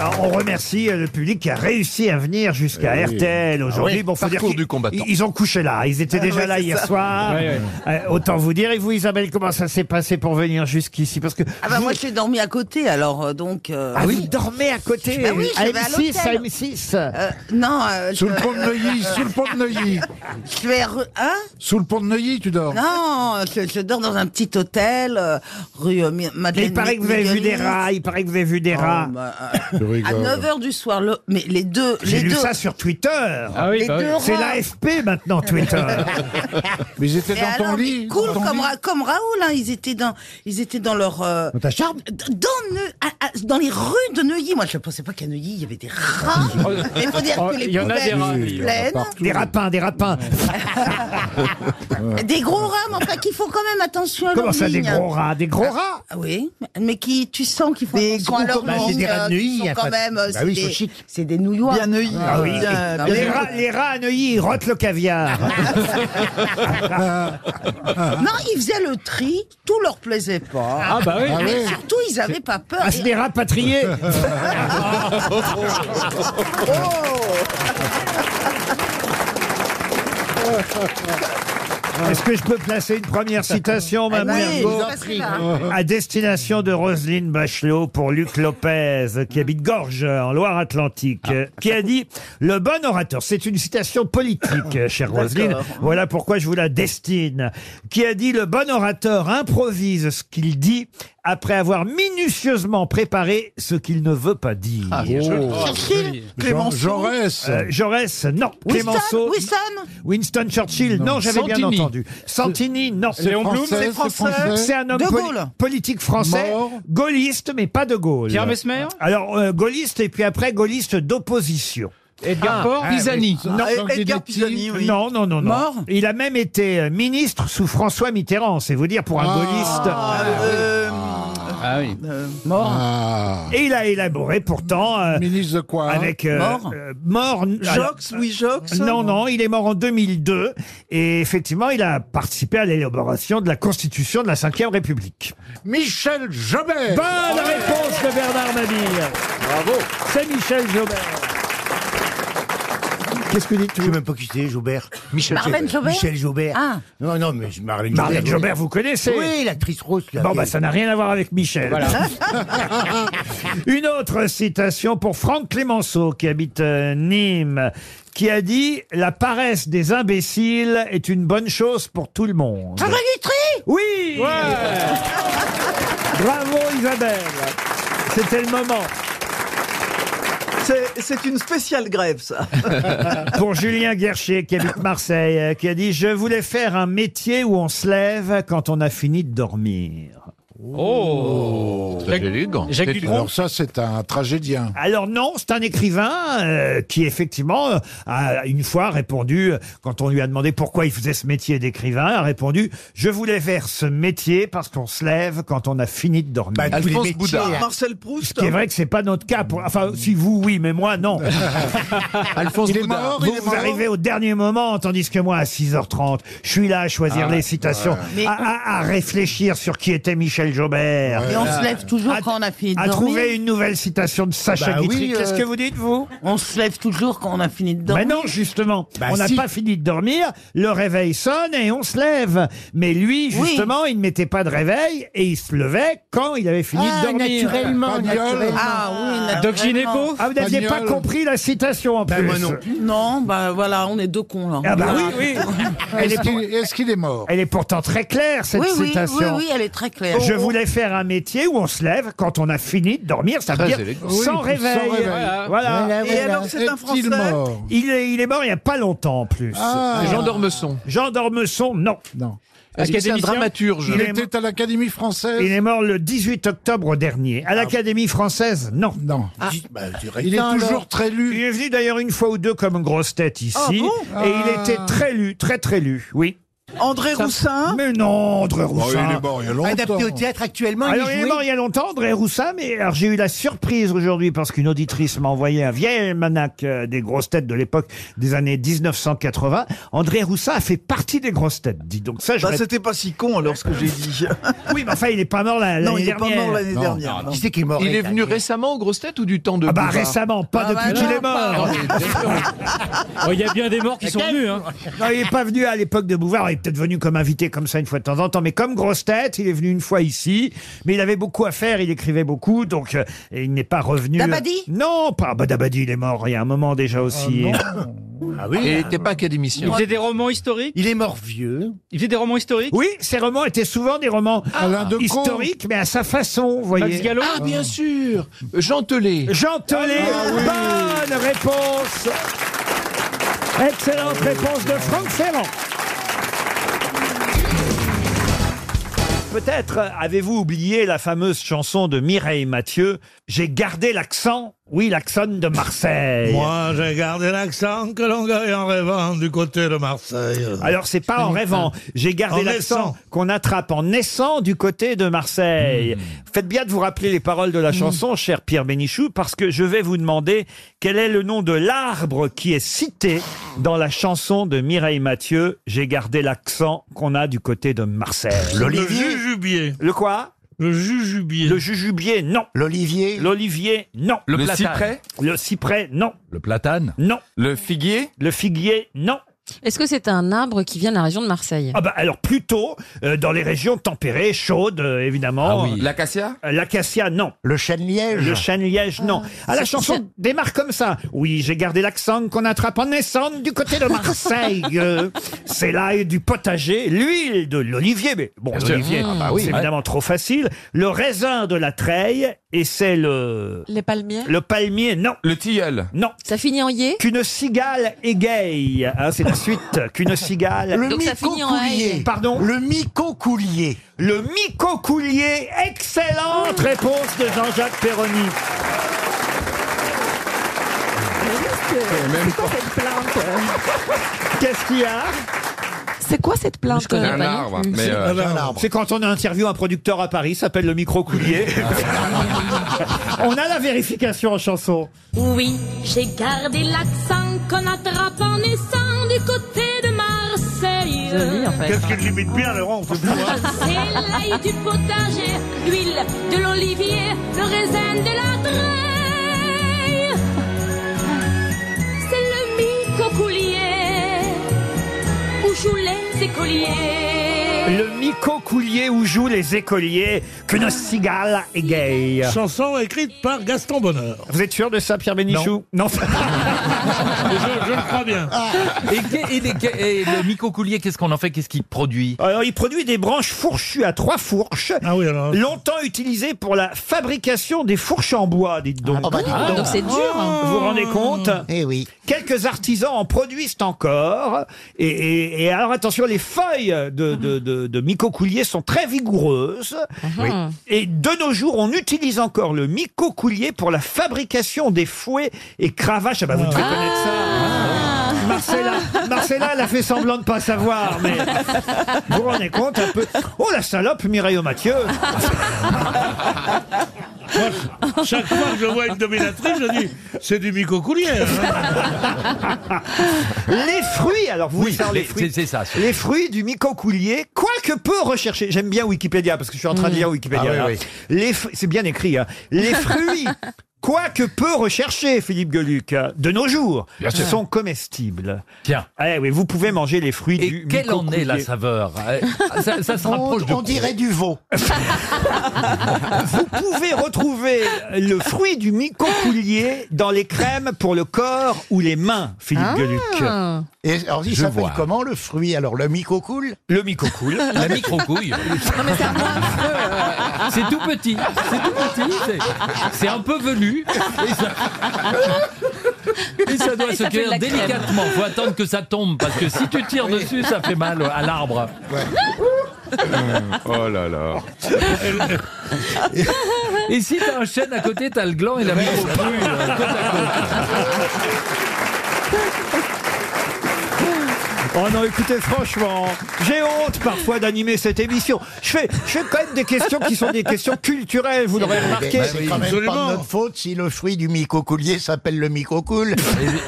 Alors, on remercie euh, le public qui a réussi à venir jusqu'à Eh oui. RTL aujourd'hui. Ah oui, parcours du combattant. Ils, ils ont couché là. Ils étaient Ah déjà ouais, là c'est hier ça. soir. Ouais, ouais. Euh, autant vous dire. Et vous, Isabelle, comment ça s'est passé pour venir jusqu'ici Parce que Ah bah moi j'ai dormi à côté alors euh, donc. euh, Ah oui, vous dormez à côté, Bah oui, à je vais à M6, à l'hôtel. M6. Euh, non. euh, Sous je- le pont de Neuilly, sous le pont de Neuilly. Je vais re- hein Sous le pont de Neuilly, tu dors. Non, je, je dors dans un petit hôtel euh, rue euh, Mi- Mais Madeleine. il paraît que vous avez vu des Mignonnet. rats. Il paraît que vous avez vu des Oh, rats. bah, Je à rigole. 9h du soir, le- mais les deux, J'ai les lu deux, ça sur Twitter. oui, Les bah oui. deux C'est rats. l'AFP maintenant, Twitter. Mais ils étaient Et dans ton alors, mais lit. cool dans ton comme, lit. Ra- comme Raoul, hein, ils étaient dans, ils étaient dans leur, euh, Dans ta chambre d- dans, Neu- à- à- dans les rues de Neuilly. Moi, je pensais pas qu'à Neuilly il y avait des rats. Mais faut dire que les il y en a des poubelles rats, étaient oui, il y en a pleines, partout. des rapins, des rapins. des gros rats, mais enfin qu'il faut quand même attention à Comment leur ça, des ligne. gros rats Des gros rats Ah oui, mais qui, tu sens qu'ils font Des attention à gros leur comme- bah, c'est ligne, des rats de euh, Neuilly, qui sont enfin, quand même, euh, bah c'est oui, ils sont des- chics. c'est des nouillois. Bien Neuilly. Ah oui. Bien- Non, bien Les mais- rats, les rats à Neuilly, ils rotent le caviar. Non, ils faisaient le tri, tout leur plaisait pas. Ah bah oui. Ah Mais ouais. surtout, ils avaient pas peur. Ah, c'est Et- des rats patriés. Est-ce que je peux placer une première citation, Ah Mme oui, Mergo c'est facile, hein. à destination de Roselyne Bachelot pour Luc Lopez, qui habite Gorge, en Loire-Atlantique, euh, qui a dit « Le bon orateur », c'est une citation politique, euh, chère Roselyne, voilà pourquoi je vous la destine, qui a dit « Le bon orateur improvise ce qu'il dit après avoir minutieusement préparé ce qu'il ne veut pas dire. Oh. Churchill, Jean, Clémenceau, Jaurès. Euh, Jaurès, non. Winston, Clémenceau, Winston. Winston Churchill, non, j'avais bien Santini. entendu. Santini, non. Léon Blum, français, c'est français. C'est un homme De poli- Gaulle. politique français, Mort. gaulliste, mais pas de Gaulle. Pierre Messmer Alors, euh, gaulliste, et puis après, gaulliste d'opposition. Ah. Edgar Faure Pisani. Non, Et- donc des Edgar petits- Pisani, oui. Non, non, non, non. Mort Il a même été euh, ministre sous François Mitterrand, c'est vous dire, pour un Ah. gaulliste. Euh, Ah oui. euh, Ah. Et il a élaboré pourtant, euh, Ministre de quoi hein avec... euh, Mort euh, mort n- alors- euh, Jox, oui, Jox. Non, non, il est mort en 2002 et effectivement, il a participé à l'élaboration de la Constitution de la Ve République. Michel Jobert. Bonne réponse de Bernard Mabille. Bravo. C'est Michel Jobert. Qu'est-ce que vous dites Je sais même pas qui c'est, Jobert. Michel Marlène Jobert Michel Jobert. Ah. Non, non, mais je- Marlène, Marlène Jobert, vous connaissez Oui, l'actrice rose. là, Bon, qui- bah, ça n'a rien à voir avec Michel. Voilà. Une autre citation pour Franck Clémenceau, qui habite euh, Nîmes, qui a dit « La paresse des imbéciles est une bonne chose pour tout le monde ». Ah, André Guitry Oui Bravo Isabelle C'était le moment. C'est c'est une spéciale grève, ça. Pour Julien Guercher, qui habite Marseille, euh, qui a dit « Je voulais faire un métier où on se lève quand on a fini de dormir Oh. Jacques, Jacques Dutronc. Alors ça, c'est un tragédien. ». Alors non, c'est un écrivain euh, qui effectivement euh, a une fois répondu, euh, quand on lui a demandé pourquoi il faisait ce métier d'écrivain, a répondu « Je voulais faire ce métier parce qu'on se lève quand on a fini de dormir Bah, tous les métiers, Mar- hein. Marcel Ce Proust. qui est vrai que c'est pas notre cas. Pour... Enfin, si vous, oui, mais moi, non. Alphonse Il est Boudard. mort, Vous, il est vous mort. arrivez au dernier moment, tandis que moi, à 6h30, je suis là à choisir les citations, à, à- à réfléchir sur qui était Michel Jobert, Et on se lève toujours À- quand on a fini de à dormir. trouver une nouvelle citation de Sacha Bah oui, Guitry. euh, Qu'est-ce que vous dites, vous On se lève toujours quand on a fini de Mais dormir. non, justement, Bah on n'a si. pas fini de dormir, le réveil sonne et on se lève. Mais lui, Oui. justement, il ne mettait pas de réveil et il se levait quand il avait fini Ah, de dormir. naturellement, Pagnol. naturellement. Ah oui, Doc naturellement. Gineco. Ah, vous n'aviez pas Pagnol. compris la citation en plus. Ben, moi non Non, bah voilà, on est deux cons là. Ah bah oui, Voilà. oui. Est-ce Elle est, pour- qu'il est-ce qu'il est mort elle est pourtant très claire, cette Oui, oui, citation. oui, oui, elle est très claire. Je voulais faire un métier où on se lève quand on a fini de dormir, ça veut dire sans Oui, réveil. sans réveil. Voilà. Voilà, Et voilà. alors, c'est un Est-il Français. mort Il est, il est mort il n'y a pas longtemps en plus. Ah, Jean d'Ormesson. Jean d'Ormesson, non. non. Est-ce que c'est un Académicien dramaturge Il Il est était à l'Académie française Il est mort le 18 octobre dernier. À l'Académie française, Ah. non. Ah. Non. Dis- bah, je dirais Il est ça, alors. toujours très Il lu. est Ah venu d'ailleurs une fois ou deux comme grosse tête ici. Ah bon et il était très lu, très très lu, oui. André Roussin Mais non, André Roussin. Bah, il est mort il y a longtemps. Adapté au théâtre actuellement, Alors, il il est est joué. mort il y a longtemps, André Roussin, mais alors j'ai eu la surprise aujourd'hui parce qu'une auditrice m'a envoyé un vieil almanach euh, des grosses têtes de l'époque des années 1980. André Roussin a fait partie des grosses têtes, dis donc. Ça, je bah, répète. c'était pas si con alors ce que j'ai dit. Oui, mais enfin, il est pas mort la- Euh, l'année non, il est pas dernière. mort l'année Non, dernière. non. Qui c'est qui est mort Il est l'année venu dernière récemment aux grosses têtes ou du temps de Ah bah Bouvard récemment, pas depuis bah qu'il non, est mort. Ah, d'accord. Oh, Il y a bien des morts qui sont venus. Hein. Non, il n'est pas venu à l'époque de Bouvard, il est peut-être venu comme invité comme ça une fois de temps en temps, mais comme grosse tête, il est venu une fois ici, mais il avait beaucoup à faire, il écrivait beaucoup, donc euh, et il n'est pas revenu. euh, Dabadi Non, pas bah, Dabadi, il est mort il y a un moment déjà aussi. Ah Il oui. n'était pas académicien. Il faisait des romans historiques. Il est mort vieux. Il faisait des romans historiques. oui, ses romans étaient souvent des romans Ah. Alain Decaux. historiques, mais à sa façon, vous voyez. Max Gallo. Ah, bien sûr Jean Telet. Jean Tellet, Ah, bonne réponse Excellente réponse de Franck Ferrand. Peut-être avez-vous oublié la fameuse chanson de Mireille Mathieu, J'ai gardé l'accent, oui, l'accent de Marseille. Moi, j'ai gardé l'accent que l'on gagne en rêvant du côté de Marseille. Alors c'est pas en rêvant, j'ai gardé En l'accent naissant. qu'on attrape en naissant du côté de Hmm. Marseille. Faites bien de vous rappeler les paroles de la chanson, cher Pierre Bénichou, parce que je vais vous demander quel est le nom de l'arbre qui est cité dans la chanson de Mireille Mathieu, j'ai gardé l'accent qu'on a du côté de Marseille. Le jujubier. Le quoi Le jujubier. Le jujubier, non. L'Olivier. L'olivier, non. Le, cyprès, Le cyprès, non. le platane, Non. le figuier, Le figuier, non. Est-ce que c'est un arbre qui vient de la région de Marseille Ah bah alors plutôt euh, dans les régions tempérées, chaudes, euh, évidemment. l'acacia. Euh, L'acacia, non. Le chêne liège. Le chêne liège, non. Ah, la chanson démarre comme ça. Oui, j'ai gardé l'accent qu'on attrape en naissant du côté de Marseille. Euh, c'est l'ail du potager, l'huile de l'olivier. Mais bon, l'olivier, c'est évidemment trop facile. Le raisin de la treille, et c'est le... Les palmiers Le palmier, non. Le tilleul. Non. Ça finit en yé Qu'une cigale égaye. Hein, c'est la suite. Qu'une cigale... Le Donc ça finit en micocoulier. ail. Pardon Le micocoulier. Le micocoulier, excellente réponse de Jean-Jacques Perroni. Qu'est-ce qu'il y a C'est quoi cette plante C'est un arbre. Mais Ah, euh, Alors, C'est quand on interviewe un producteur à Paris, ça s'appelle le micro-coulier. Ah, on a la vérification en chanson. Oui, j'ai gardé l'accent qu'on attrape en naissant du côté de Marseille. Qu'est-ce qu'il limite bien, Laurent On fait plus, hein. C'est l'ail du potager, l'huile de l'olivier, le raisin de la treille. C'est le micocoulier où jouent les écoliers. Le micro-coulier où jouent les écoliers, qu'une cigale égaye. Chanson écrite par Gaston Bonheur. Vous êtes sûr de ça, Pierre Bénichou Non. Je, je le crois bien. Ah. et, que- et des- que- et le micocoulier, qu'est-ce qu'on en fait Qu'est-ce qu'il produit Alors, il produit des branches fourchues à trois fourches, Ah oui, alors. longtemps utilisées pour la fabrication des fourches en bois, dites donc. Ah. Ah bah, dis donc. Donc c'est dur. Vous vous rendez compte Eh oui. Quelques artisans en produisent encore. Et, et- et alors attention, les feuilles de, de, de, de micocoulier sont très vigoureuses. Et de nos jours, on utilise encore le micocoulier pour la fabrication des fouets et cravaches. Ah bah vous devez connaître ça. Ah. Marcella, Marcella, elle a fait semblant de pas savoir, mais vous vous rendez compte un peu. Oh la salope, Mireille Mathieu. Chaque fois que je vois une dominatrice, je dis c'est du micocoulier. hein. Les fruits, alors vous voulez faire les les- fruits. c'est- c'est ça, c'est- Les fruits du micocoulier, quoique peu recherchés. J'aime bien Wikipédia parce que je suis en Mm. train de lire Wikipédia. Ah oui, oui. là. Les fr- c'est bien écrit. hein. Les fruits. Quoique peu recherchés, Philippe Gueluc, hein, de nos jours, sont comestibles. Tiens. Eh oui, vous pouvez manger les fruits Et du quelle en est micocoulier. la saveur Euh, ça, ça se On, Oh, rapproche de. on dirait du veau. Vous pouvez retrouver le fruit du micocoulier dans les crèmes pour le corps ou les mains, Philippe Gueluc. Ah. Et alors, il Je s'appelle vois. comment le fruit Alors, le micocoule Le micocoule. la microcouille. euh, C'est tout petit. C'est tout petit. c'est- C'est un peu velu. Et ça, et ça doit se fait de cueillir la crème. délicatement. Faut attendre que ça tombe parce que si tu tires dessus, ça fait mal à l'arbre. Oh là là. Et si t'as un chêne à côté, t'as le gland et la microcouille. euh, côte à côte. Oh non, écoutez, franchement, j'ai honte parfois d'animer cette émission. Je fais, je fais quand même des questions qui sont des questions culturelles, vous l'aurez remarqué. Eh Mais ben, C'est quand même pas de notre faute si le fruit du micocoulier s'appelle le micocoulis.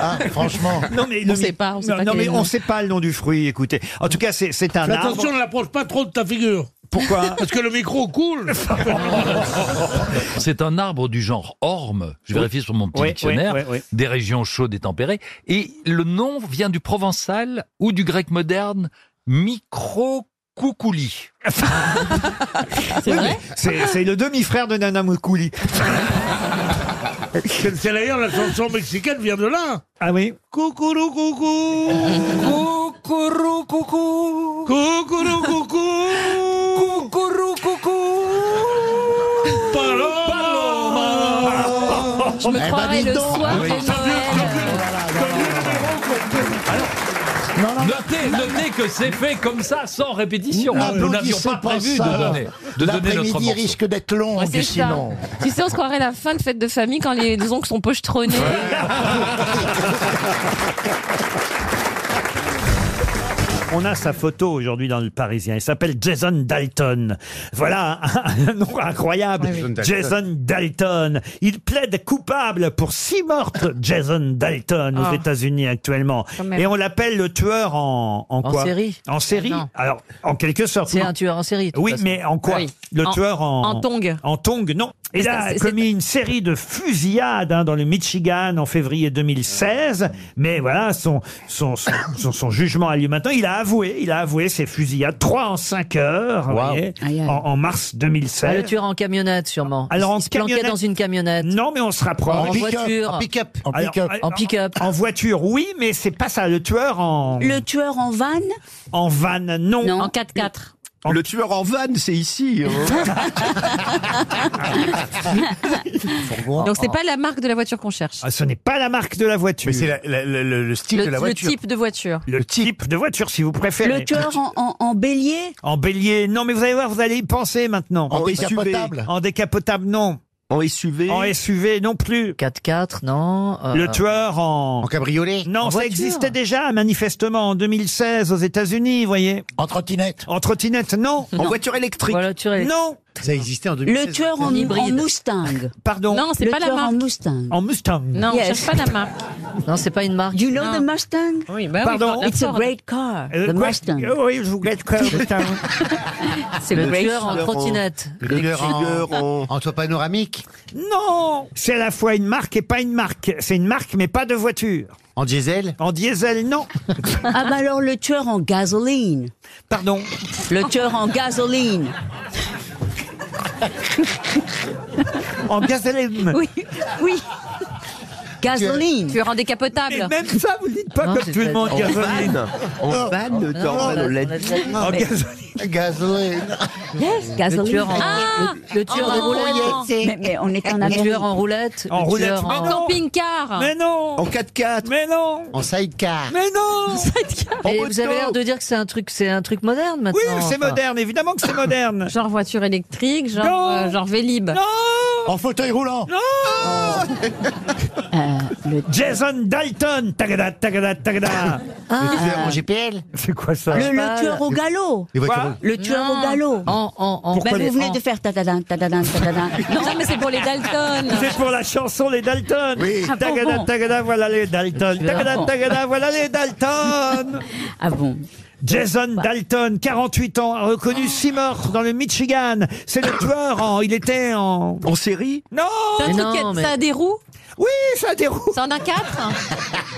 Ah, franchement. Non mais, le mi- non, non, mais on sait pas le nom du fruit, écoutez. En tout cas, c'est c'est un Fais attention, arbre. ne l'approche pas trop de ta figure. Pourquoi Parce que le micro coule. C'est un arbre du genre orme, je vérifie sur mon petit Oui, dictionnaire, oui, oui, oui. des régions chaudes et tempérées. Et le nom vient du provençal ou du grec moderne microcoucouli. C'est c'est le demi-frère de Nana Moukouli. C'est c'est d'ailleurs la chanson mexicaine vient de là. Ah oui Coucourou coucou. Coucourou coucou Coucourou coucou. Coucourou Paloma. Je Eh ben, me croirais le soir de Noël. Notez, notez que c'est fait comme ça, sans répétition. Nous n'avions N'applaudissez pas prévu Ah, ça. de donner, de donner notre L'après-midi morceau. risque d'être long, Ouais, c'est Ah. ça. sinon. Tu sais, on se croirait la fin de fête de famille quand les oncles sont pochetronnés. Ah, On a sa photo aujourd'hui dans le Parisien. Il s'appelle Jason Dalton. Voilà un, un nom incroyable. Jason Dalton. Il plaide coupable pour six meurtres, Jason Dalton, aux États-Unis actuellement. Ah. Quand même. Et on l'appelle le tueur en, en En quoi série. Ah En série. Non. Alors, en quelque sorte. C'est non. un tueur en série. de toute Oui, façon. Ah mais en quoi Oui. Le En- tueur en... en tongs. En tongs, non. Et C'est- là, a c'est- commis une série de fusillades hein, dans le Michigan en février 2016. Mais voilà, son, son, son, son- son jugement a lieu maintenant. Il a avoué, il a avoué ces fusillades, trois en cinq heures, vous voyez, Aïe, aïe. en, en mars Ah, le 2016. tueur en camionnette, sûrement. Alors, en il se planquait camionnette- dans une camionnette. Non, mais on se En, rapproche. voiture. Pick-up. En pick-up. En pick-up. En voiture, oui, mais c'est pas ça. Le tueur en, Le tueur en van en van, non. En 4x4. Le tueur en vanne, c'est ici. Donc c'est pas la marque de la voiture qu'on cherche. Ah, ce n'est pas la marque de la voiture. Mais c'est la- la- la- le, le style Le, de la le voiture. type de voiture. Le type de voiture, si vous préférez. Le tueur en, en- en bélier En bélier, non, mais vous allez voir, vous allez y penser maintenant. En En, décapotable. décapotable, non. En SUV. En SUV, non plus. 4x4, non. Ah. euh, Le tueur en... En cabriolet. Non, en ça voiture. existait déjà, manifestement, en 2016 aux États-Unis, vous voyez. En trottinette. En trottinette, non. En voiture électrique. Voilà, tu es- Non, Ça existait en Le tueur en, en hybride. Mustang pardon. Non, c'est Le pas la tueur en marque. Mustang En Mustang. Non, on Yes. cherche pas la marque. Non, c'est pas une marque. You know the Mustang Oui, Pardon. oui, It's a Ford. great car, Euh, the quoi- Mustang. Euh, oui, je vous guette quoi, Mustang C'est le, Le tueur en tueur en- trottinette. Le tueur tueur en- en, en toit panoramique. Non C'est à la fois une marque et pas une marque. C'est une marque, mais pas de voiture. En diesel. En diesel, non. Ah bah alors le tueur en gasoline Pardon. Le tueur en gasoline En gasoline. Oui, oui Gasoline Tu es en décapotable. Mais même ça, vous le dites pas Non, comme c'est tout le pas- monde. en gasoline. Oh. En vanne, le tueur en vanne, on l'a on dit. a déjà dit. En gasoline. Gasoline. Le Gasoline tueur en, Ah Ah. le, le tueur Oh, de en- Oh, roulette. mais, mais on est en Le Amérique. tueur en roulette. En le roulette. tueur Mais en- non. Camping-car. Mais non En 4x4. Mais non En sidecar. Mais non Et vous avez l'air de dire que c'est un truc, c'est un truc moderne maintenant. Oui, c'est enfin. moderne, évidemment que c'est moderne. Genre voiture électrique, genre, Non. euh, genre Vélib. Non En fauteuil roulant. Euh, Jason Dalton Tagada, tagada, tagada Le tueur en GPL. C'est quoi ça Ah. le, le Pas tueur au galop Les voitures. Quoi Le tueur Non. au galop En, en, en, Bah, en- Vous venez de faire tadadin, tadadin, tadadin Non, mais c'est pour les Dalton. C'est pour la chanson Les Dalton Oui. Ah bon, Tagada, bon. tagada, voilà les Dalton Tagada, tagada, voilà les Dalton Ah bon Jason Dalton, 48 ans, a reconnu six meurtres dans le Michigan. C'est le tueur en... Il était en... En série. Non C'est un Mais truc non, qui a- mais- Ça a des roues Oui, ça déroule Ça en a quatre hein.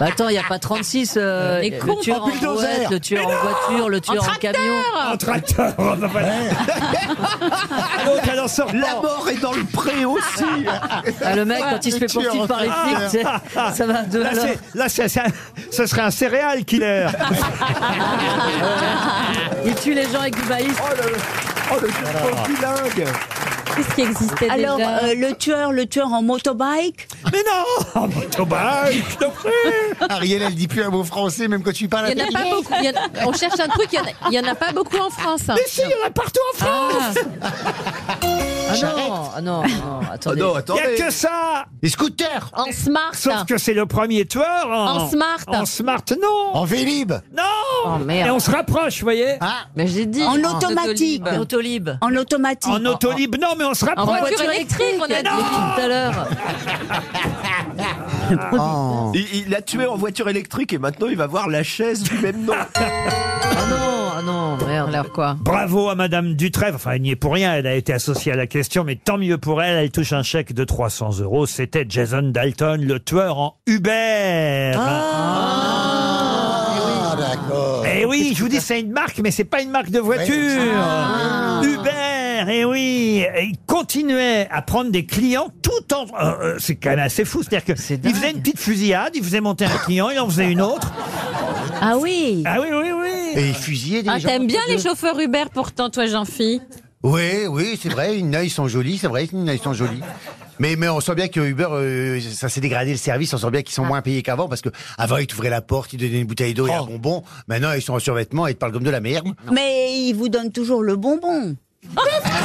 Bah attends, il n'y a pas 36. euh, Mais con, le tueur en bulldozer. roulette, le tueur en voiture, le tueur en, tracteur. camion. En tracteur on va pas- L'autre, elle en sort La mort est dans le pré aussi. Ah, le mec, quand il se fait poursuivre par les flics, tu sais, ça va de Ah, Là, alors. c'est- là, c'est- c'est un- ce serait un céréal killer. Ah, Il tue les gens avec du baïs. Oh, le jeu bilingue. Qu'est-ce qui existait Alors, déjà euh, le tueur, le tueur en motobike Mais non En motobike, non plus Ariel, elle dit plus un mot français, même quand tu Oh parles Il y en a pas beaucoup. il y en a- On hein. cherche un truc, il y en a- il y en, a pas beaucoup en France. Ah. Mais si, il y en a partout en France Ah. non, non, non, attendez. Il n'y a que ça Les scooters En smart. Sauf que c'est le premier tueur en... En smart. En smart, non En Vélib Non Oh, merde. Et on se rapproche, vous voyez Ah, mais j'ai dit. En automatique. Autolib. En automatique. En autolib, non, mais on se En rapproche voiture électrique, on a dit tout à l'heure. Ah. Oh. Il il l'a tué en voiture électrique et maintenant il va voir la chaise du même nom. Ah non, ah non, merde. Alors quoi Bravo à Madame Dutrève. Enfin, elle n'y est pour rien. Elle a été associée à la question, mais tant mieux pour elle. Elle touche un chèque de 300 euros. C'était Jason Dalton, le tueur en Uber. Ah, d'accord. Eh oui, je vous dis, c'est une marque, mais c'est pas une marque de voiture. Ah. Uber, eh oui. Et il continuait à prendre des clients tout en. euh, euh, c'est quand même assez fou. C'est-à-dire qu'il faisait une petite fusillade, il faisait monter un client, il en faisait une autre. Ah oui. Ah oui, oui, oui. Et il fusillait des Ah, gens. t'aimes bien les chauffeurs Uber pourtant, toi, Jean-Phi. Oui, oui, c'est vrai, une ils sont jolis, c'est vrai, une ils sont jolis. Mais, mais on sent bien que Uber, euh, ça s'est dégradé le service, on sent bien qu'ils sont moins payés qu'avant, parce que avant ils t'ouvraient la porte, ils donnaient une bouteille d'eau et un bonbon, maintenant ils sont en survêtement et ils te parlent comme de la merde. Mais il vous donne toujours le bonbon. Ah, Ah,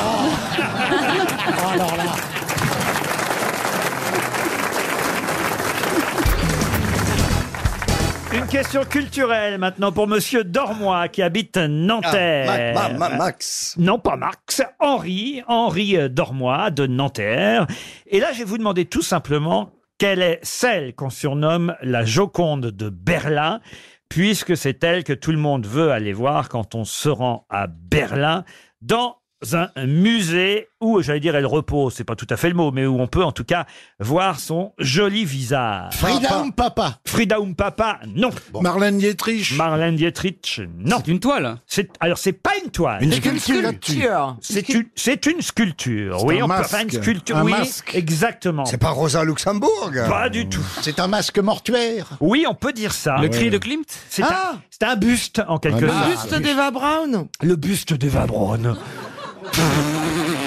Une question culturelle maintenant pour Monsieur Dormois qui habite Nanterre. Ah, Ma- Ma- Ma- Max. Non, pas Max. Henri, Henri euh, Dormois de Nanterre. Et là, je vais vous demander tout simplement quelle est celle qu'on surnomme la Joconde de Berlin, puisque c'est elle que tout le monde veut aller voir quand on se rend à Berlin dans un musée où, j'allais dire, elle repose, c'est pas tout à fait le mot, mais où on peut en tout cas voir son joli visage. Frida Papa. Frida um Papa, non. Marlène Dietrich. Marlène Dietrich, non. C'est une toile. C'est alors Ah, c'est pas une toile. Une C'est une sculpture. sculpture. C'est une c'est une sculpture. C'est Oui, un on peut masque. faire une sculpture. Un oui, masque. exactement. C'est pas Rosa Luxembourg Mmh. Pas du tout. C'est un masque mortuaire. Oui, on peut dire ça. Le cri de Klimt C'est un- Ah c'est un, buste en quelque sorte. d'Eva Brown Le buste d'Eva Braun.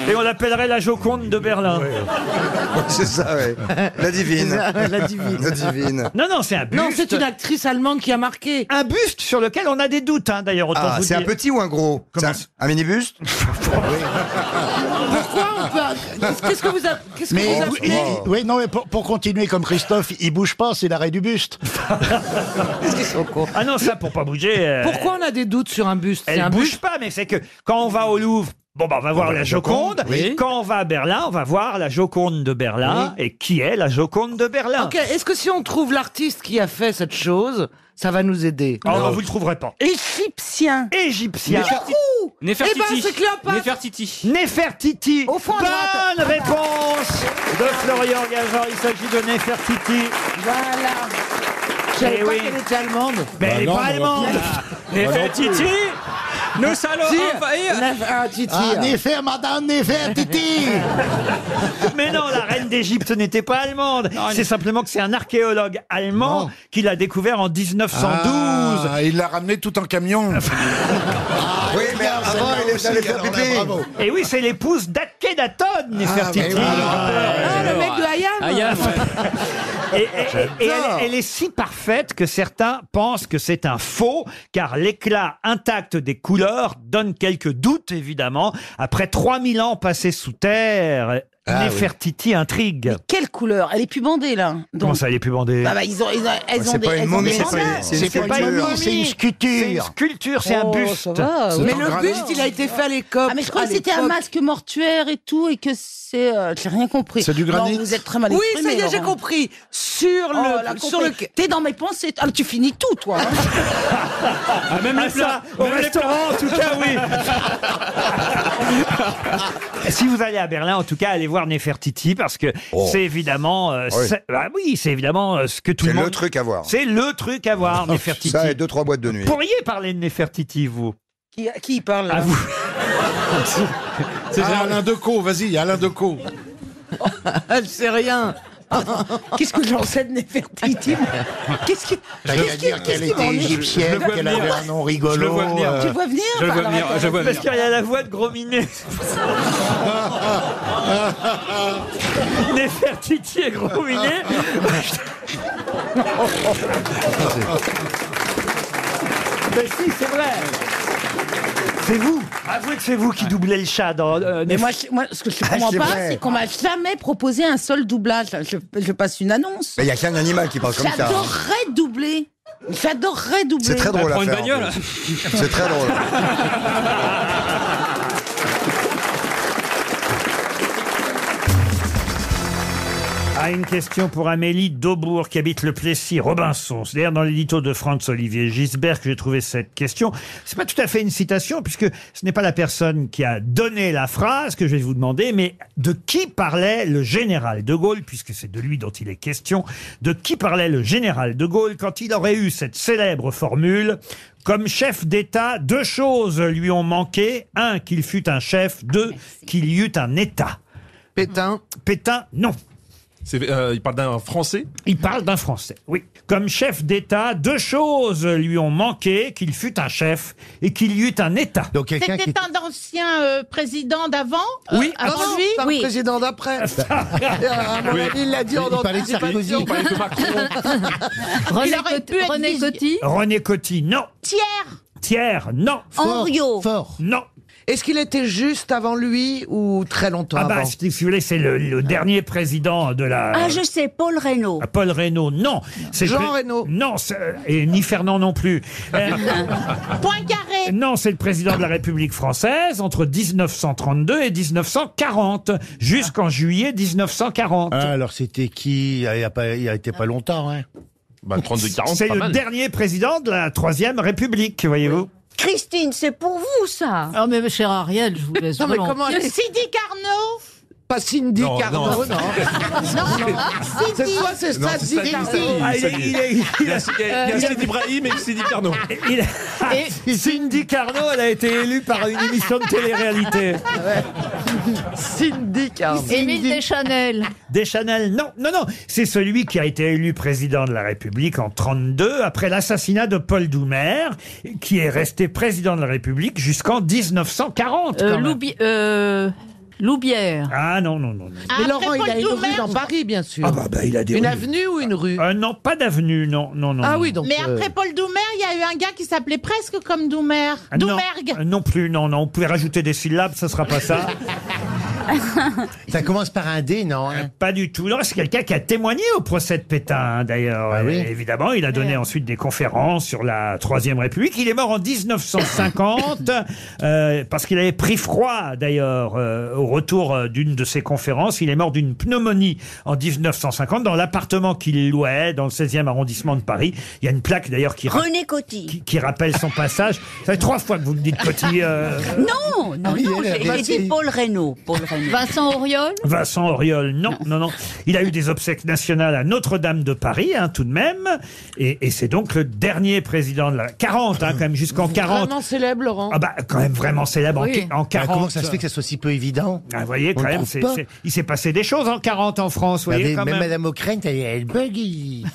Et on l'appellerait la Joconde de Berlin. C'est ça, ouais. La divine. La divine. La divine. Non, non, c'est un buste. Non, c'est une actrice allemande qui a marqué. Un buste sur lequel on a des doutes, hein, d'ailleurs. autant Ah, vous c'est un dire. petit ou un gros C'est un, un minibuste Pourquoi on peut. Qu'est-ce que vous a- qu'est-ce que Mais vous vous- appelez et- Oh. oui, non, mais pour, pour continuer comme Christophe, il bouge pas, c'est l'arrêt du buste. Ah non, ça pour pas bouger. euh, Pourquoi on a des doutes sur un buste C'est Elle un bouge pas, mais c'est que quand on va au Louvre, bon bah on va voir la Joconde. oui. Quand on va à Berlin, on va voir la Joconde de Berlin. Et qui est la Joconde de Berlin Ok, est-ce que si on trouve l'artiste qui a fait cette chose, ça va nous aider Ah, bah, vous le trouverez pas. Égyptien. Égyptien. Néfertiti. Eh ben, c'est Cléopâtre. Nefertiti. Nefertiti. Au fond à droite. Bonne réponse de Florian Gazan. Il s'agit de Nefertiti. Voilà. Je savais Eh pas oui. qu'elle était allemande. Mais Bah elle est pas allemande. Nefertiti. Nous allons Si, envahir Titi. Ah, En effet, madame, en effet, Titi Mais non, la reine d'Égypte n'était pas allemande. C'est simplement que c'est un archéologue allemand qui l'a découvert en 1912. Ah, il l'a ramené tout en camion. Oui, mais avant, il est allé faire pipi. Ah, Et oui, c'est l'épouse d'Akhenaton, Nefertiti. Ah, le mec de Hayam. Ah, Et, et- et- et elle, elle est si parfaite que certains pensent que c'est un faux, car l'éclat intact des couleurs donne quelques doutes, évidemment. Après 3000 ans passés sous terre, Ah oui. Nefertiti intrigue. Quelle couleur Elle est plus bandée là. Comment ça, elle est plus bandée Ah bah, ils ont, ils ont- elles Ouais, ont c'est des. pas une elles ont momie, des c'est bandages. pas une- c'est une C'est pas une sculpture. momie, c'est une C'est une sculpture. sculpture, c'est un Oh, buste. ça va, C'est oui. en Mais le granit. buste, il a été fait à l'école. Ah, mais je crois que c'était un masque mortuaire et tout, et que c'est. euh, J'ai rien compris. C'est du granit Non, vous êtes très mal Oui, exprimé. ça y est, j'ai compris. Sur le- sur le- T'es dans mes pensées. Ah, tu finis tout, toi. hein. Ah, même les plats, au restaurant, en tout cas, oui. si vous allez à Berlin, en tout cas, allez voir Nefertiti parce que Oh. Ah c'est évidemment, euh, Oui. c'est- bah oui, c'est évidemment euh, ce que tout C'est le monde. le truc à voir. C'est le truc à voir, Nefertiti. Ça et deux, trois boîtes de nuit. Pourriez parler de Nefertiti, vous qui, qui parle là À vous. C'est Ah, Alain Decaux, vas-y, Alain Decaux. Elle sait rien. Qu'est-ce que j'en sais de Nefertiti moi Qu'est-ce que. T'as qu'à dire qu'elle était égyptienne, Je le vois qu'elle venir. avait un nom Je le rigolo. vois venir. euh, Tu le vois venir Je le vois par la venir, je le vois Parce venir. qu'il y a la voix de Gros Minet. Nefertiti et Gros Minet. Mais si, c'est vrai. C'est vous Avouez que c'est vous qui doublez le chat dans. euh, Mais Nef- moi, je- moi, ce que je comprends Ah, c'est pas, vrai. c'est qu'on m'a jamais proposé un seul doublage. Je, je passe une annonce. Mais il n'y a qu'un animal qui parle comme ça. hein. J'adorerais doubler. J'adorerais doubler. C'est très drôle à à faire. en plus. C'est très drôle. Ah, une question pour Amélie Daubourg qui habite le Plessis, Robinson. C'est d'ailleurs dans l'édito de France Olivier Gisbert que j'ai trouvé cette question. C'est pas tout à fait une citation puisque ce n'est pas la personne qui a donné la phrase que je vais vous demander, mais de qui parlait le général de Gaulle, puisque c'est de lui dont il est question, de qui parlait le général de Gaulle quand il aurait eu cette célèbre formule comme chef d'État, deux choses lui ont manqué. Un, qu'il fût un chef. Deux, qu'il y eût un État. Pétain Pétain, non. euh, il parle d'un Français Il parle d'un Français, oui. Comme chef d'État, deux choses lui ont manqué, qu'il fût un chef et qu'il y eût un État. Donc C'était un ancien euh, président d'avant euh, Oui. avant Non, non, lui c'est un Oui. président d'après. à mon Oui. avis, Ah, il l'a dit en Il parlait de Sarkozy. Il parlait de Macron. René René Coty. René Coty, non. Thiers. Thiers, non. Henriot. Fort. Non. Est-ce qu'il était juste avant lui ou très longtemps Ah avant bah, si vous voulez, c'est le, le dernier président de la... Ah, je sais, Paul Reynaud. Ah, Paul Reynaud, non. C'est Jean le pré- Non, c'est- et ni Fernand non plus. Poincaré. Non, c'est le président de la République française entre 1932 et 1940, jusqu'en juillet 1940. Ah, alors c'était qui Il n'y a, pas- il y a été pas longtemps, hein C'est le dernier président de la Troisième République, voyez-vous. Christine, c'est pour vous ça. Ah mais cher Ariel, je vous laisse. Non, mais vraiment. comment- Sidi Carnot. Pas Cindy Non, Carnot, non. non. Non, C'est Cindy. soit c'est Non, ça, c'est Cindy Cindy, Carnot. Ah, il est- il est- il est- Il y a Sidi Ibrahim et Sidi Carnot. Il... Ah, Cindy Carnot, elle a été élue par une émission de télé-réalité. Cindy Carnot. Émile Deschanel. Deschanel, non, non, non, c'est celui qui a été élu président de la République en 32 après l'assassinat de Paul Doumer, qui est resté président de la République jusqu'en 1940. Euh, quand même. Loubi- euh, Loubière. Ah non, non, non. non. Mais Laurent, il a une rue dans Paris, bien sûr. Ah bah, bah, il a des Une rues. avenue ou une rue Euh, non, pas d'avenue, non, non, non. Ah non. oui, donc, Mais après Paul Doumer, il y a eu un gars qui s'appelait presque comme Doumer. Ah, non, Doumergue. euh, non plus, non, non. Vous pouvez rajouter des syllabes, ça sera pas ça. Ça commence par un D, non hein Pas du tout. Non, c'est quelqu'un qui a témoigné au procès de Pétain, hein, d'ailleurs. Ah oui. Euh, Évidemment, il a donné ensuite des conférences sur la Troisième République. Il est mort en 1950 euh, parce qu'il avait pris froid, d'ailleurs, euh, au retour euh, d'une de ses conférences. Il est mort d'une pneumonie en 1950 dans l'appartement qu'il louait dans le 16e arrondissement de Paris. Il y a une plaque, d'ailleurs, qui, ra- René Coty. qui rappelle son passage. Ça fait trois fois que vous me dites euh. petit. Non, non, non, j'ai été Paul Reynaud. Paul Reynaud. Vincent Auriol. Vincent Auriol, non, non, non. Il a eu des obsèques nationales à Notre-Dame de Paris, hein, tout de même. Et, et c'est donc le dernier président de la 40, hein, quand même, jusqu'en 40. Vraiment célèbre, Laurent. Ah bah quand même vraiment célèbre en Oui. qui- en, Bah, 40. comment ça se fait que ça soit si peu évident Ah, vous voyez On quand le même, trouve c'est- pas. c'est- il s'est passé des choses en 40 en France, vous voyez Regardez, quand même même. Madame O'Krent, elle, elle buggy.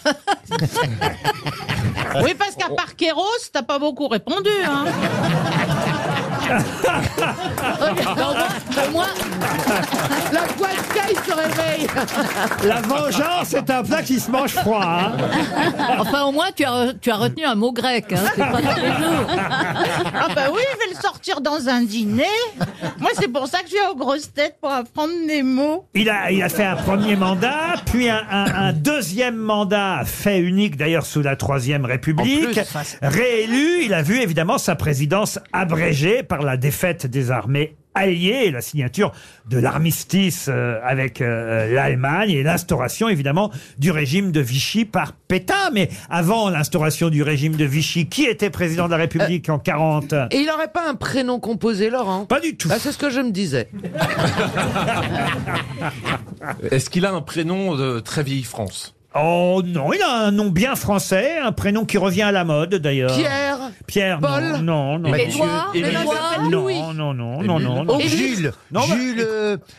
Oui, parce qu'à Parqueros, t'as pas beaucoup répondu. Hein. Moi, la poiscaille se réveille. La vengeance est un plat qui se mange froid. hein. Enfin, au moins, tu as, re- tu as retenu un mot grec. hein, c'est pas tous les jours. Ah bah oui, je vais le sortir dans un dîner. Moi, c'est pour ça que je vais aux grosses têtes pour apprendre des mots. Il a, il a fait un premier mandat, puis un, un- un deuxième mandat, fait unique d'ailleurs sous la Troisième République. En plus. Réélu, il a vu évidemment sa présidence abrégée par la défaite des armées alliées et la signature de l'armistice euh, avec euh, l'Allemagne et l'instauration évidemment du régime de Vichy par Pétain. Mais avant l'instauration du régime de Vichy, qui était président de la République en 40 Et il n'aurait pas un prénom composé, Laurent Pas du tout. c'est ce que je me disais. Est-ce qu'il a un prénom de très vieille France Oh non, il a un nom bien français, un prénom qui revient à la mode d'ailleurs. Pierre. Pierre, Paul. non, non, non. Mathieu, Édouard, Émile. Édouard, non, Louis. non, non, non, non, non. Oh, Jules, euh, Non, bah,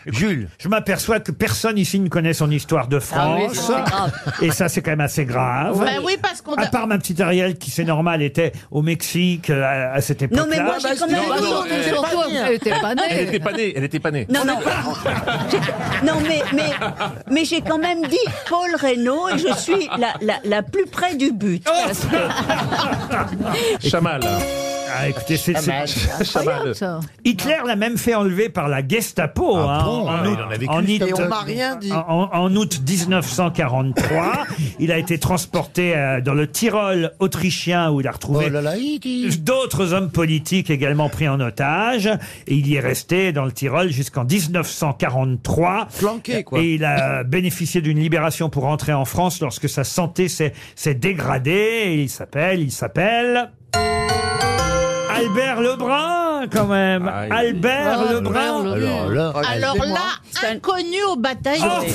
écoute, Jules. Je m'aperçois que personne ici ne connaît son histoire de Ah oui, France. c'est grave. et ça, c'est quand même assez grave. Bah oui, parce qu'on. À part ma petite Ariel, qui c'est normal, était au Mexique euh, à, à cette époque-là. mais moi, j'ai quand même- Non, non, elle- c'est pas Surtout, bien. elle était pas née. Ah bah, Elle était pas née, elle était pas née. Non, non. Non, mais, mais, mais j'ai quand même dit Paul Reynaud et je suis la, la, la plus près du but. Parce que- Chamal. Ah, écoutez, c'est Pas mal. c'est- C'est incroyable, ça. Hitler l'a même fait enlever par la Gestapo hein, bon en, Ah, il en a vécu, en cet août- homme. Et on m'a rien dit. en- en août 1943. il a été transporté euh, dans le Tyrol autrichien où il a retrouvé Oh d'autres hommes politiques également pris en otage. Et il y est resté dans le Tyrol jusqu'en 1943. Planqué, quoi. Et il a bénéficié d'une libération pour rentrer en France lorsque sa santé s'est s'est dégradée. Et il s'appelle, il s'appelle. Albert Lebrun, quand même. Albert Ah, Lebrun. Oh, Alors là, inconnu aux batailles. Ouais,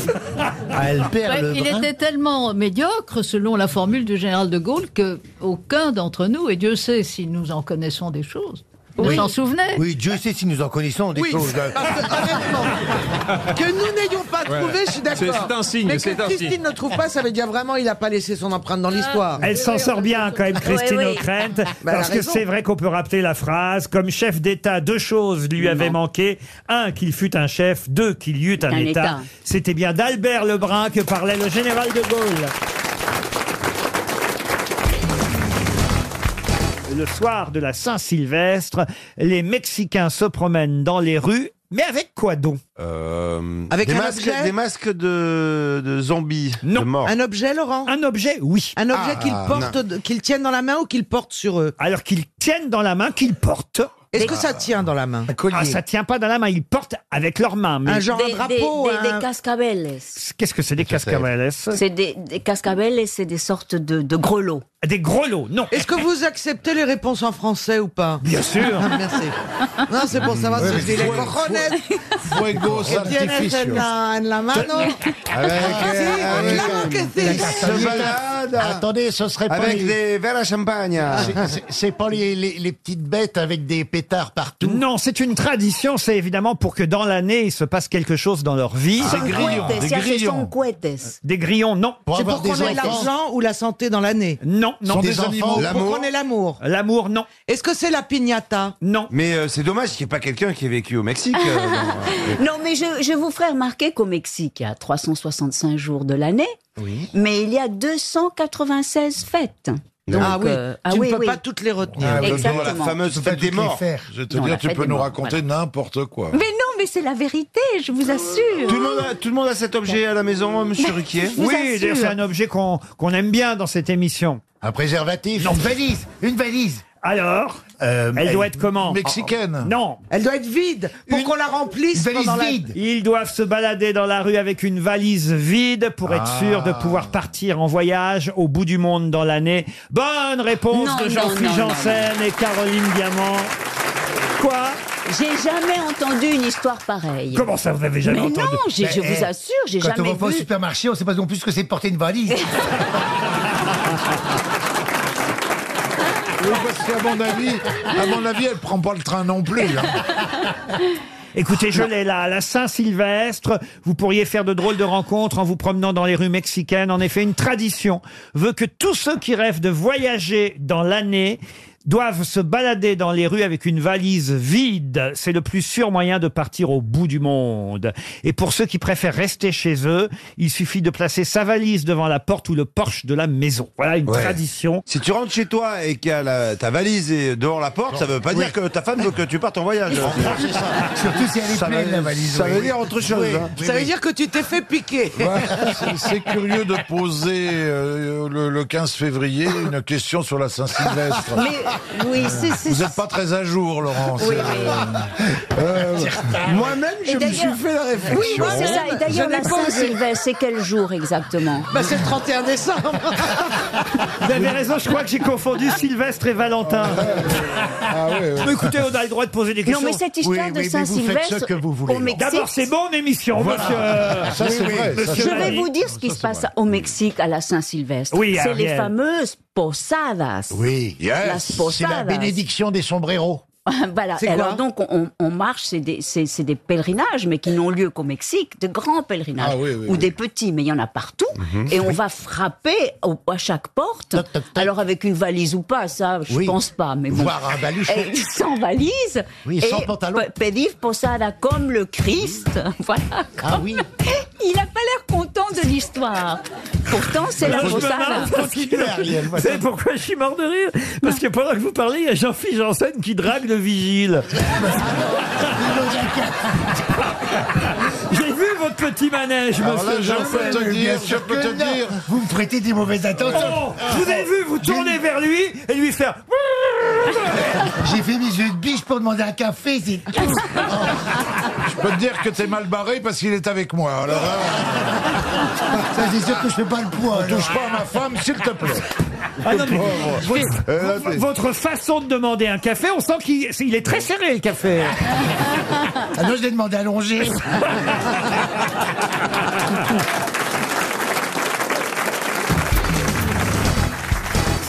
il était tellement médiocre, selon la formule du général de Gaulle, que aucun d'entre nous, et Dieu sait si nous en connaissons des choses, ne s'en souvenait. Oui, Dieu sait si nous en connaissons des Oui. choses. Que nous n'ayons pas Ouais. trouvé, je suis C'est- d'accord. c'est un signe, Mais c'est que un signe. Christine ne trouve pas, ça veut dire vraiment il n'a pas laissé son empreinte dans l'histoire. Elle s'en sort bien quand même, Christine Oui, oui. O'Krent, Bah, elle a parce que raison. c'est vrai qu'on peut rappeler la phrase. Comme chef d'État, deux choses lui avaient manqué. Un, qu'il fût un chef. Deux, qu'il y eut un, Un État. État. C'était bien d'Albert Lebrun que parlait le général de Gaulle. Le soir de la Saint-Sylvestre, les Mexicains se promènent dans les rues, mais avec quoi donc Avec Avec Euh, des, un masques, objet des masques de, de zombies, de morts. Un objet, Laurent Un objet, oui. Un objet Ah, qu'ils portent, non. de- qu'ils tiennent dans la main ou qu'ils portent sur eux Alors qu'ils tiennent dans la main, qu'ils portent. Est-ce que ça tient dans la main Ah, ça tient pas dans la main, ils portent avec leurs mains. mais- Un genre Des, des, des- des cascabeles. Qu'est-ce que c'est des hein. cascabeles C'est des, des cascabeles, c'est des sortes de, de grelots. Des grelots, non. Est-ce que vous acceptez les réponses en français ou pas Bien sûr. Merci. Non, c'est pour savoir Ouais, si mais je dis les fue- cojones. fuegos Que tienes artificios. en la- en la mano. Ah, sí, claro que sí. Attendez, ce serait pas Avec les- des verres à champagne. C'est- c'est- C'est pas les, les- les petites bêtes avec des pétards partout. Non, c'est une tradition, c'est évidemment pour que dans l'année, il se passe quelque chose dans leur vie. Son cohetes, se hace son cohetes. Des grillons, non. C'est pour qu'on ait l'argent ou la santé dans l'année Non, non. Pour qu'on ait l'amour. L'amour, non. Est-ce que c'est la piñata Non. Mais euh, c'est dommage qu'il n'y ait pas quelqu'un qui ait vécu au Mexique. euh, dans- Non, mais je, je vous ferai remarquer qu'au Mexique, il y a 365 jours de l'année, Oui. mais il y a 296 fêtes. Donc, Ah oui, euh, ah tu oui, ne peux oui. pas toutes les retenir. Ah, Exactement. la fameuse fête des morts. Je vais te Non, la dire, tu fête peux des nous morts, raconter n'importe quoi. Mais non, mais c'est la vérité, je vous assure. Tout le, monde a, tout le monde a cet objet à la maison, euh, monsieur Riquier Oui, d'ailleurs, c'est un objet qu'on qu'on aime bien dans cette émission. Un préservatif. Non. Une valise. Une valise. Alors Euh, Elle doit être comment Mexicaine. Non. Elle doit être vide pour qu'on la remplisse. pendant la- Ils doivent se balader dans la rue avec une valise vide pour être Ah. sûr de pouvoir partir en voyage au bout du monde dans l'année. Bonne réponse Non, de non, Jean-Philippe non, non, Janssen et Caroline Diamant. Quoi J'ai jamais entendu une histoire pareille. Comment ça, vous n'avez jamais Mais entendu Non, j'ai- je Ben, eh, vous assure, j'ai Quand on jamais va pas au vu. supermarché, on sait pas non plus ce que c'est de porter une valise. Oui, parce qu'à mon avis, à mon avis, elle prend pas le train non plus. hein. Écoutez, je l'ai là, à la Saint-Sylvestre. Vous pourriez faire de drôles de rencontres en vous promenant dans les rues mexicaines. En effet, une tradition veut que tous ceux qui rêvent de voyager dans l'année doivent se balader dans les rues avec une valise vide. C'est le plus sûr moyen de partir au bout du monde. Et pour ceux qui préfèrent rester chez eux, il suffit de placer sa valise devant la porte ou le porche de la maison. Voilà une Ouais. tradition. Si tu rentres chez toi et qu'il y a la- ta valise est dehors la porte, ça veut pas dire que ta femme veut que tu partes en voyage. Surtout si elle est Ça pleine, veut- la valise. ça oui. veut dire autre chose. Oui. hein. Ça veut dire que tu t'es fait piquer. Ouais, c'est- C'est curieux de poser euh, le, le 15 février une question sur la Saint-Sylvestre. Mais oui, c'est- c'est- Vous n'êtes pas très à jour, euh, Laurence. Oui, Moi-même, Et d'ailleurs- la Oui, moi, c'est ça. Et d'ailleurs, la Saint-Sylvestre, c'est quel jour exactement Bah, c'est le 31 décembre. Vous avez raison, je crois que j'ai confondu Sylvestre et Ah Valentin. Mais Écoutez, on a le droit de poser des Non, questions. mais cette histoire de Saint-Sylvestre au Mexique. D'abord, c'est mon émission, Voilà. monsieur. Ah, Ça, c'est vrai, ça, Euh, monsieur Je vais Marie. vous dire ce qui se passe au Mexique à la Saint-Sylvestre. Oui, c'est les Ariel. fameuses posadas. Oui. Las posadas. C'est la bénédiction des sombreros. voilà. C'est quoi Alors donc on, on marche, c'est des, c'est- c'est des pèlerinages, mais qui n'ont lieu qu'au Mexique, de grands pèlerinages Ah oui, oui, ou oui. des petits, mais il y en a partout. Mhm. Et on va frapper au- à chaque porte. Alors avec une valise ou pas, ça je Oui. pense pas, mais bon. Voire un baluchon. Et sans valise. Oui, sans pantalon. pe- Pedir posada comme le Christ. Voilà. Ah oui. Il a pas l'air content de l'histoire. Pourtant, c'est la Alors, je me marre, Rossane. parce que- Vous savez pourquoi je suis mort de rire Parce que pendant que vous parlez, il y a Jean-Philippe Janssen qui drague le vigile. J'ai vu votre petit manège, Alors monsieur là, je Janssen. peux te dire, je peux te dire. Vous me prêtez des mauvaises attentions. je vous avez vu, vous tournez vers lui et lui faire. J'ai fait mes yeux de biche pour demander un café, c'est tout. Je peux te dire que t'es mal barré parce qu'il est avec moi. Alors, hein. Ça, c'est sûr que je fais pas le poids. alors. touche pas à ma femme, s'il te plaît. Ah non, mais- Pauvre. votre, Euh, là, votre- t'es- votre façon de demander un café, on sent qu'il il est très serré le café. Ah non, je l'ai demandé allongé.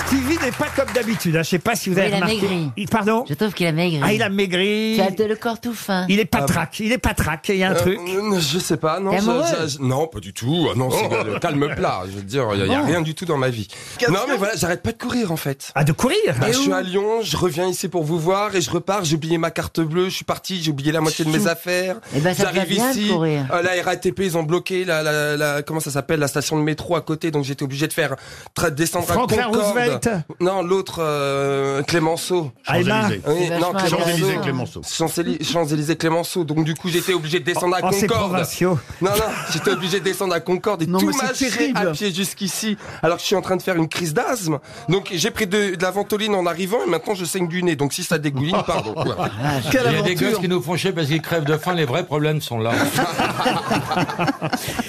Stevie n'est pas comme d'habitude. hein. Je sais pas si vous Oui, avez il a remarqué. maigri. pardon Je trouve qu'il a maigri. Ah, il a maigri. Tu as de- le corps tout fin. Il est patraque. Il est patraque. Il y a un Euh, truc. euh, Je sais pas, non. T'es ça- amoureux ça- non, pas du tout. Ah Non, c'est Oh. le calme plat. Je veux dire, il n'y a, Bon. rien du tout dans ma vie. Non, mais voilà, j'arrête pas de courir en fait. Ah, de courir Bah, Et Je suis où à Lyon, je reviens ici pour vous voir et je repars. J'ai oublié ma carte bleue, je suis parti, j'ai oublié la moitié de mes Chou. affaires. Eh ben, ça te va J'arrive bien de ici. courir. euh, la RATP, ils ont bloqué la, la- la- comment ça s'appelle, la station de métro à côté, donc j'étais obligé de faire tra- descendre Franklin à Concorde. Roosevelt Non, l'autre euh, Clémenceau. Ah, Emma. Champs-Élysées. Oui, C'est non, vachement Clémenceau. intéressant. Clémenceau. Champs-Ély- Champs-Élysées Clémenceau. Donc du coup, j'étais obligé de descendre à Oh, c'est Concorde. provinciaux. Non, non, j'étais obligé de descendre à Concorde et Non, tout mais c'est marcher terrible. à pied jusqu'ici, alors que je suis en train de faire une crise d'asthme. Donc j'ai pris de, de la ventoline en arrivant et maintenant je saigne du nez. Donc si ça dégouline, pardon. Il y a des gosses qui nous font chier parce qu'ils crèvent de faim, les vrais problèmes sont là.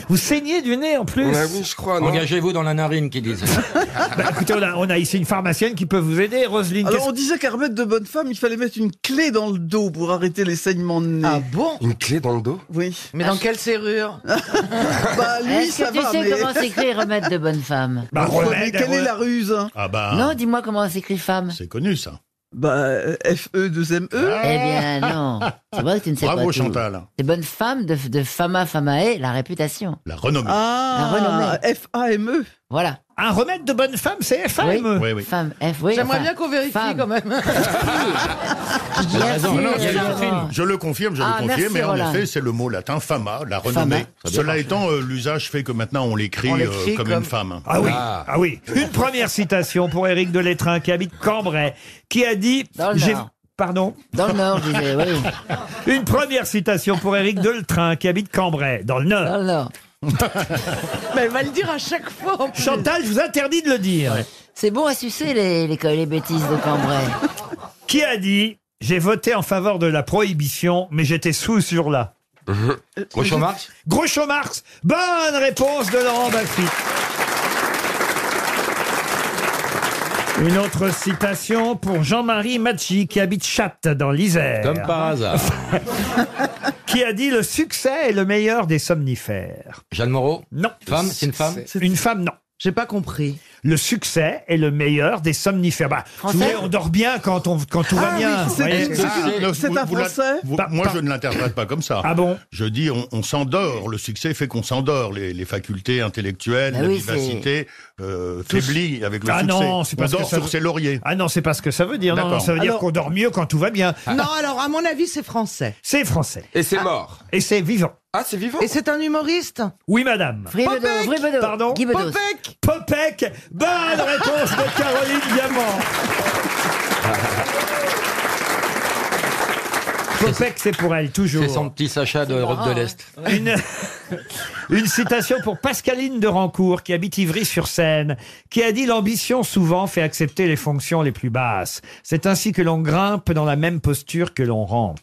Vous saignez du nez en plus. Engagez-vous dans la narine, qui disent. Bah, écoutez, on a, on a ici une pharmacienne qui peut vous aider, Roselyne. Alors qu'est-ce- on disait qu'à remettre de bonnes femmes, il fallait mettre une clé dans le dos pour arrêter les saignements de nez. Ah bon Une clé dans le dos Oui. Ah. Mais dans quelle serrure Bah lui, Est-ce ça que tu va, sais mais... comment s'écrit remède de bonne femme Bah, remède, Mais quelle est la ruse Ah bah. Non, dis-moi comment s'écrit femme. C'est connu ça. Ah. Bah F-E-2-M-E. Eh bien non. Tu vois que tu ne sais pas tout. C'est bonne femme de, de fama famae, la réputation. La renommée. Ah, la renommée. F-A-M-E. Voilà. Un remède de bonne femme, c'est Oui. FAME. oui, Femme, F, oui. J'aimerais enfin, bien qu'on vérifie femme. quand même. Il a raison. Non, non, Il a je, raison. le confirme. Je le confirme, je Ah, le confirme, merci, mais en Roland. effet, c'est le mot latin fama, la Fama. renommée. Ça a bien Cela marché. étant, euh, l'usage fait que maintenant on l'écrit On euh, l'écrit comme, comme- une femme. Ah oui, ah. oui. Une première citation pour Éric Deletrin qui habite Cambrai, qui a dit. Dans le j'ai- Nord. Pardon Dans le Nord, je disais, oui. Une première citation pour Éric Deletrin qui habite Cambrai, dans le Nord. Dans le Nord. Mais elle va le dire à chaque fois. en plus. Chantal, je vous interdis de le dire. C'est bon à sucer les, les, les bêtises de Cambrai. Qui a dit J'ai voté en faveur de la prohibition, mais j'étais sous sur là Groucho Marx Groucho Marx Bonne réponse de Laurent Baffy. Une autre citation pour Jean-Marie Matchi, qui habite Chatte, dans l'Isère. Comme par hasard. qui a dit Le succès est le meilleur des somnifères. Jeanne Moreau Non. Femme, c'est une femme Une femme, non. J'ai pas compris. Le succès est le meilleur des somnifères. Bah, vous Français voyez, on dort bien quand, on, quand tout va Ah bien. oui, vous c'est- voyez. c'est- c'est- Ah, c'est un vous- vous la- Français vous- Moi, je ne l'interprète pas comme ça. Ah bon Je dis, on, on s'endort. Le succès fait qu'on s'endort. Les, les facultés intellectuelles, Bah la oui, c'est- vivacité euh, Tous- faiblit avec le ah succès. non, c'est on parce que dort ça sur veut- ses lauriers. Ah non, c'est pas ce que ça veut dire. Non, non, D'accord. ça veut dire Alors- qu'on dort mieux quand tout va bien. Non, alors à mon avis, c'est français. C'est français. Et c'est mort. Et c'est vivant. Ah, c'est vivant. Et c'est un humoriste Oui, madame. Fribodo, Popek Fribodo, Pardon Guy Bedos. Popek Popek Bonne réponse de Caroline Diamant Popek, c'est pour elle, toujours. C'est son petit Sacha d'Europe de l'Est. Une, une citation pour Pascaline de Rancourt, qui habite Ivry-sur-Seine, qui a dit L'ambition souvent fait accepter les fonctions les plus basses. C'est ainsi que l'on grimpe dans la même posture que l'on rampe.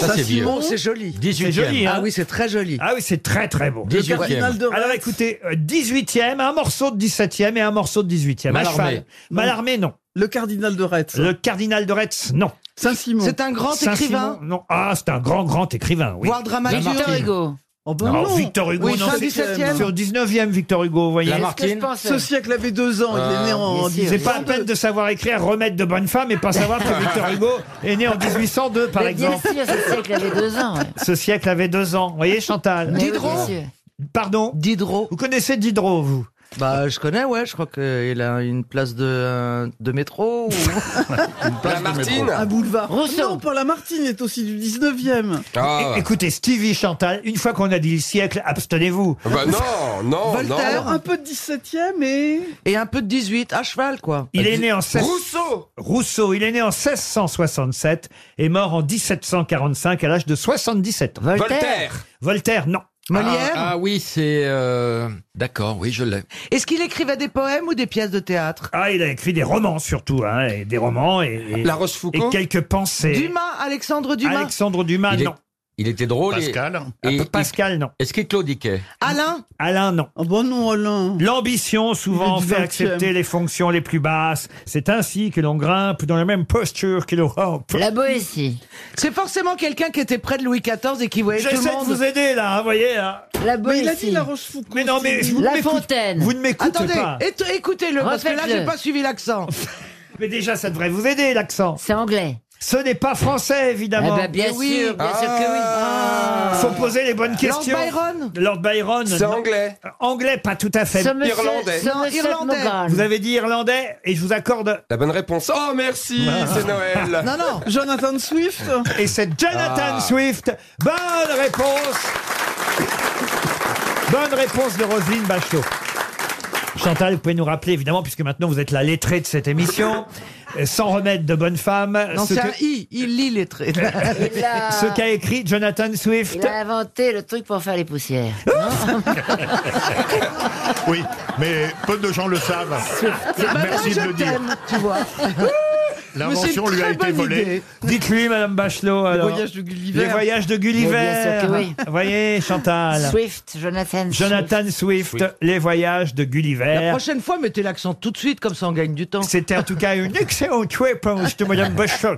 Ça, c'est Simon, vieux. c'est joli. C'est joli, hein. Ah oui, c'est très joli. Ah oui, c'est très très beau. Le 18e. cardinal de Retz. Alors écoutez, euh, 18e, un morceau de 17e et un morceau de 18e. à Mallarmé. cheval. Mallarmé, non. Le cardinal de Retz. Le cardinal de Retz, non. Saint-Simon. C'est un grand écrivain. Non. Ah, c'est un grand, grand écrivain, oui. Voire dramaturge. Victor Hugo. Oh, Oh ben non. Victor Hugo, Oui, non, fin c'est- 17e. c'est au 19e, Victor Hugo, vous voyez. Lamartine. Qu'est-ce que je pensais Ce siècle avait deux ans, il est né en C'est 1802. pas à peine de savoir écrire Remède de bonne femme et pas savoir que Victor Hugo est né en 1802, par Mais exemple. Bien sûr, c'est siècle avait deux ans. ouais. Ce siècle avait deux ans. Vous voyez, Chantal Mais oui, Diderot bien sûr. Pardon Diderot. Vous connaissez Diderot, vous Bah, je connais, ouais. Je crois qu'il a une place de, de métro. Ou... La Martine Un boulevard. Non, pas la Martine est aussi du 19e. Ah. É- Écoutez, Stevie Chantal, une fois qu'on a dit le siècle, abstenez-vous. Bah non, non, Voltaire, non. un peu de 17e et... Et un peu de 18, à cheval, quoi. Il est né en 16... Rousseau Rousseau, il est né en 1667 et mort en 1745 à l'âge de 77 ans. Voltaire Voltaire, non. Molière Ah, ah oui, c'est... euh, D'accord, oui, je l'ai. Est-ce qu'il écrivait des poèmes ou des pièces de théâtre Ah, il a écrit des romans surtout, hein, et des romans et, et- La Rochefoucauld et quelques pensées. Dumas, Alexandre Dumas Alexandre Dumas, Il est- non. Ah, Il était drôle. Pascal. Et, et- Pascal, non. Est-ce qu'il claudiquait Alain Ah, Alain, non. bon non, Alain. L'ambition souvent Il est du fait 20e. accepter les fonctions les plus basses. C'est ainsi que l'on grimpe dans la même posture que l'on rampe. La Boétie. C'est forcément quelqu'un qui était près de Louis XIV et qui voyait tout le J'essaie de monde. vous aider là, hein, vous voyez. hein. La Mais Boétie. il a dit la Rochefoucauld. Mais non, mais je vous ne La m'écoute- Fontaine. Vous ne m'écoutez Attendez, pas. éto- écoutez-le, parce que là, Refaites-le. j'ai pas suivi l'accent. Mais déjà, ça devrait vous aider l'accent. C'est anglais. Ce n'est pas français, évidemment. Eh ben, bien Mais sûr, bien sûr que oui. Faut poser les bonnes questions. Ah. Byron Lord Byron. C'est non. anglais. Anglais, pas tout à fait. Ce monsieur- Irlandais. ce monsieur Irlandais. Morgan. Vous avez dit irlandais et je vous accorde. Ah. La bonne réponse. Oh, merci, c'est Noël. Non, non, Jonathan Swift. Et c'est Jonathan Ah. Swift. Bonne réponse. Bonne réponse de Roselyne Bachelot. Chantal, vous pouvez nous rappeler évidemment, puisque maintenant vous êtes la lettrée de cette émission, euh, sans remède de bonne femme, Non, ce c'est un que- I, il lit les traits. Il a, ce qu'a écrit Jonathan Swift. Ah il a inventé le truc pour faire les poussières. Oui, mais peu de gens le savent. Ah, Merci de le dire. tu vois. L'invention Mais c'est une lui a très été bonne volée. idée. Dites-lui, Madame Bachelot. alors. voyage de Gulliver. Les voyages de Gulliver. Mais bien sûr que oui. Vous voyez, Chantal. Swift, Jonathan. Jonathan Swift, les voyages de La Gulliver. prochaine fois, mettez l'accent tout de suite, comme ça on gagne du temps. C'était en tout cas une excellente réponse de Madame Bachelot.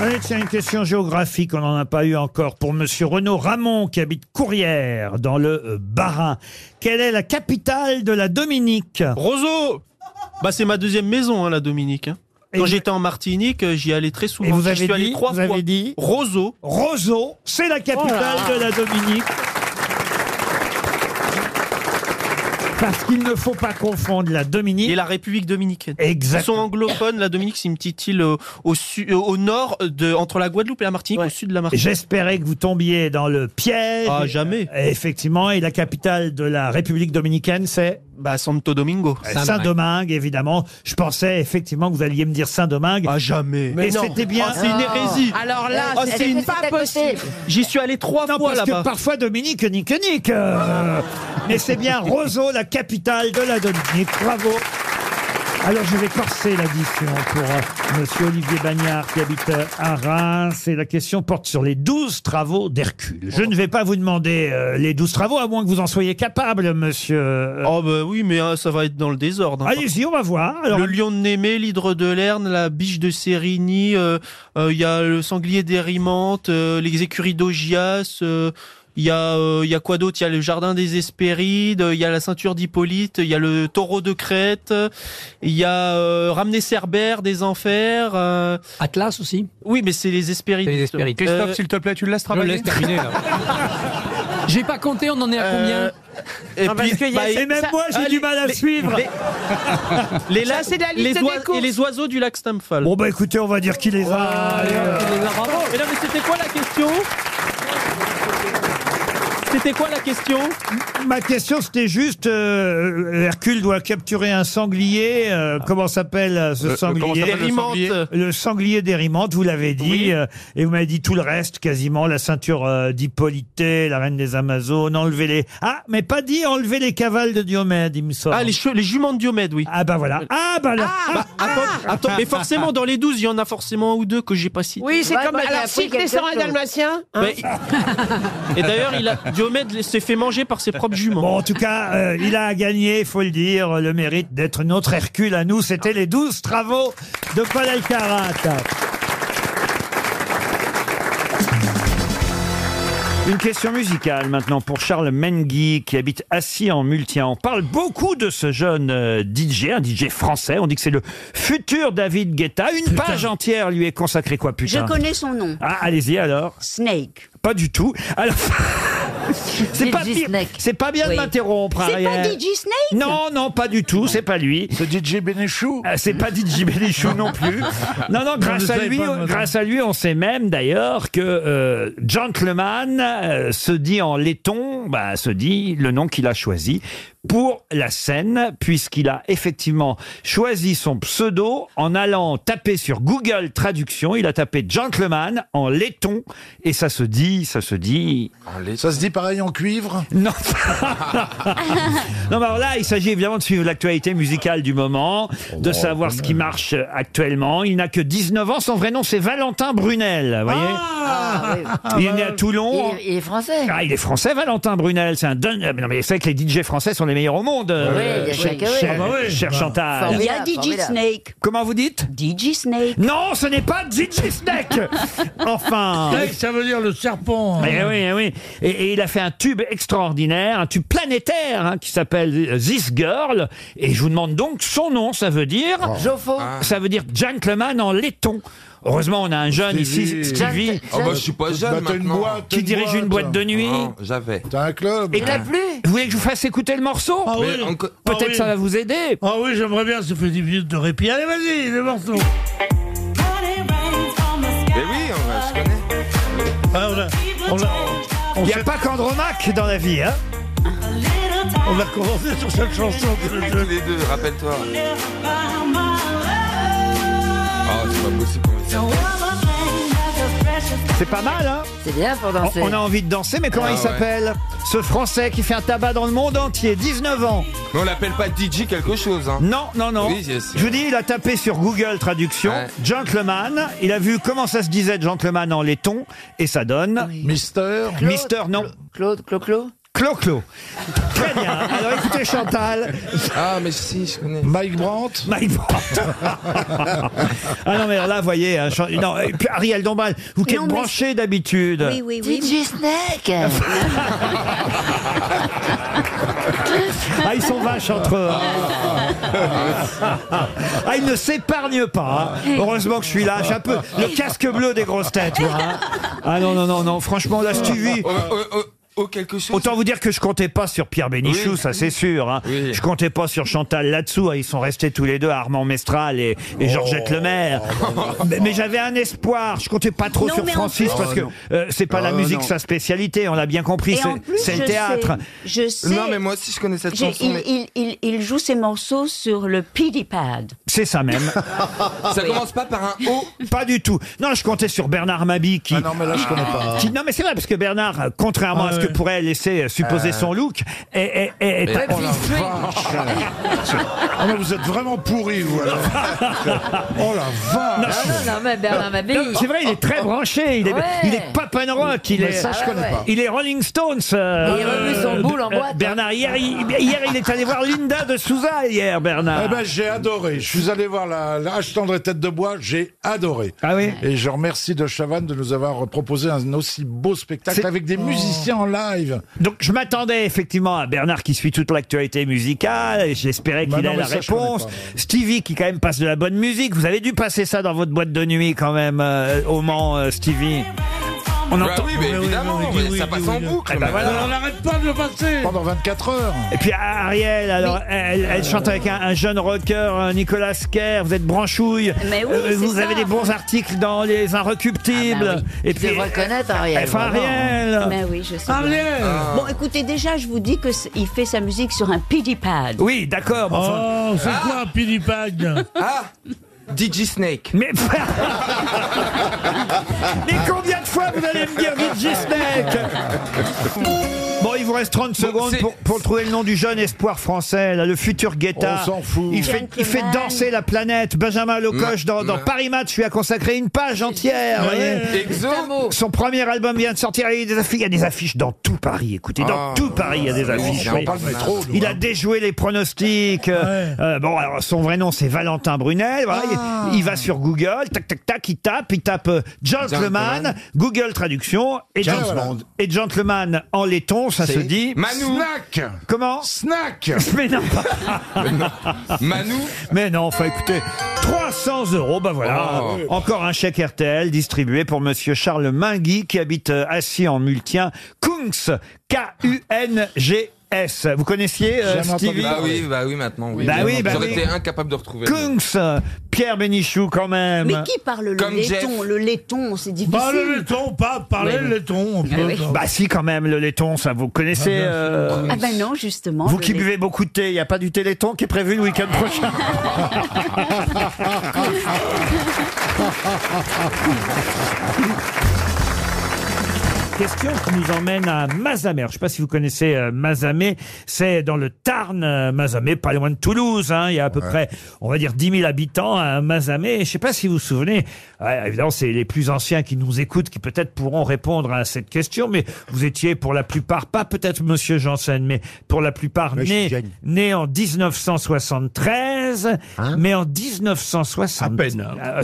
Allez, tiens, une question géographique, on n'en a pas eu encore, pour Monsieur Renaud Ramon, qui habite Courrières, dans le euh, Bas-Rhin. Quelle est la capitale de la Dominique Roseau Bah c'est ma deuxième maison, hein, la Dominique. hein. Et Quand vous- j'étais en Martinique, euh, j'y allais très souvent. Et vous J'y avez suis allé dit- trois vous fois. avez dit Roseau. Oh Roseau, c'est la capitale de la Dominique. Parce qu'il ne faut pas confondre la Dominique. Et la République dominicaine. Ils sont Exactement. anglophones. La Dominique, c'est une petite île euh, au, su- euh, au nord, de, entre la Guadeloupe et la Martinique, au sud de la Martinique. J'espérais que vous tombiez dans le piège. Ah, jamais. Effectivement, et la capitale de la République dominicaine, c'est Euh, Bah, Santo Domingo. Saint-Domingue, évidemment. Je pensais effectivement que vous alliez me dire Saint-Domingue. Ah, jamais. et c'était bien. Oh, Ah, c'est une hérésie. Alors là, Oh, Ah, c'est c'est une- pas possible. J'y suis allé trois Non, fois parce là-bas. que parfois Dominique, nique, nique. euh, mais c'est bien Roseau, la capitale de la Dominique. Bravo. Alors je vais corser l'addition pour euh, Monsieur Olivier Bagnard qui habite euh, à Reims. Et la question porte sur les 12 travaux d'Hercule. Je ne vais pas vous demander euh, les 12 travaux, à moins que vous en soyez capable, Monsieur. euh, Oh, bah oui, mais hein, ça va être dans le désordre. hein. Allez-y, on va voir. Alors, le lion de Némé, l'hydre de Lerne, la biche de Sérigny, euh, il y a le sanglier d'Hérimante, euh, les écuries d'Augias, il y, a, euh, y a quoi d'autre Il y a le jardin des Hespérides, il y a la ceinture d'Hippolyte, il y a le taureau de Crète, il y a euh, ramener Cerbère des Enfers. euh, Atlas aussi. oui, mais c'est les Hespérides. C'est les Hespérides. Euh, te plaît, tu le laisses Je le laisse terminer là. J'ai pas compté, on en est à combien euh, et Non, puis- parce qu'il y a- bah, et et- même moi, j'ai ah, du les- mal à les- suivre. les- Les, Ça, lacs- c'est la liste les des oise- courses. et les oiseaux du lac Stamford. Bon bah écoutez, on va dire qu'il les a. Allez, euh, on fait des arabes. Mais non, mais c'était quoi la question C'était quoi la question Ma question, c'était juste, euh, Hercule doit capturer un sanglier. euh, comment s'appelle euh, ce Le- le- comment sanglier s'appelle le Hérimente. sanglier Le sanglier d'Hérimante, vous l'avez dit, Oui. euh, et vous m'avez dit tout le reste, quasiment, la ceinture euh, d'Hippolyte, la reine des Amazones, enlever les... Ah, mais pas dit enlever les cavales de Diomède, il me semble. Ah, les, che- les juments de Diomède, oui. Ah bah voilà. Ah bah là. Ah, Bah, attends, attends, mais forcément, dans les 12, il y en a forcément un ou deux que j'ai pas cités. Oui, c'est Ouais, comme. moi, j'ai Alors, appris si quelque descend un chose. dalmatien. hein. Mais- Et d'ailleurs, il a- Diomède s'est fait manger par ses propres juments. Bon, en tout cas, euh, il a gagné, il faut le dire, le mérite d'être notre Hercule à nous. C'était les 12 travaux de Paul Alcarat. Une question musicale maintenant pour Charles Menguy qui habite assis en multien. On parle beaucoup de ce jeune euh, DJ, un DJ français. On dit que c'est le futur David Guetta. Une page entière lui est consacrée quoi Je putain connais son nom. Ah, allez-y alors. Snake. Pas du tout. Alors. C'est pas, bi- c'est pas bien Ah, de Oui. m'interrompre, C'est pas Ariel. DJ Snake Non, non, pas du tout, c'est pas lui. C'est DJ Bénichou C'est pas DJ Bénichou non plus. Non, non, Non, grâce ne à savez lui, pas, on- madame. grâce à lui, on sait même d'ailleurs que euh, Gentleman euh, se dit en laiton, bah, se dit le nom qu'il a choisi pour la scène, puisqu'il a effectivement choisi son pseudo en allant taper sur Google Traduction. Il a tapé Gentleman en laiton et ça se dit, ça se dit. Ça se dit pareil en cuivre Non. non, mais alors là, il s'agit évidemment de suivre l'actualité musicale du moment, Oh, bah, de savoir ce qui marche euh, actuellement. Il n'a que 19 ans. Son vrai nom, c'est Valentin Brunel. Vous voyez Ah. Ah. Il est né à Toulon. Il, il est français. Ah, il est français, Valentin Brunel. C'est un don... euh, mais Non, mais c'est vrai que les DJ français sont les meilleurs au monde. euh, il y a cher- chacun, oui. cher- Ah bah oui. cher Chantal. Il y a DJ Snake. Comment vous dites DJ Snake. Non, ce n'est pas DJ Snake. Enfin. Snake, ça veut dire le serpent. hein. Eh oui, eh oui. Et, et il a fait un tube extraordinaire, un tube planétaire, hein, qui s'appelle euh, This Girl. Et je vous demande donc son nom, ça veut dire Oh. Joffo. Ah. Ça veut dire gentleman en laiton. Heureusement, on a un jeune ici, Stevie. Stevie. Ah bah, je suis pas jeune Bah, t'as une maintenant. boîte, Qui une dirige une boîte. boîte de nuit. Non, J'avais. T'as un club Et t'as plus Vous voulez que je vous fasse écouter le morceau Ah oui. Peut-être Ah oui. ça va vous aider. Ah oui, j'aimerais bien, ça fait 10 minutes de répit. Allez, vas-y, les morceaux. Mais oui, on va- je connais. Ah, on a- on a- on Il n'y a s'est- pas qu'Andromaque dans la vie, hein On a commencé sur cette chanson. Tous les deux, rappelle-toi. Ah, c'est pas possible. comment il s'appelle. C'est pas mal, hein C'est bien pour danser. On a envie de danser, mais comment Ah il ouais. s'appelle Ce Français qui fait un tabac dans le monde entier, 19 ans. Mais on l'appelle pas DJ quelque chose, hein. Non, non, non. Oui, c'est- c'est- je vous dis, il a tapé sur Google Traduction Gentleman. Il a vu comment ça se disait Gentleman en laiton et ça donne. Mister. Mister, non. Claude, Clo-Clo Clo-Clo. Très bien. Alors écoutez, Chantal. Ah, mais si, je connais. Mike Brandt Mike Brandt Ah non, mais alors là, vous voyez. hein, Chan- non, et puis Ariel Dombal, vous qui êtes Non, mais branché d'habitude. Oui, oui, oui. DJ Snake. Ah, ils sont vaches entre eux. hein. Ah, ils ne s'épargnent pas. hein. Heureusement que je suis là. J'ai un peu le casque bleu des grosses têtes. moi, hein. Ah non, non, non, non. Franchement, là, Stevie. Oh, oh, oh, oh, quelque chose. Autant vous dire que je comptais pas sur Pierre Bénichou, Oui. ça c'est sûr. hein. Je comptais pas sur Chantal là-dessous. Ils sont restés tous les deux, Armand Mestral et, Oh. et Georgette Lemaire. bah, mais mais j'avais un espoir. Je comptais pas trop Non, sur mais en Francis plus- parce que Oh, non. euh, c'est Ah, pas la Oh, musique non. sa spécialité. On l'a bien compris. Et en c'est- plus, C'est je le théâtre. sais- je sais- Non, mais moi aussi, je connais cette J'ai- chanson. il, mais- il, il, il joue ses morceaux sur le PewDiePad. C'est ça même. Ça commence pas par un O Ah Pas du tout. Non, je comptais sur Bernard Mabi qui. non, mais là, je connais pas. qui- non, mais c'est vrai, parce que Bernard, euh, contrairement à ce que pourrait laisser euh, supposer Ah. Euh. son look, est. est- est- est- Oh la vache Ah, mais vous êtes vraiment pourris, vous alors Oh la vache Non, non, non, mais Bernard Mabille. Non, C'est vrai, il est très branché. Il est, Ouais. il est pop and rock. Il Mais est, ça, je Ah ouais, connais ouais. pas. Il est Rolling Stones. euh, Et il remue son boule en boîte, hein. Bernard, hier, il, hier, il est allé voir Linda de Souza, hier, Bernard. Eh ben, j'ai adoré. Je suis allé voir la, la Hache tendre et tête de bois. J'ai adoré. Ah oui. Et je remercie De Chavannes de nous avoir proposé un aussi beau spectacle C'est- Oh. avec des musiciens en live. Donc je m'attendais effectivement à Bernard qui suit toute l'actualité musicale et j'espérais Bah qu'il non, ait mais la ça, je réponse. connais Stevie qui quand même passe de la bonne musique. Vous avez dû passer ça dans votre boîte de nuit quand même euh, au Mans, euh, Stevie. On Bah oui, mais évidemment, oui, oui, mais ça oui, passe oui, en oui. boucle. Eh ben mais- voilà. On n'arrête pas de le passer. Pendant 24 heures. Et puis ah, Ariel, alors elle, elle chante avec un, un jeune rocker, euh, Nicolas Kerr. Vous êtes branchouille. Euh, Mais oui, c'est vous ça. avez des bons articles dans les Inrecuptibles. Ah bah oui. Et Tu puis devrais connaître Ariel, Enfin, vraiment. Ariel. Oh. Mais oui, je sais. Ariel Ah. bien. Bon, écoutez, déjà, je vous dis que c'est- il fait sa musique sur un PewDiePad. Oui, d'accord. mais enfin- Ah. Oh, c'est quoi un pidipag Ah DJ Snake. Mais, mais combien de fois vous allez me dire DJ Snake Bon, il vous reste 30 secondes pour, pour trouver le nom du jeune espoir français, là, le futur Guetta. On s'en fout. Il fait, il fait Gentleman. danser la planète. Benjamin Lecoche, Ma- dans, dans ma- Paris Match, lui a consacré une page entière. vous voyez. Exo. Son premier album vient de sortir. et Il y a des affiches, il y a des affiches dans tout Paris. Écoutez, dans Ah, tout Paris, il y a des ouais, affiches. on oui. parle pas trop, nous, il hein. a déjoué les pronostics. Euh, euh, bon, alors son vrai nom, c'est Valentin Brunel. voilà. Il- Il, va sur Google, tac, tac, tac, il tape, il tape euh, gentleman, Gentleman. Google traduction et James Gent- Bond. Et gentleman en laiton, ça C'est se dit. Manou. Snack. Comment Snack. Mais non. Mais non. Manou. Mais non, enfin écoutez, 300 euros, bah voilà. Oh. Encore un chèque RTL distribué pour Monsieur Charles Mingui qui habite euh, assis en multien. Kungs, K-U-N-G-S. Vous connaissiez euh, Stevie Bah oui, bah oui, maintenant. Oui. Bah oui, bah J'aurais oui. été incapable de retrouver. Kungs, euh, Pierre Bénichou quand même. Oh. Bah, Mais qui parle le Comme laiton Jeff. Le laiton, c'est difficile. pas parler le laiton. peut, quoi. Bah si quand même, le laiton, ça vous connaissez. euh, Ah ben non, justement. Vous le qui laiton. buvez beaucoup de thé, il n'y a pas du thé laiton qui est prévu le week-end prochain. Question qui nous emmène à Mazamet. Alors, Je ne sais pas si vous connaissez euh, Mazamet. C'est dans le Tarn, euh, Mazamet, pas loin de Toulouse. hein. Il y a à peu près, on va dire, 10 000 habitants à Mazamet. Je ne sais pas si vous vous souvenez. Ouais, évidemment, c'est les plus anciens qui nous écoutent qui peut-être pourront répondre à cette question. Mais vous étiez pour la plupart, pas peut-être Monsieur Janssen, mais pour la plupart nés nés en 1973. mais en 1960. Hein À peine. hein.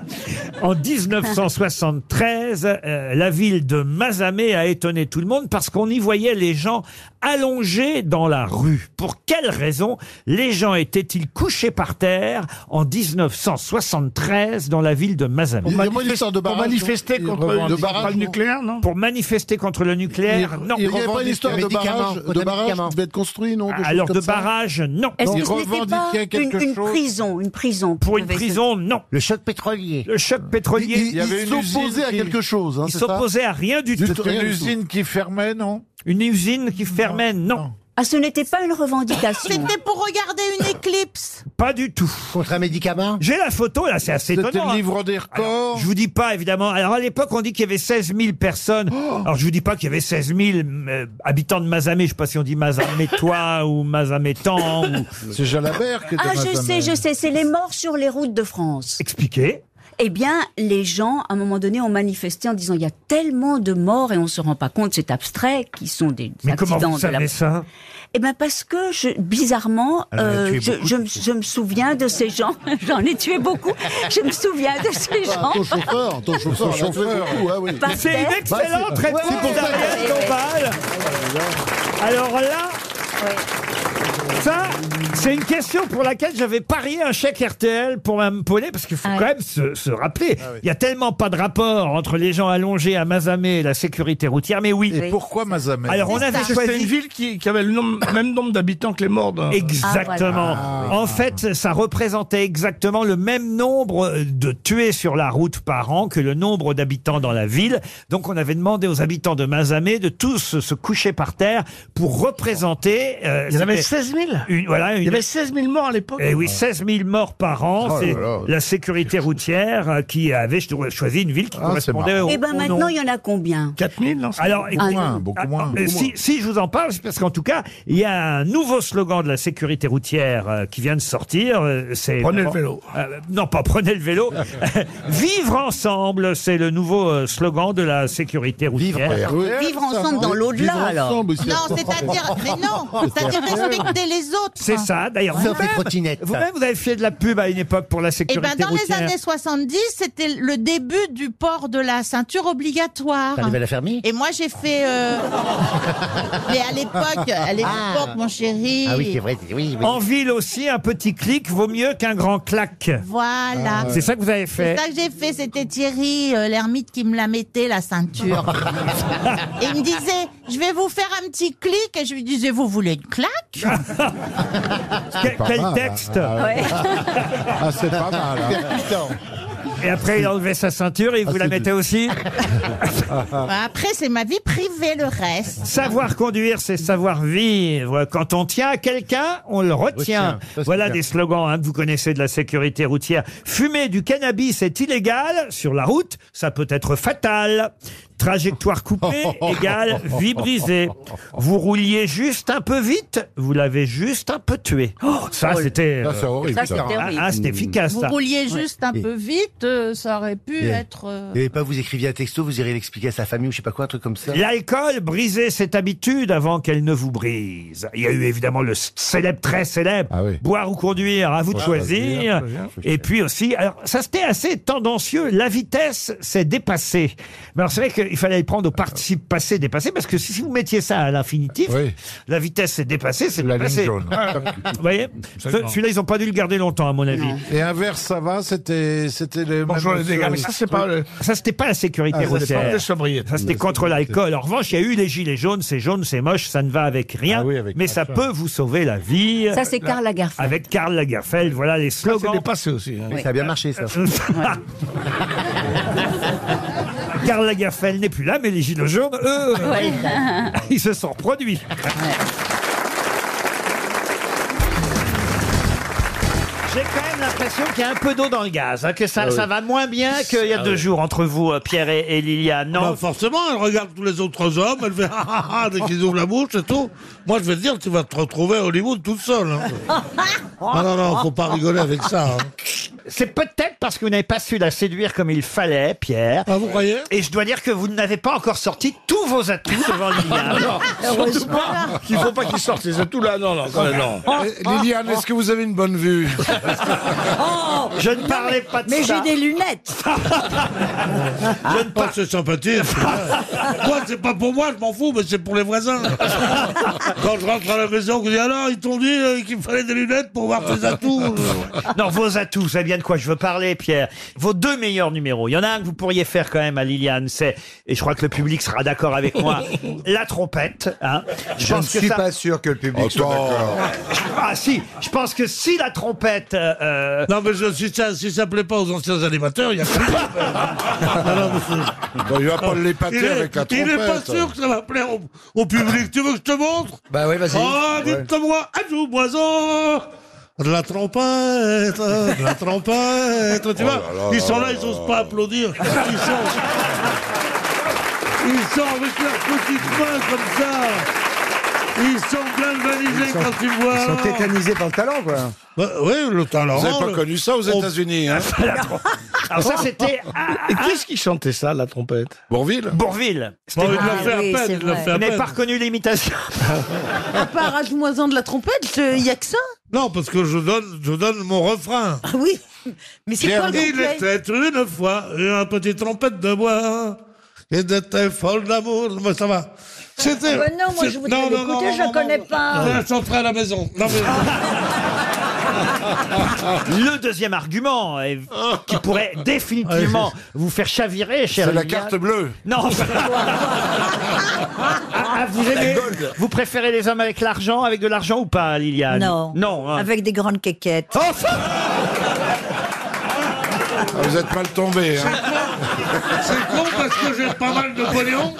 en 1973, euh, la ville de Mazamet a étonné tout le monde parce qu'on y voyait les gens allongés dans la rue. Pour quelle raison les gens étaient-ils couchés par terre en 1973 dans la ville de Mazamet Pour manifester- histoire de pour barrage, manifester non contre- Ils revendiquent- contre le barrage, non nucléaire, non Pour manifester contre le nucléaire, Il- non. il y avait pas une histoire de barrage, de barrage qui devait être construit, non choses Alors de comme ça barrage, non. Est-ce Ils que ce n'était pas revendiquaient quelque une, une chose prison, une prison Pour une prison, non. Le choc pétrolier. Le choc pétrolier. Il- il- Il y avait il une s'opposait usine à qui- quelque chose, hein, il c'est ça s'opposait à rien du tout. C'était une usine qui fermait, non Une usine qui fermait, non. Ah, ce n'était pas une revendication. C'était pour regarder une éclipse. Pas du tout. Contre un médicament J'ai la photo, là, c'est assez C'était étonnant. le hein. livre des Alors, je vous dis pas, évidemment. Alors, à l'époque, on dit qu'il y avait 16 000 personnes. Oh Alors, je vous dis pas qu'il y avait 16 000 euh, habitants de Mazamet. Je sais pas si on dit Mazamétois ou Mazamétan. Ou... C'est Jalabert qui Ah, je sais, je sais, c'est les morts sur les routes de France. Expliquez. Eh bien, les gens, à un moment donné, ont manifesté en disant il y a tellement de morts et on se rend pas compte, c'est abstrait, qui sont des Mais comment accidents vous de la... savez ça Eh bien, parce que je, bizarrement, Elle en a euh, tué je, beaucoup, je me- je me souviens de ces gens. J'en ai tué beaucoup. Je me souviens de ces gens. Ton chauffeur, ton chauffeur, Son elle a fait chauffeur. beaucoup, hein, oui. Bah, C'est une excellente c'est- réponse c'est pour ça d'Ariel que- Dombal. Alors là, ça, c'est une question pour laquelle j'avais parié un chèque RTL pour Mme Paulet, parce qu'il Ah faut quand même se, se rappeler, Ah il y a tellement pas de rapport entre les gens allongés à Mazamet et la sécurité routière, mais oui. Et pourquoi Mazamet Alors, on avait Parce que choisi- C'était une ville qui, qui avait le nombre- même nombre d'habitants que les morts. hein. de- Exactement. Ah, En fait, ça représentait exactement le même nombre de tués sur la route par an que le nombre d'habitants dans la ville. Donc, on avait demandé aux habitants de Mazamet de tous se coucher par terre pour représenter. euh, Il y en avait c'était 16 000 une- voilà, Il y une- avait 16 000 morts à l'époque. eh oui, 16 000 morts par an. Oh là c'est là. la sécurité routière euh, qui avait cho- choisi une ville qui Ah, correspondait au. Eh au ben, nom. maintenant, il y en a combien 4000, non Alors, Beaucoup écoutez, moins, beaucoup ah, moins. euh, Si, si je vous en parle, c'est parce qu'en tout cas, il y a un nouveau slogan de la sécurité routière euh, qui vient de sortir. euh, c'est Prenez le vélo. Euh, non, pas prenez le vélo. Vivre ensemble, c'est le nouveau euh, slogan de la sécurité routière. Vivre ensemble dans l'au-delà, Vivre alors. ensemble, c'est- Non, c'est-à-dire, mais non, c'est-à-dire respecter les autres. hein. C'est ça, d'ailleurs. Sauf les vous-même- Vous-même, vous avez fait de la pub à une époque pour la Eh sécurité ben, dans les routière. années 70, c'était le début du port de la ceinture obligatoire. T'arrivais à la fermer Et moi, j'ai fait. euh, Mais à l'époque, à l'époque, Ah. mon chéri. En ville aussi, un petit clic vaut mieux qu'un grand claque. Voilà. C'est ça que vous avez C'est fait. ça que j'ai fait. C'était Thierry, euh, l'ermite, qui me la mettait, la ceinture. et il me disait, je vais vous faire un petit clic. Et je lui disais, vous voulez une claque Quel, quel texte ah, Ah, c'est pas mal. hein. hein. Et après, il enlevait sa ceinture et vous la mettez aussi Après, c'est ma vie privée, le reste. Savoir conduire, c'est savoir vivre. Quand on tient à quelqu'un, on le retient. Retient. Ça, c'est voilà bien. des slogans hein, que vous connaissez de la sécurité routière. Fumer du cannabis est illégal sur la route, ça peut être fatal. Trajectoire coupée égale vie brisée. Vous rouliez juste un peu vite, vous l'avez juste un peu tué. ça, c'était. Ça, c'est euh, horrible, Oh, Ça, ça. Mmh. c'était Ah, horrible. Ah, c'était efficace. Vous ça. rouliez juste un Et- peu vite, euh, ça aurait pu Et- être... euh, Et pas vous écriviez un texto, vous irez l'expliquer à sa famille ou je sais pas quoi, un truc comme ça. L'alcool brisait cette habitude avant qu'elle ne vous brise. Il y a eu évidemment le célèbre, très célèbre, Ah boire ou conduire, à vous de Ouais, choisir. choisir, hein, choisir. Et puis aussi, alors ça c'était assez tendancieux, la vitesse s'est dépassée. Mais alors c'est vrai qu'il fallait le prendre au participe passé dépassé, parce que si si vous mettiez ça à l'infinitif, la vitesse s'est dépassée, c'est La ligne dépassé. jaune. vous voyez Ce- Absolument. Celui-là, ils n'ont pas dû le garder longtemps, à mon avis. Et inverse, ça va, c'était, c'était les Bonjour mêmes- les dégâts, mais ça, c'est pas le- Ça, c'était pas la sécurité Ah, ça dépend routière. des sobriétés. Ça, c'était contre l'alcool. En revanche, il y a eu les gilets jaunes. C'est jaune, c'est moche, ça ne va avec rien. mais ça peut vous sauver la vie. Ça, c'est Karl Lagerfeld. Avec Karl Lagerfeld, voilà les slogans. Ça dépassé aussi. Oui, ça a bien marché, ça. Karl Lagerfeld n'est plus là, mais les gilets jaunes, eux, Ouais. ils se sont produits. J'ai quand même l'impression qu'il y a un peu d'eau dans le gaz, hein, que ça, Ah oui. ça va moins bien qu'il y a Ah deux oui. jours entre vous, euh, Pierre et, et Liliane. Non, Bah, forcément, elle regarde tous les autres hommes, elle fait ah ah ah dès qu'ils ouvrent la bouche et tout. Moi, je vais te dire, tu vas te retrouver à Hollywood toute seule. hein. ah non, non, faut pas rigoler avec ça. hein. C'est peut-être parce que vous n'avez pas su la séduire comme il fallait, Pierre. Ah, vous croyez Et je dois dire que vous n'avez pas encore sorti tous vos atouts devant Ah, Liliane. Non, surtout pas. Il faut pas qu'il sorte ces atouts-là, non, non, Ouais, Ah, non. Eh, Liliane, est-ce que vous avez une bonne vue Je ne parlais pas de mais ça. j'ai des lunettes. Ah, Je ne pas c'est sympathique. Moi, c'est pas pour moi, je m'en fous, mais c'est pour les voisins. Quand je rentre à la maison, je dis alors, ils t'ont dit euh, qu'il me fallait des lunettes pour voir tes Ah, atouts. non, vos atouts, vous savez bien de quoi je veux parler, Pierre. Vos deux meilleurs numéros. Il y en a un que vous pourriez faire quand même à Liliane, c'est, et je crois que le public sera d'accord avec moi, la trompette. hein. Je ne suis ça- pas sûr que le public soit d'accord. Ah si, je pense que si la trompette... euh, Non, mais je- si, ça, si ça plaît pas aux anciens animateurs, il y a plus. Bon, Il va pas l'épater Il est- avec la trompette. Il est pas sûr que ça va plaire au, au public. Tu veux que je te montre Bah oui, vas-y. Oh, Ouais. dites-moi, ajoute moison de la trompette, de la trompette, tu Oh vois, là là ils là sont là, là ils osent pas applaudir, ils sont, ils sont avec leurs petites mains comme ça, ils sont galvanisés quand tu vois. Ils sont tétanisés par le talent, quoi. Bah oui, le talent. Vous avez pas connu ça aux on- États-Unis, hein Alors ça, c'était... Et qu'est-ce qui chantait ça, la trompette Bourville Bourville. Bon, il l'a Ah fait à oui, peine, c'est il l'a vrai. fait à Vous n'avez peine. pas reconnu l'imitation. À part Rajomoisan de la trompette, il n'y a que ça. Non, parce que je donne, je donne mon refrain. Ah oui. Mais c'est quoi le Il couplet était une fois une petite trompette de bois. Il était folle d'amour. Mais ça va. C'était. Ah ben non, moi, c'est- je voudrais l'écouter, je la connais pas. Je la chanterai à la maison. Non, mais... Le deuxième argument euh, qui pourrait définitivement vous faire chavirer, cher C'est la Liliane. carte bleue. Non. Ah, vous aimez- Vous préférez les hommes avec l'argent, avec de l'argent ou pas, Liliane Non. Non. hein. Avec des grandes quéquettes. Ah, vous êtes mal tombé. Hein. C'est con parce que j'ai pas mal de pognon.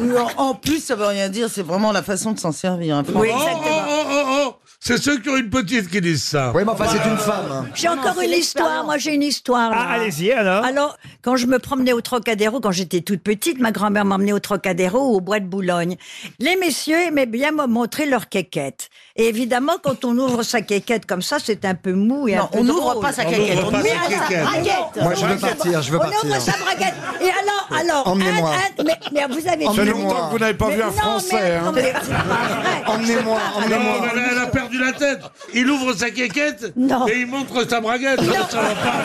Oui, en- en plus, ça veut rien dire, c'est vraiment la façon de s'en servir. hein, Oh, franchement. oh, oh, oh, oh. C'est ceux qui ont une petite qui disent ça. Oui, mais enfin, c'est une femme. hein. J'ai encore une histoire, moi j'ai une histoire. là. Ah, allez-y, alors. Alors, quand je me promenais au Trocadéro, quand j'étais toute petite, ma grand-mère m'emmenait au Trocadéro au bois de Boulogne. Les messieurs aimaient bien me montrer leur quéquette. Et évidemment, quand on ouvre sa quéquette comme ça, c'est un peu mou et un Non, peu on n'ouvre drôle. pas sa On quéquette, n'ouvre on pas ouvre sa sa quéquette. braguette. Moi, je veux partir, je veux On ouvre partir. sa braguette. Et alors, alors, Emmenez-moi. un- un- mais, mais vous avez Ça fait vu- longtemps que vous n'avez pas Mais vu un non, Français, mais- hein. non, mais c'est pas vrai. Emmenez-moi, C'est pas vrai. Non, mais elle a perdu la tête. Il ouvre sa quéquette et il montre sa braguette. Non. Ça va pas.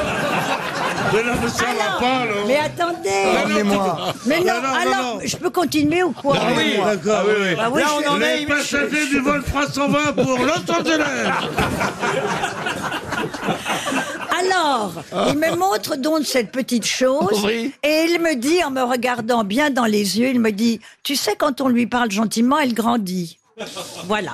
Mais non, mais ça va pas. là. Mais attendez Ah, non, Emmenez-moi. Mais non, Ah, non, non, alors, non. je peux continuer ou quoi Ah oui, d'accord. oui, Bah oui. Ah oui, je- Les passagers du vol 320 pour Los Angeles. Alors, Ah. il me montre donc cette petite chose et il me dit, en me regardant bien dans les yeux, il me dit, tu sais, quand on lui parle gentiment, elle grandit. Voilà.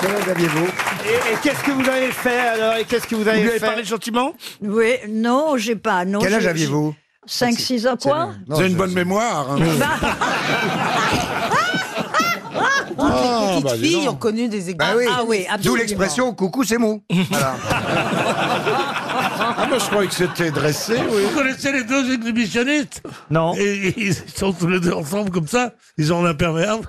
Quel âge aviez-vous Et, et qu'est-ce que vous avez fait alors Et qu'est-ce que vous avez lui avez fait parlé gentiment Oui, non, j'ai pas. Non, Quel âge j'ai- aviez-vous 5, 6 ans, quoi Bah, Vous avez une bonne mémoire. hein. Ah, bah, dis donc. connu des Bah oui. Ah oui, D'où absolument. l'expression coucou, c'est mou. Voilà. ah, moi, je croyais que c'était dressé, oui. Vous connaissez les deux exhibitionnistes Non. Et ils sont tous les deux ensemble comme ça, ils ont l'imperméable.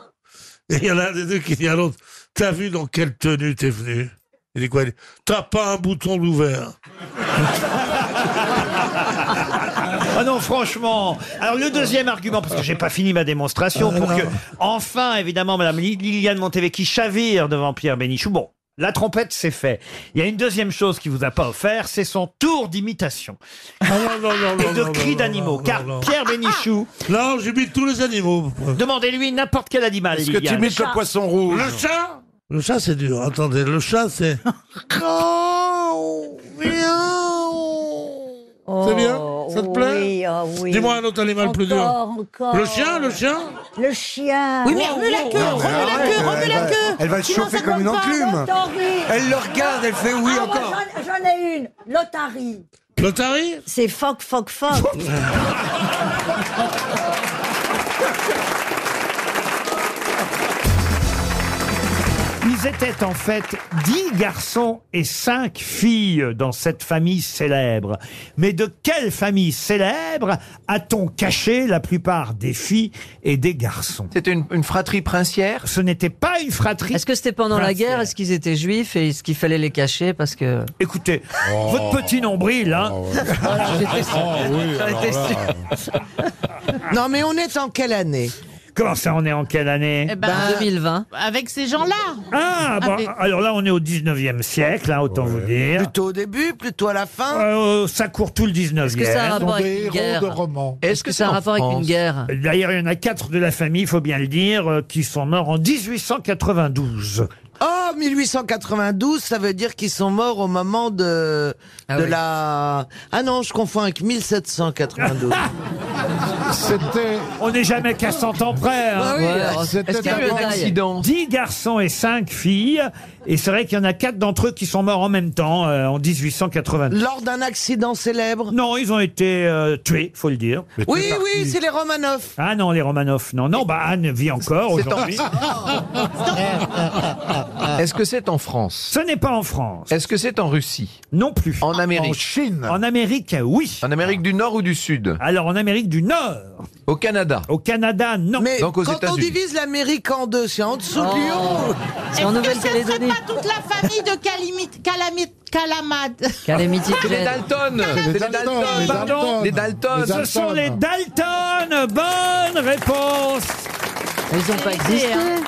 Et il y en a un des deux qui dit à l'autre T'as vu dans quelle tenue t'es venu Il dit quoi Il dit, T'as pas un bouton d'ouvert. Ah non, franchement. Alors le deuxième argument, parce que j'ai pas fini ma Euh, démonstration, pour que enfin, évidemment, Madame Li- Liliane Montevec qui chavire devant Pierre Bénichou. Bon. La trompette, c'est fait. Il y a une deuxième chose qu'il vous a pas offert, c'est son tour d'imitation. Ah Et de cris d'animaux. Car Pierre Bénichou. Ah Non, j'imite tous les animaux. Demandez-lui n'importe quel animal. Est-ce que Liliane. t'imites le poisson rouge Le chat Le chat, c'est dur. Attendez, le chat, c'est. Oh, C'est bien Ça te plaît oui, oh oui. Dis-moi un autre animal plus dur. Encore, encore. Le chien, le chien Le chien. Oui, mais Wow, remue la wow, queue, wow. remue la Ah ouais, queue, remue elle la va- queue. elle va le Sinon, ça tombe pas. Attends, oui. Elle le regarde, elle fait oui Ah, moi, encore. j'en- J'en ai une, l'otarie. L'otarie C'est foc, foc, foc. Ils étaient en fait dix garçons et cinq filles dans cette famille célèbre. Mais de quelle famille célèbre a-t-on caché la plupart des filles et des garçons C'était une, une fratrie princière Ce n'était pas une fratrie. Est-ce que c'était pendant la guerre Est-ce qu'ils étaient juifs et est-ce qu'il fallait les cacher parce que... Écoutez, Oh. Oh. Votre petit nombril, hein Non, mais on est en quelle année Comment ça, on est en quelle année Eh ben, 2020. Avec ces gens-là. Ah, bah, Avec- alors là, on est au 19e siècle, hein, autant vous dire. Plutôt au début, plutôt à la fin Euh, ça court tout le 19e. Est-ce que ça a un rapport Attendez. avec une Des guerre héros de romans. Est-ce que ça a un rapport avec une guerre D'ailleurs, il y en a quatre de la famille, il faut bien le dire, euh, qui sont morts en 1892. Oh, 1892, ça veut dire qu'ils sont morts au moment de, de oui. la... Ah non, je confonds avec 1792. C'était. On n'est jamais qu'à 100 ans près. hein. Ouais, Bah oui, Ouais, alors, c'était est-ce qu'il y a eu un d'abord- accident 10 garçons et 5 filles. Et c'est vrai qu'il y en a 4 d'entre eux qui sont morts en même temps, euh, en 1892. Lors d'un accident célèbre Non, ils ont été euh, tués, faut le dire. Oui, oui, c'est les Romanov. Ah non, les Romanov, non. Non, bah Anne vit encore C'est en- aujourd'hui. Est-ce que c'est en France Ah. Ce n'est pas en France. Est-ce que c'est en Russie Non plus. Ah, En Amérique En Chine En Amérique, oui. En Amérique du Nord ou du Sud Alors en Amérique du Nord. Au Canada Au Canada, non. Mais Donc aux quand on États-Unis. divise l'Amérique en deux, c'est en dessous de Oh. Lyon. Est-ce que ce ne serait pas toute la famille de Calimit, Calamit, Calamad C'est les Dalton C'est les Dalton Pardon Les Dalton Ce sont les Dalton Bonne réponse Ils ont pas existé, hein.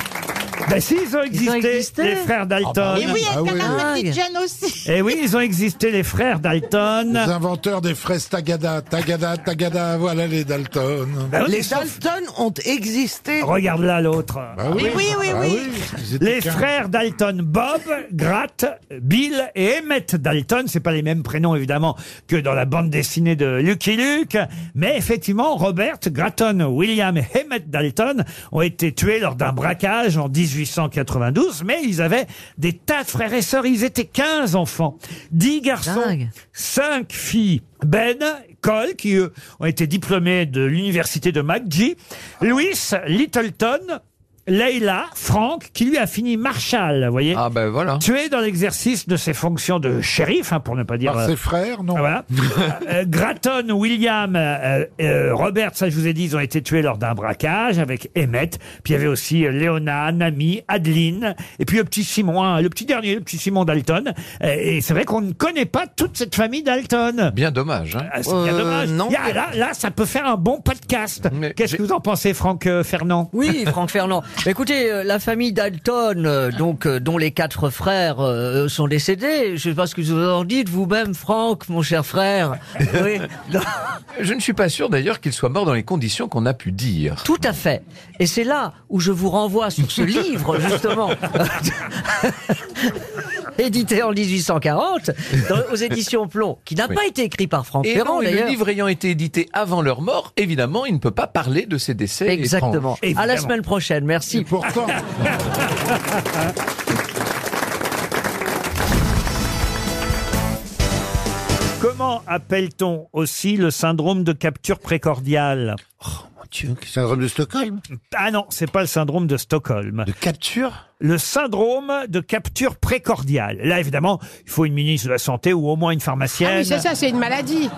Ben si, ils ont existé, existé les Ah frères bah Dalton. Et oui, est-ce qu'on a la petite Jeanne aussi Eh oui, ils ont existé, les frères Dalton. Les inventeurs des fraises Tagada, Tagada, Tagada, voilà les Dalton. Bah oui, Les ils sont- Dalton ont existé. Regarde là l'autre. oui, Mais oui, oui, bah oui. ils étaient Les qu'un. frères Dalton, Bob, Gratt, Bill et Emmett Dalton, c'est pas les mêmes prénoms évidemment que dans la bande dessinée de Lucky Luke, mais effectivement Robert Gratton, William et Emmett Dalton ont été tués lors d'un braquage en 1892, mais ils avaient des tas de frères et sœurs, ils étaient 15 enfants, 10 garçons, Dingue. 5 filles. Ben, Cole, qui eux ont été diplômés de l'université de McGee, Louis Littleton, Leila, Frank, qui lui a fini Marshall, vous voyez. Ah ben voilà Tué dans l'exercice de ses fonctions de shérif, hein, pour ne pas dire. Par euh, ses frères, non voilà. Euh, Gratton, William, euh, euh, Robert, ça je vous ai dit, ils ont été tués lors d'un braquage avec Emmett. Puis il y avait aussi euh, Léona, Nami, Adeline, et puis le petit Simon, hein, le petit dernier, le petit Simon Dalton. Euh, et c'est vrai qu'on ne connaît pas toute cette famille Dalton. Bien dommage hein. Ah, c'est bien Euh, dommage. non. Il y a- là, là, ça peut faire un bon podcast. Mais Qu'est-ce que vous en pensez, Franck euh, Fernand Oui, Franck Fernand. Écoutez, euh, la famille Dalton, euh, donc euh, dont les quatre frères euh, sont décédés, je ne sais pas ce que vous en dites vous-même, Franck, mon cher frère. Oui, Je ne suis pas sûr d'ailleurs qu'il soit mort dans les conditions qu'on a pu dire. tout à fait. Et c'est là où je vous renvoie sur ce livre, justement, édité en 1840 dans- aux éditions Plomb, qui n'a Oui. pas été écrit par Franck Et Ferrand non, et le d'ailleurs. livre ayant été édité avant leur mort, évidemment, il ne peut pas parler de ces décès. Exactement. étranges. À la Évidemment. semaine prochaine. Merci. Pourtant, Comment appelle-t-on aussi le syndrome de capture précordiale Oh, Mon Dieu, syndrome de Stockholm Ah non, c'est pas le syndrome de Stockholm. De capture Le syndrome de capture précordiale. Là, évidemment, il faut une ministre de la Santé ou au moins une pharmacienne. Ah oui, c'est ça, c'est une maladie.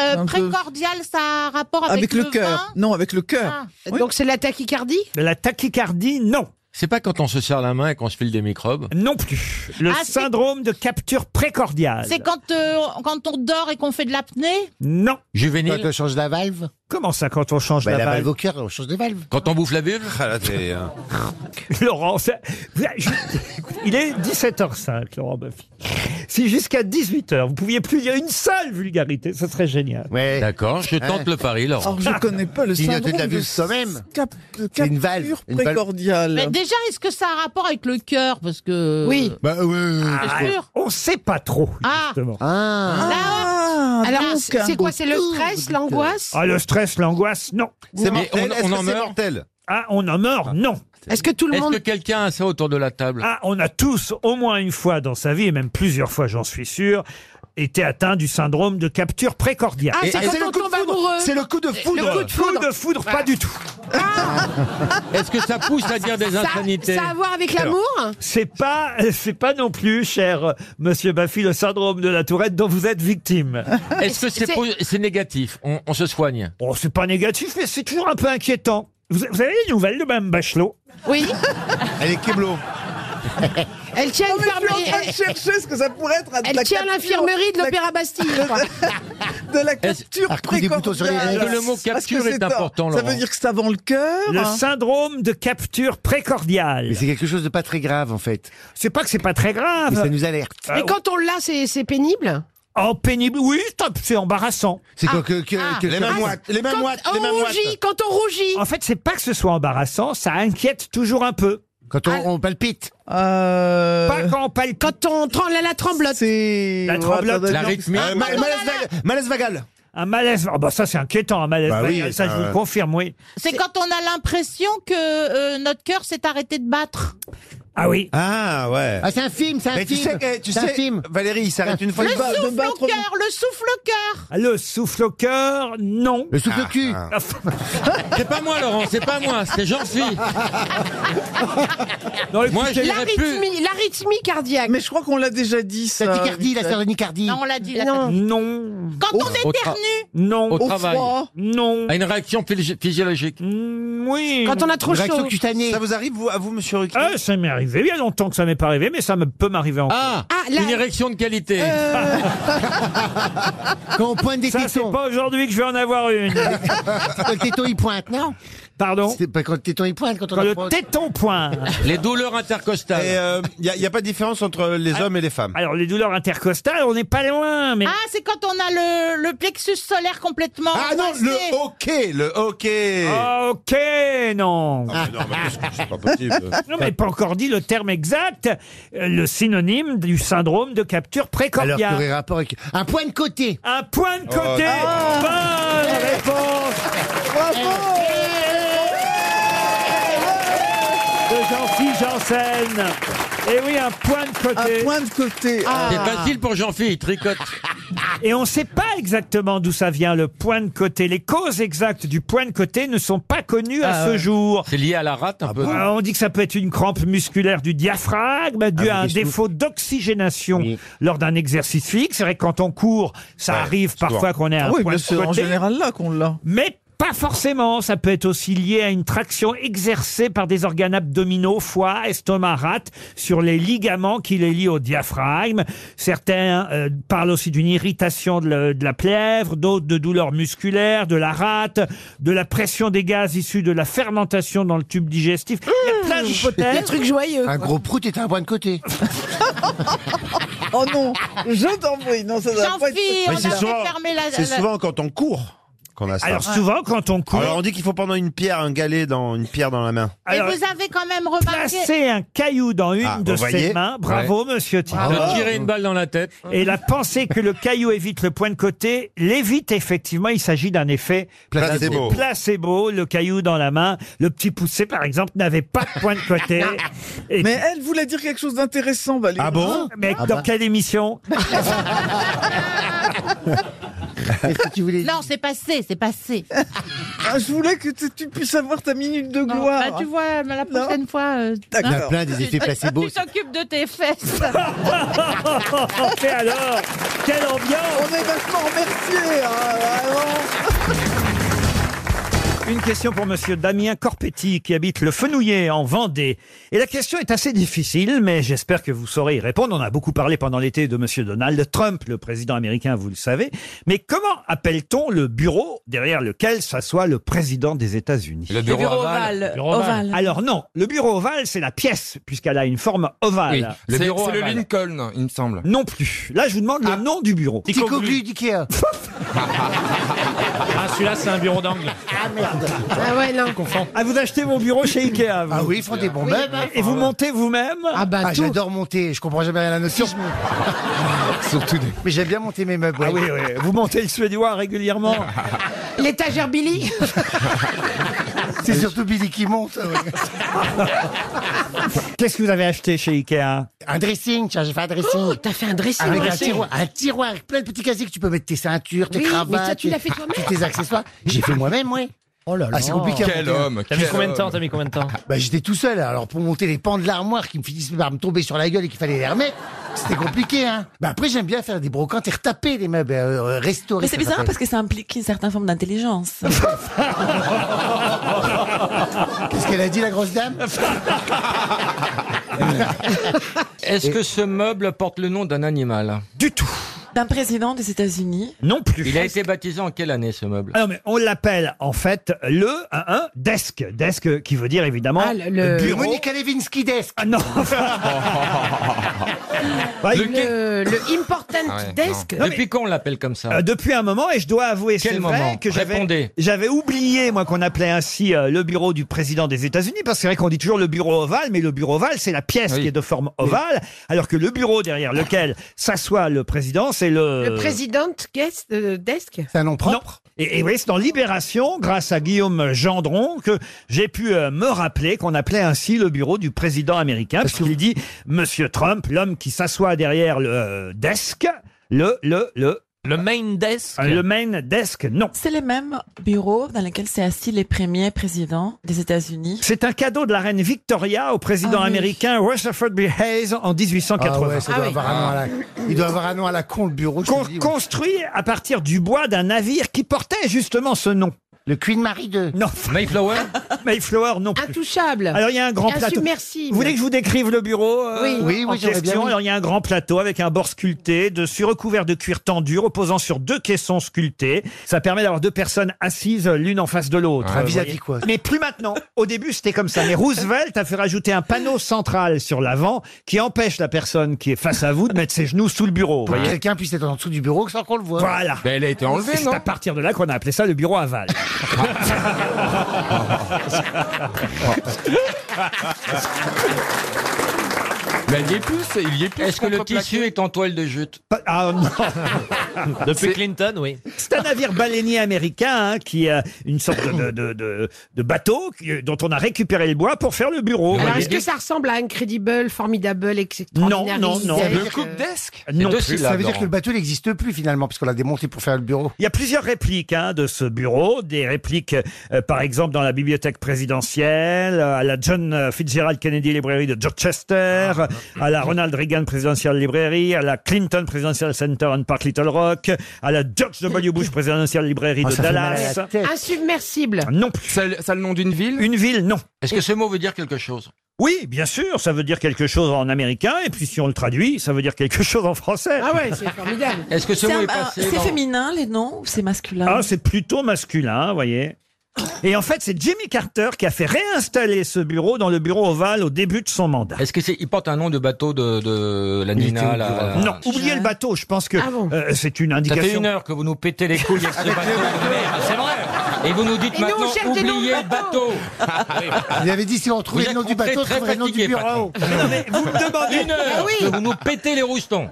Euh, précordial, ça a un rapport avec, Avec le cœur. vin Non, avec le cœur. Ah, Donc c'est la tachycardie La tachycardie, non. C'est pas quand on se serre la main et qu'on se file des microbes Non plus. Le Ah, c'est- syndrome de capture Ah, précordiale. C'est quand, euh, quand on dort et qu'on fait de l'apnée Non. Juvénile Quand on change la valve Comment ça, quand on change Bah, la, la valve valve au cœur, on change de valve. Quand on bouffe la bulle Laurent, ça- vous- je- il est 17h05, Laurent Buffy. Si jusqu'à 18h, vous pouviez plus dire une seule vulgarité, ce serait génial. D'accord, je tente le pari, Laurent. Clignoter Hein de la vue soi-même. C'est une valve. Une valve. Mais déjà, est-ce que ça a un rapport avec le cœur Parce que. euh, Oui. Bah, oui, oui, oui. C'est sûr. On sait pas trop, Ah. justement. Ah, Alors, donc. c'est quoi C'est le stress, l'angoisse Ah, le stress, l'angoisse, non. C'est Mais mortel, on- est-ce on que en c'est meurt Ah, on en meurt, non. Est-ce que tout Est-ce que quelqu'un a ça autour de la table Ah, on a tous, au moins une fois dans sa vie, et même plusieurs fois, j'en suis sûr, été atteint du syndrome de capture précordiale. Ah, c'est Et- quand c'est on le coup de tombe foudre. amoureux. C'est le coup de foudre. Le coup de foudre, pas du tout. Est-ce que ça pousse à dire des Ça- insanités ça a à voir avec l'amour C'est pas, c'est pas non plus, cher euh, Monsieur Baffy, le syndrome de la Tourette dont vous êtes victime. Est-ce que c'est C'est- po- c'est négatif on, on se soigne Oh, c'est pas négatif, mais c'est toujours un peu inquiétant. Vous, vous avez des nouvelles de Mme Bachelot Oui. Elle est keblo. Elle tient une Je suis en train de fermerie. chercher ce que ça pourrait être. Elle tient l'infirmerie de l'Opéra Bastille. quoi. De la capture Ah, précordiale. Est-ce que le mot Parce que capture est c'est un- important, Ça Laurent veut dire que c'est avant le cœur. Le syndrome de capture précordiale. Mais c'est quelque chose de pas très grave, en fait. C'est pas que c'est pas très grave. Euh, Mais ça nous alerte. Et quand on l'a, c'est c'est pénible Ah. Oh, pénible, oui, top, c'est embarrassant. C'est que- que- que- que- Les mains moites, les mains moites, on les mains rougit, moites. quand on rougit. En fait, c'est pas que ce soit embarrassant, ça inquiète toujours un peu. Quand on, palpite. Pas quand on palpite. Ah. Quand on tremble la tremblote. Ah, La tremblote. attends, La non. rythmie. Un ma- malaise vagal. Un malaise. ah bah ça, c'est inquiétant, un malaise Bah oui, vagal. ça, je ça, vous le euh, confirme, oui. C'est quand on a l'impression que euh, notre cœur s'est arrêté de battre. Ah oui. Ah ouais. c'est un film, c'est un Mais tu film. sais, que- tu C'est un sais, film. Valérie, il s'arrête une fois. le il bat- de souffle battre- au cœur, le souffle au cœur. Le souffle au cœur, non. Le souffle au cul. C'est pas moi, Laurent, c'est pas moi, c'est Jean-Philippe. Moi, je dirais plus. L'arythmie l'arythmie cardiaque. Mais je crois qu'on l'a déjà dit, ça. Tachycardie, la Michel. sœur de Nicardie. Non, on l'a dit. la Non. tête. Non. Quand Oh. on Au tra- éternue. Non. Au Au travail. froid. Non. À Ah, une réaction physi- physiologique. Mm, Oui. Quand on a trop Une réaction chaud. cutanée. Ça vous arrive, vous, à vous, monsieur Ruquier Ah, ça m'est arrivé. Il y a longtemps que ça m'est pas arrivé, mais ça me peut m'arriver encore. Ah, Ah, Euh. la- Une érection de qualité. Quand on pointe des ça, Euh, c'est tétons. pas aujourd'hui que je vais en avoir une. Ah, Quand le téton, il pointe, non Pardon C'est pas quand le téton, il pointe, quand on Quand le approche. téton pointe. Les douleurs intercostales. Et il n'y a, pas de différence entre les hommes et les femmes. Ah, Alors, les douleurs intercostales, on n'est pas loin, mais. Ah, c'est quand on a le, le plexus solaire complètement. Ah non, croisé. le hockey, le hockey. Ah, ok, non. Ah, mais non, mais qu'est-ce que- c'est pas possible. Non, mais pas encore dit le terme exact, euh, le synonyme du syndrome de capture Alors qu'il y aurait précordiale. rapport avec un point de côté. Un point de côté. Bonne réponse de Jean-Philippe Janssen. Et oui, un point de côté. Ah. Un point de côté. C'est facile pour Jean-Philippe, il tricote. Et on ne sait pas exactement d'où ça vient, le point de côté. Les causes exactes du point de côté ne sont pas connues à Ah ce ouais. jour. C'est lié à la rate un Ah Ah peu. Euh, On dit que ça peut être une crampe musculaire du diaphragme due mais à un Ah qu'est-ce que vous- défaut d'oxygénation lors d'un exercice fixe. C'est vrai que quand on court, ça arrive parfois qu'on ait un Ah oui, point mais de c'est en côté. général là qu'on l'a. Mais pas forcément, ça peut être aussi lié à une traction exercée par des organes abdominaux, foie, estomac, rate sur les ligaments qui les lient au diaphragme. Certains euh, parlent aussi d'une irritation de, la- de la plèvre, d'autres de douleurs musculaires, de la rate, de la pression des gaz issus de la fermentation dans le tube digestif. Mmh. Il y a plein Des d'hypothèses. trucs joyeux. Un gros prout est un point de côté. Oh non, je t'en prie. Non, ça doit pas être- Jean-Phi, on Mais c'est a souvent- fermé la. C'est la- souvent quand on court. qu'on a ça. Alors, souvent, quand on court- Alors on dit qu'il faut prendre une pierre, un galet dans une pierre dans la main. Et vous avez quand même remarqué. Placer un caillou dans une Ah, de vous ses voyez mains. Bravo, Ouais. monsieur Tito. Bravo. Ah, De tirer une balle dans la tête. Et la pensée que le caillou évite le point de côté l'évite effectivement. Il s'agit d'un effet Placebo. Placebo, le caillou dans la main. Le petit poussé, par exemple, n'avait pas de point de côté. Mais elle voulait dire quelque chose d'intéressant, Valérie. Ah bon Mais Ah dans bah. quelle émission Non, c'est passé, c'est passé. Ah, je voulais que tu, tu puisses avoir ta minute de gloire. bah, tu vois, mais la prochaine fois. euh, D'accord. hein. Il y a plein des Tu- effets placebo. Tu t'occupes de tes fesses. Et alors Quelle ambiance On est vachement remerciés. hein, vraiment. Une question pour Monsieur Damien Corpetti qui habite le Fenouillet en Vendée. Et la question est assez difficile, mais j'espère que vous saurez y répondre. On a beaucoup parlé pendant l'été de Monsieur Donald Trump, le président américain, vous le savez. Mais comment appelle-t-on le bureau derrière lequel s'assoit le président des États-Unis Le bureau Le bureau ovale. ovale. Bureau ovale. Ovale. Alors non, le bureau ovale, c'est la pièce puisqu'elle a une forme ovale. Oui, le Ah C'est- bureau c'est ovale. Lincoln, il me semble. Non plus. Là, je vous demande le nom du bureau. Tico Glu d'Ikea. Ah, celui-là, c'est un bureau d'angle. Ah merde. Ah ouais, non. Ah, vous achetez mon bureau chez Ikea, vous Ah oui, ils font des bons meubles. hein. Et vous montez vous-même Ah bah j'adore monter, je comprends jamais rien à la notion. Surtout Mais j'aime bien monter mes meubles. Ah oui, oui, vous montez le suédois régulièrement. L'étagère Billy C'est surtout Billy qui monte. Qu'est-ce que vous avez acheté chez Ikea Un dressing, tiens, j'ai fait un dressing. Oh, t'as fait un dressing, Avec un un dressing. tiroir, un tiroir avec plein de petits casiers que tu peux mettre tes ceintures, tes Oui, mais ça, cravates, tu l'as fait tes- toi-même. tous tes accessoires. J'ai fait moi-même, oui. Oh là Ah, c'est compliqué. à Quel monter, hein. homme T'as mis quel combien de temps homme. T'as mis combien de temps Bah, j'étais tout seul. Alors, pour monter les pans de l'armoire qui me finissaient par me tomber sur la gueule et qu'il fallait les remettre, c'était compliqué, hein. Bah, après, j'aime bien faire des brocantes et retaper les meubles, euh, euh, restaurer. Mais c'est bizarre parce que ça implique une certaine forme d'intelligence. Qu'est-ce qu'elle a dit, la grosse dame Est-ce que ce meuble porte le nom d'un animal Du tout. D'un président des États-Unis. Non plus. Il a été baptisé en quelle année ce meuble Alors, mais on l'appelle en fait le un, un, desk. Desk euh, qui veut dire évidemment Ah, le- bureau. Monica Lewinsky desk. Ah non Bah, il- Ah Le, le important desk. Non, mais- Depuis quand on l'appelle comme ça Euh, depuis un moment, et je dois avouer, Quel c'est moment vrai que j'avais, Répondez. j'avais oublié, moi, qu'on appelait ainsi euh, le bureau du président des États-Unis, parce que c'est vrai qu'on dit toujours le bureau ovale, mais le bureau ovale, c'est la pièce qui est de forme ovale, alors que le bureau derrière lequel s'assoit le président, c'est le... Le président Euh, guest, euh, desk. C'est un nom propre Et, et oui, c'est dans Libération, grâce à Guillaume Gendron, que j'ai pu euh, me rappeler qu'on appelait ainsi le bureau du président américain, parce qu'il dit Monsieur Trump, l'homme qui s'assoit derrière le euh, desk, le le le le main desk. Le main desk, non. C'est les mêmes bureaux dans lesquels s'est assis les premiers présidents des États-Unis. C'est un cadeau de la reine Victoria au président Ah oui. américain Rutherford B. Hayes en 1880. Ah ouais, ça doit avoir un nom à la- Il doit avoir un nom à la con, le bureau. je te Con- dis, ouais. construit à partir du bois d'un navire qui portait justement ce nom. Le Queen Marie 2. Non. Mayflower Mayflower, non. plus. Intouchable. Euh, Alors il y a un grand plateau. Insubmersible. Vous voulez que je vous décrive le bureau euh, Oui. Oui, oui, en j'aurais bien question aimé. Alors il y a un grand plateau avec un bord sculpté, dessus recouvert de cuir tendu, reposant sur deux caissons sculptés. Ça permet d'avoir deux personnes assises euh, l'une en face de l'autre. Un euh, vis-à-vis, voyez. quoi. Mais plus maintenant. Au début c'était comme ça. Mais Roosevelt a fait rajouter un panneau central sur l'avant qui empêche la personne qui est face à vous de mettre ses genoux sous le bureau. Pour que voyez. quelqu'un puisse être en dessous du bureau sans qu'on le voit. Voilà. elle a été Et C'est à partir de là qu'on a appelé ça le bureau aval. Oh. Mais il y est plus, il y est plus. Est-ce que le tissu est en toile de jute Ah non Depuis Clinton, oui. C'est un navire baleinier américain hein, qui a une sorte de, de- de- de- de bateau qui- dont on a récupéré le bois pour faire le bureau. Alors, voyez. est-ce que ça ressemble à Incredible, Formidable, etc. Non, non, non. Le Euh, desk Non plus. ça veut dire que le bateau n'existe plus finalement, puisqu'on l'a démonté pour faire le bureau. Il y a plusieurs répliques hein, de ce bureau, des répliques euh, par exemple dans la bibliothèque présidentielle, euh, à la John Fitzgerald Kennedy Library de Dorchester, Ah, à la Ronald Reagan Presidential Library, à la Clinton Presidential Center on Park Little Rock, à la George W. Bush Presidential Ah, Library de Dallas. Insubmersible. Non Ça ça a le nom d'une ville Une ville, non. Est-ce que ce mot veut dire quelque chose Oui, bien sûr, ça veut dire quelque chose en américain, et puis si on le traduit, ça veut dire quelque chose en français. Ah ouais, c'est formidable. Est-ce que ce C'est mot un- est un- passé c'est dans- féminin les noms ou c'est masculin Ah, c'est plutôt masculin, vous voyez. Et en fait, c'est Jimmy Carter qui a fait réinstaller ce bureau dans le bureau ovale au début de son mandat. Est-ce que c'est, il porte un nom de bateau de, de la Nina, là Non, oubliez le bateau, je pense que euh, c'est une Ça indication. fait une heure que vous nous pétez les couilles avec ce bateau de merde, c'est vrai. Et vous nous dites Et nous, on maintenant, cherche des noms de oubliez le bateau. Il avait dit si on trouvait Vous le nom êtes du bateau, on très trouverait le nom du fatigué, bureau. Patrick. Non, mais vous me demandez une heure Ah oui. que vous nous pétez les roustons.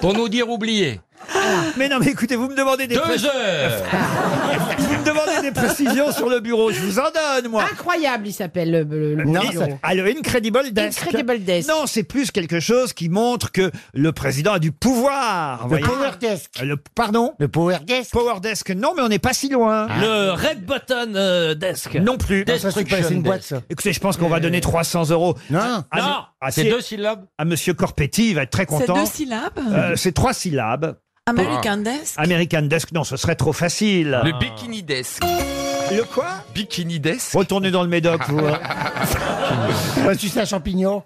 Pour nous dire oublier. Ah. Mais non, mais écoutez, vous me demandez des Deux précis- heures. vous me demandez des précisions sur le bureau, je vous en donne, moi. Incroyable, il s'appelle le, le- le Non, bureau. ça- alors Incredible Desk. Incredible Desk. Non, c'est plus quelque chose qui montre que le président a du pouvoir. Le voyez. Euh, Power Desk. Le pardon. Le Power Desk. Power Desk. Non, mais on n'est pas si loin. Ah. Le Red Button euh, Desk. Non plus. Ah, ça, c'est pas- c'est une boîte, ça. Euh. Écoutez, je pense qu'on va donner 300 euros. Non. Non. C'est deux syllabes. À Monsieur Corpetti, il va être très C'est content. deux syllabes Euh, C'est trois syllabes. American Desk American Desk, non, ce serait trop facile. Le Bikini Desk. Le quoi Bikini Desk. Retournez dans le Médoc, vous. hein. Bah, tu sais, un champignon.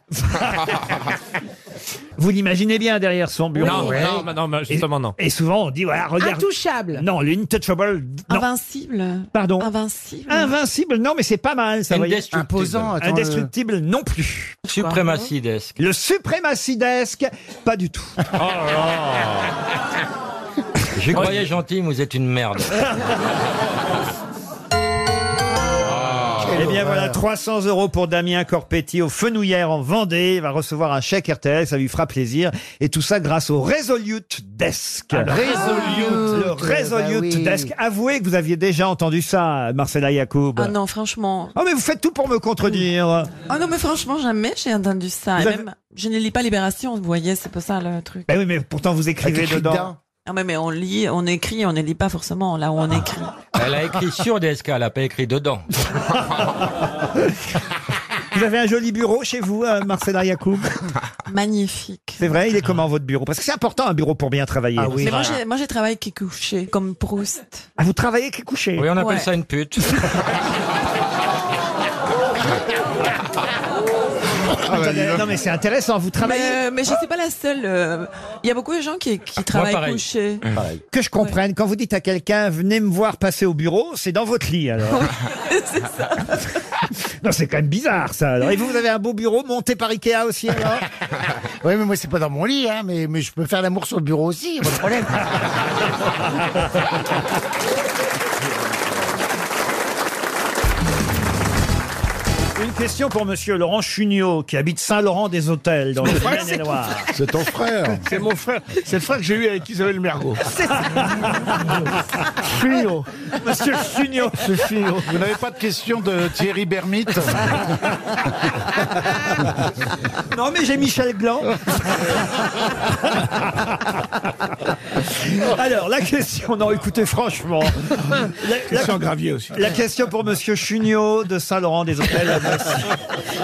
Vous l'imaginez bien derrière son bureau. Non, Ouais. non, mais non, mais justement, et, non. Et souvent, on dit, voilà, regarde. Intouchable. Non, le Intouchable. Non. Invincible. Pardon. Invincible. Invincible, non, mais c'est pas mal, ça. voyez. Indestructible. Imposant, attends, euh. Indestructible, non plus. Suprématie desk. Le Supremacy Desk, pas du tout. Oh là oh. là. Je croyais gentil, mais vous êtes une merde. Ah, Eh bien voilà, 300 euros pour Damien Corpetti aux Fenouillères en Vendée. Il va recevoir un chèque RTL, ça lui fera plaisir. Et tout ça grâce au Resolute Desk. Ah, le Resolute. Le Resolute Bah oui. Desk. Avouez que vous aviez déjà entendu ça, Marcella Yacoub. Ah non, franchement. Oh, mais vous faites tout pour me contredire. Ah non, mais franchement, jamais j'ai entendu ça. Et Vous avez- même, je ne lis pas Libération, vous voyez, c'est pas ça le truc. Ben oui, mais pourtant vous écrivez t'écris dedans. dedans. Ah mais, mais on lit, on écrit, on ne lit pas forcément là où Ah. on écrit. Elle a écrit sur DSK, elle a pas écrit dedans. Vous avez un joli bureau chez vous, euh, Marcella Yacoub. Magnifique. C'est vrai, il est comment votre bureau Parce que c'est important un bureau pour bien travailler. Ah mais moi, j'ai- moi, j'ai travaillé qui couché, comme Proust. Ah, vous travaillez qui couché Oui, on appelle Ouais. ça une pute. Ah, bah, Attendez, non mais c'est intéressant, vous Mais, travaillez. euh, mais je suis pas la seule. euh, Il y a beaucoup de gens qui, qui travaillent couchés. Que je comprenne, quand vous dites à quelqu'un venez me voir passer au bureau, c'est dans votre lit alors. non, c'est quand même bizarre ça. Alors. Et vous, vous avez un beau bureau monté par Ikea aussi alors Oui, mais moi, c'est pas dans mon lit, hein, mais, mais je peux faire l'amour sur le bureau aussi, y a pas de problème. Une question pour monsieur Laurent Chugnot qui habite Saint-Laurent-des-Hôtels dans le C'est vrai, Maine-et-Loire. C'est ton frère. C'est mon frère. C'est le frère que j'ai eu avec Isabelle Mergo. Fugnot. Monsieur Fugnot. Vous n'avez pas de question de Thierry Bermite Non, mais j'ai Michel Gland. Alors, la question, non, écoutez, franchement. La, Christian Gravier aussi. La question pour Monsieur Chugnot de Saint-Laurent-des-Hôtels.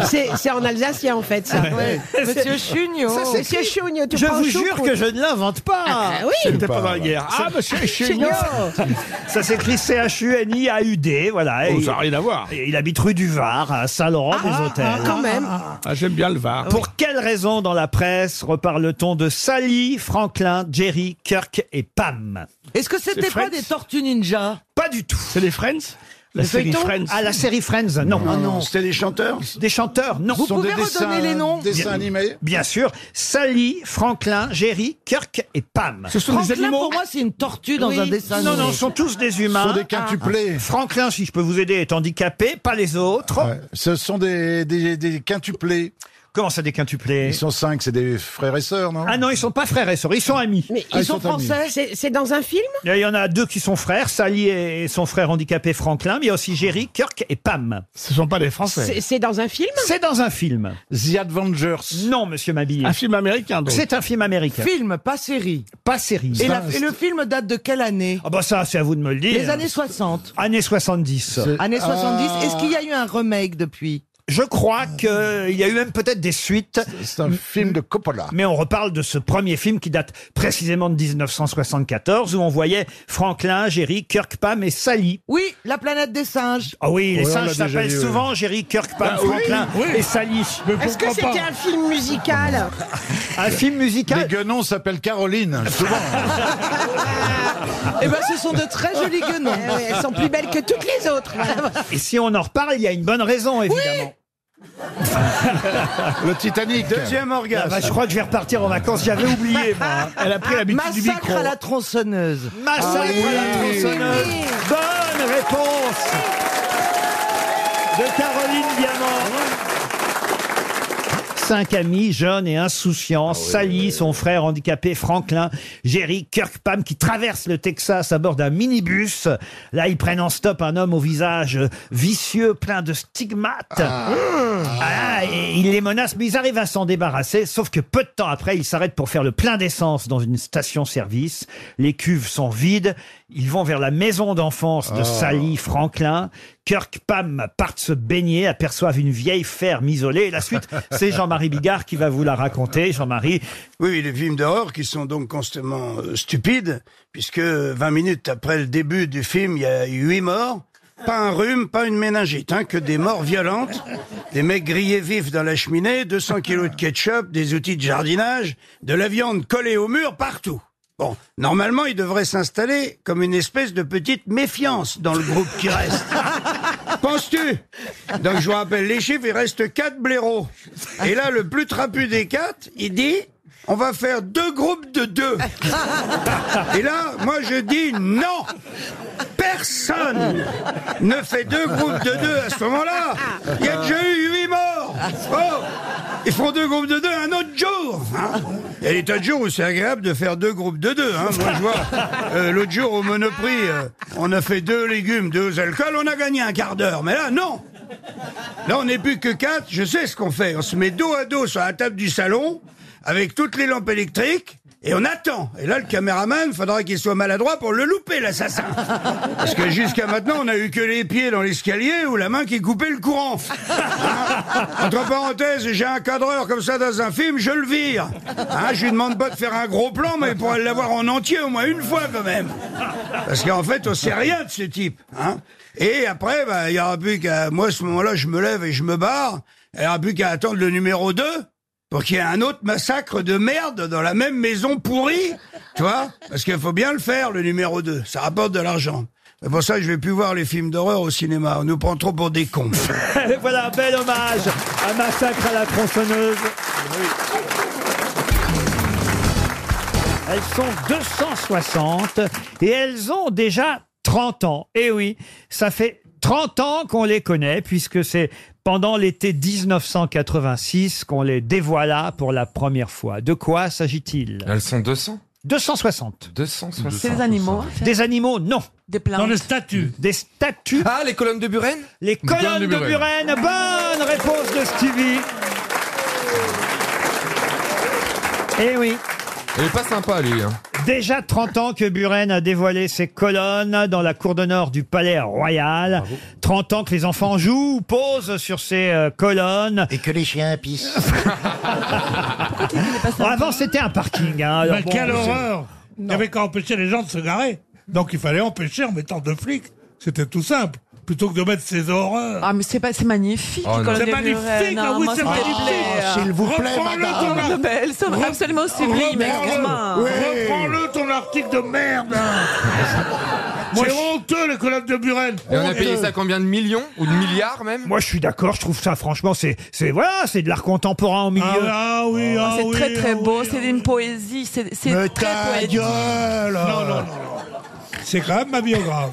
C'est c'est en Alsacien en fait, ça. Ah Ouais. Monsieur Chugnot. Ça, c'est Monsieur écrit. Chugnot, tu Je prends vous chaud, jure quoi. que je ne l'invente pas. Ah, oui. C'était pas dans la guerre. Ah, monsieur Chugnot. Ça s'écrit C-H-U-N-I-A-U-D, voilà. Oh, Et ça n'a rien à voir. il- Il habite rue du Var, à Saint-Laurent-des-Hôtels. Ah, Quand même. Ah, J'aime bien le Var. Pour quelle raison dans la presse reparle-t-on de Sally, Franklin, Jerry, Kirk et Pam Est-ce que c'était pas Friends des tortues ninja Pas du tout. C'est les Friends La Le série feuilleton Friends. Ah, la série Friends, non. Ah non. C'était les chanteurs Des chanteurs, non. Vous Ce sont pouvez des dessins- redonner les noms dessins Bien- animés Bien sûr. Sally, Franklin, Jerry, Kirk et Pam. Ce sont des Franklin, animaux. pour moi, c'est une tortue dans Oui. un dessin Non, animé. non, ce sont tous des humains. Ce sont des quintuplés. Ah. Franklin, si je peux vous aider, est handicapé, pas les autres. Ouais. Ce sont des, des, des quintuplés. Comment ça, des quintuplés Ils sont cinq, c'est des frères et sœurs, non Ah non, ils sont pas frères et sœurs, ils sont amis. Mais Ah, ils ils sont sont amis. français C'est c'est dans un film Il y en a deux qui sont frères, Sally et son frère handicapé Franklin, mais il y a aussi Jerry, Kirk et Pam. Ce sont pas des C'est Français. c'est dans un film C'est dans un film. The Avengers. Non, monsieur Mabille. Un film américain, donc. C'est un film américain. Film, pas série. Pas série. Et, la- et le film date de quelle année Ah bah ça, c'est à vous de me le dire. Les années 60. Années 70. Années 70. Est-ce qu'il y a eu un remake depuis Je crois Ah, qu'il y a eu même peut-être des suites. C'est un film de Coppola. Mais on reparle de ce premier film qui date précisément de 1974 où on voyait Franklin, Jerry, Kirkpam et Sally. Oui, la planète des singes. Ah oui, les Ouais, on singes l'a déjà s'appellent eu, ouais. souvent Jerry, Kirkpam, Bah oui, Franklin oui. et Sally. Est-ce que c'était un film musical Un film musical Les guenons s'appellent Caroline, souvent. Eh ben, ce sont de très jolies guenons. Eh Elles sont plus belles que toutes les autres. voilà. Et si on en reparle, il y a une bonne raison, évidemment. Le Titanic. Deuxième orgasme. Bah, je crois que je vais repartir en vacances. J'avais oublié, moi. Elle a pris l'habitude du Massacre micro. à la tronçonneuse. Ah Massacre à la tronçonneuse. Bonne réponse de Caroline Diamant. Cinq amis jeunes et insouciants, Sally, son frère handicapé, Franklin, Jerry, Kirkpam, qui traversent le Texas à bord d'un minibus. Là, ils prennent en stop un homme au visage vicieux, plein de stigmates. Ah, et il les menace, mais ils arrivent à s'en débarrasser. Sauf que peu de temps après, ils s'arrêtent pour faire le plein d'essence dans une station-service. Les cuves sont vides. Ils vont vers la maison d'enfance de Ah. Sally Franklin. Kirk Pam partent se baigner, aperçoivent une vieille ferme isolée. Et la suite, c'est Jean-Marie Bigard qui va vous la raconter. Jean-Marie, Oui, oui, les films d'horreur qui sont donc constamment euh, stupides, puisque 20 minutes après le début du film, il y a eu huit morts. Pas un rhume, pas une méningite, hein, que des morts violentes, des mecs grillés vifs dans la cheminée, 200 kilos de ketchup, des outils de jardinage, de la viande collée au mur partout. Bon, normalement, il devrait s'installer comme une espèce de petite méfiance dans le groupe qui reste. Penses-tu Donc je vous rappelle les chiffres, il reste quatre blaireaux. Et là, le plus trapu des quatre, il dit, on va faire deux groupes de deux. Et là, moi je dis non Personne ne fait deux groupes de deux à ce moment-là Il y a déjà eu huit morts Oh ils feront deux groupes de deux un autre jour. hein. Il y a des tas de jours où c'est agréable de faire deux groupes de deux. hein. Moi, je vois, euh, l'autre jour au Monoprix, euh, on a fait deux légumes, deux alcools, on a gagné un quart d'heure. Mais là, non. Là, on n'est plus que quatre. Je sais ce qu'on fait. On se met dos à dos sur la table du salon avec toutes les lampes électriques. Et on attend. Et là, le caméraman, faudra qu'il soit maladroit pour le louper, l'assassin. Parce que jusqu'à maintenant, on a eu que les pieds dans l'escalier ou la main qui coupait le courant. Hein Entre parenthèses, j'ai un cadreur comme ça dans un film, je le vire. Hein, je lui demande pas de faire un gros plan, mais il pourrait l'avoir en entier au moins une fois quand même. Parce qu'en fait, on sait rien de ce type. hein. Et après, bah, il y aura plus qu'à... Moi, à ce moment-là, je me lève et je me barre. Il n'y aura plus qu'à attendre le numéro 2 pour qu'il y ait un autre massacre de merde dans la même maison pourrie. Tu vois Parce qu'il faut bien le faire, le numéro 2. Ça rapporte de l'argent. C'est pour ça que je vais plus voir les films d'horreur au cinéma. On nous prend trop pour des cons. voilà un bel hommage à Massacre à la tronçonneuse. Elles sont 260 et elles ont déjà 30 ans. Et oui, ça fait 30 ans qu'on les connaît puisque c'est pendant l'été 1986 qu'on les dévoila pour la première fois. De quoi s'agit-il Elles sont 200 260. 260. C'est des animaux, en fait Des animaux, non. Des plantes. Dans les statues. Des statues. Ah, les colonnes de Buren Les colonnes de de Buren. Buren. Bonne réponse de Stevie. Eh oui. Il est pas sympa, lui. hein. Déjà 30 ans que Buren a dévoilé ses colonnes dans la cour d'honneur du Palais Royal. 30 ans que les enfants jouent ou posent sur ces euh, colonnes. Et que les chiens pissent. avant, c'était un parking. hein. Alors Mais bon, quelle c'est- horreur Il n'y avait qu'à empêcher les gens de se garer. Donc il fallait empêcher en mettant deux flics. C'était tout simple. Plutôt que de mettre ces horreurs. Ah, mais c'est pas, c'est magnifique. Oh, non. Colonne C'est de magnifique, Buren, là, hein, oui, moi, c'est ça me magnifique. plaît, hein. Ah, S'il vous plaît, Reprends-le, madame. ton Mais Elles sont Rep- absolument sublimes, excuse-moi. Reprends-le Reprends-le, ton article de merde Moi, c'est honteux, les colonnes de Buren Et on a payé ça combien de millions Ou de milliards, même Moi, je suis d'accord. Je trouve ça, franchement, c'est, c'est voilà, c'est de l'art contemporain au milieu. Ah, oui, Oh, c'est très ah très beau, c'est une poésie, c'est c'est Me très ta poétique. gueule Non, non, non, non. C'est quand même ma biographe.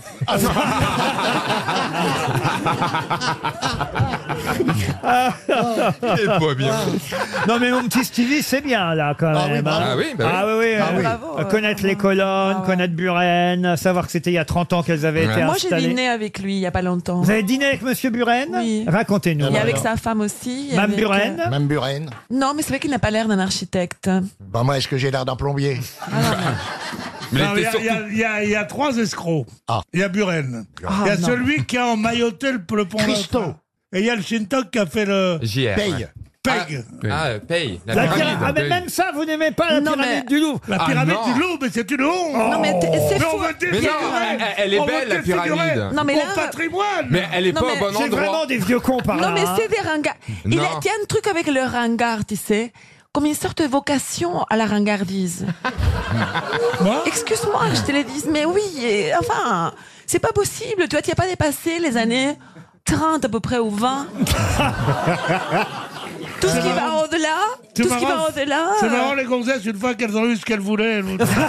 Il est pas bien. Ah. Non mais mon petit Stevie, c'est bien là quand Ah oui, même. bravo. hein. Ah oui, bah oui. Ah oui, oui, Ah euh, oui. euh, Connaître Ah les colonnes, connaître Buren, savoir que c'était il y a 30 ans qu'elles avaient été Moi j'ai installées. dîné avec lui il y a pas longtemps. Vous avez dîné avec Monsieur Buren Oui. Racontez-nous. Et avec sa femme aussi. Mme avec, Buren euh, Même Buren. Non, mais c'est vrai qu'il n'a pas l'air d'un architecte. Bah moi, est-ce que j'ai l'air d'un plombier Non, Il y, a- il y a- il y a- il y a trois escrocs. Il y a Buren. Il y a Ah, non. celui qui a emmailloté le, le pont. Christo. Et il y a le Shintok qui a fait le. JR, Paye. ouais. Peg. Ah, euh, paye. La, La pyramide. pyra- ah, mais Paye. même ça, vous n'aimez pas la Non, pyramide mais- du Louvre. La Ah, pyramide non. du Louvre, mais c'est une honte. Non, mais t- c'est on faux. va Mais non, défigurer. elle- elle est On va belle, la défigurer pyramide. Mon Non, mais là- patrimoine. Mais elle est Non, pas au mais- bon C'est endroit. vraiment des vieux cons par hein. non, mais c'est des ringards. Il y Non. a il y a un truc avec le ringard, tu sais. Comme une sorte de vocation à la ringardise. Excuse-moi, je te le dis, mais oui, et- enfin, c'est pas possible. Tu vois, tu n'as pas dépassé les années 30 à peu près ou 20. Tout ce qui va au-delà, tout ce qui va au-delà. C'est euh, marrant, les gonzesses, une fois qu'elles ont eu ce qu'elles voulaient. elles Ah, vous-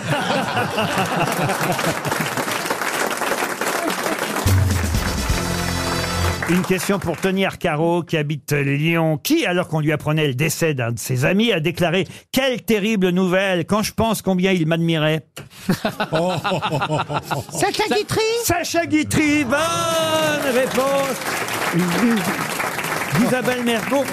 Une question pour Tony Arcaro qui habite Lyon, qui, alors qu'on lui apprenait le décès d'un de ses amis, a déclaré Quelle terrible nouvelle Quand je pense combien il m'admirait. Oh. Sacha Guitry Sacha Guitry, bonne réponse Isabelle Mergo.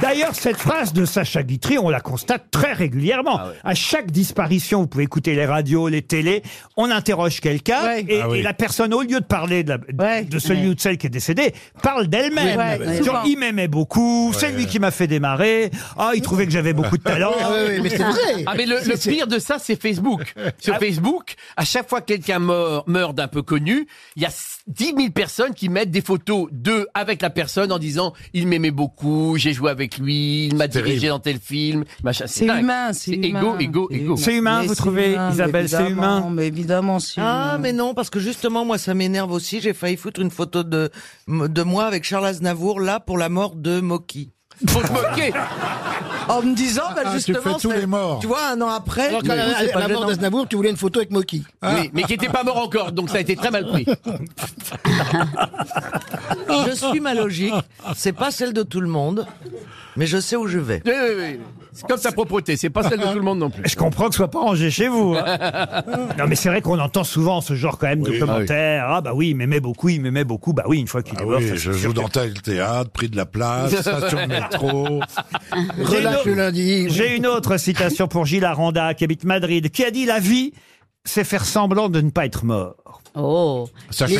D'ailleurs, cette phrase de Sacha Guitry, on la constate très régulièrement. À chaque disparition, vous pouvez écouter les radios, les télés, on interroge quelqu'un et, Ah oui. et la personne, au lieu de parler de, la- de celui Ouais. ou de celle qui est décédée, parle d'elle-même. Oui, ouais, ouais. Genre, souvent. il m'aimait beaucoup, c'est lui qui m'a fait démarrer. Ah, il trouvait que j'avais beaucoup de talent. Ah, mais le, le pire de ça, c'est Ah Facebook. Sur Facebook, à chaque fois que quelqu'un meurt, meurt d'un peu connu, il y a 10 000 personnes qui mettent des photos d'eux avec la personne en disant « Il m'aimait beaucoup, j'ai joué avec lui, il m'a dirigé dans tel film. » machin. C'est dingue. humain, c'est humain. Égo, égo, égo. Mais c'est humain, mais évidemment, Mais évidemment, c'est Ah, humain. mais non, parce que justement, moi, ça m'énerve aussi. J'ai failli foutre une photo de, de moi avec Charles Aznavour, là, pour la mort de Moki. Faut te moquer En me disant, bah, Ah, tu justement. fais tous c'est- les morts. Tu vois, un an après. Alors qu'à du coup, la, à c'est pas la mort gênant. d'Aznavour, tu voulais une photo avec Moki. Oui, mais qui n'était pas mort encore, donc ça a été très mal pris. Je suis ma logique. C'est pas celle de tout le monde, mais je sais où je vais. Oui, oui, oui. C'est comme sa propreté, c'est pas celle de tout le monde non plus. Je comprends que ce soit pas rangé chez vous. hein. Non, mais c'est vrai qu'on entend souvent ce genre quand même de Oui. commentaires. Ah, bah oui, il m'aimait beaucoup, il m'aimait beaucoup. Bah oui, une fois qu'il est mort, Ah oui, ça, c'est je sûr joue que- dans tel théâtre, pris de la place, station de Oh. métro. J'ai une autre- J'ai une autre citation pour Gilles Aranda, qui habite Madrid, qui a dit La vie, c'est faire semblant de ne pas être mort. Oh Sacha Les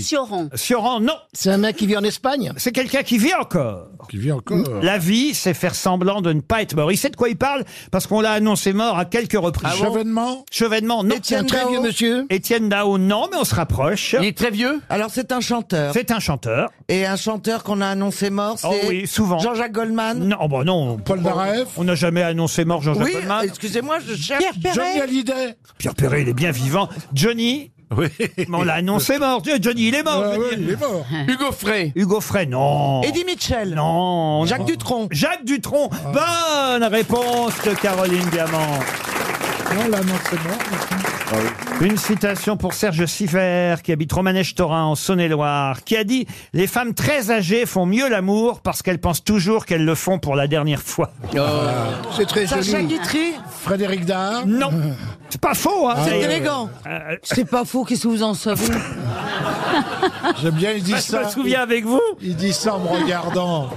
Sioran, Sioran. Sioran, non C'est un mec qui vit en Espagne C'est quelqu'un qui vit encore. Qui vit encore. La vie, c'est faire semblant de ne pas être mort. Il sait de quoi il parle parce qu'on l'a annoncé mort à quelques reprises. Ah bon Chevènement Chevènement, non. Étienne Un très Dao vieux monsieur Étienne Dao, non, mais on se rapproche. Il est très vieux Alors, c'est un chanteur. C'est un chanteur. Et un chanteur qu'on a annoncé mort, c'est. Oh oui, souvent. Jean-Jacques Goldman. Non, bon, non. Paul On n'a jamais annoncé mort Jean-Jacques Oui, Goldman. excusez-moi, je cherche. Johnny Hallyday. Pierre Perret, il est bien vivant. Johnny Oui. Mais on l'a annoncé mort. Dieu, Johnny, il est mort. je veux dire. il est mort. Hugo Frey. Hugo Frey, non. Eddie Mitchell. Non. Jacques Dutronc. Jacques Dutronc. Bonne réponse de Caroline Diamant. Non, là, non, c'est mort. Une citation pour Serge Siffer, qui habite Romanèche-Torin, en Saône-et-Loire, qui a dit « Les femmes très âgées font mieux l'amour parce qu'elles pensent toujours qu'elles le font pour la dernière fois. C'est très Sacha joli. Guitry. Frédéric Dard Non. C'est pas faux, hein Ah, C'est ouais. élégant. Euh, C'est pas faux, qu'est-ce que vous en savez J'aime bien, il dit Bah, je ça. me souviens avec vous. Il dit ça en me regardant.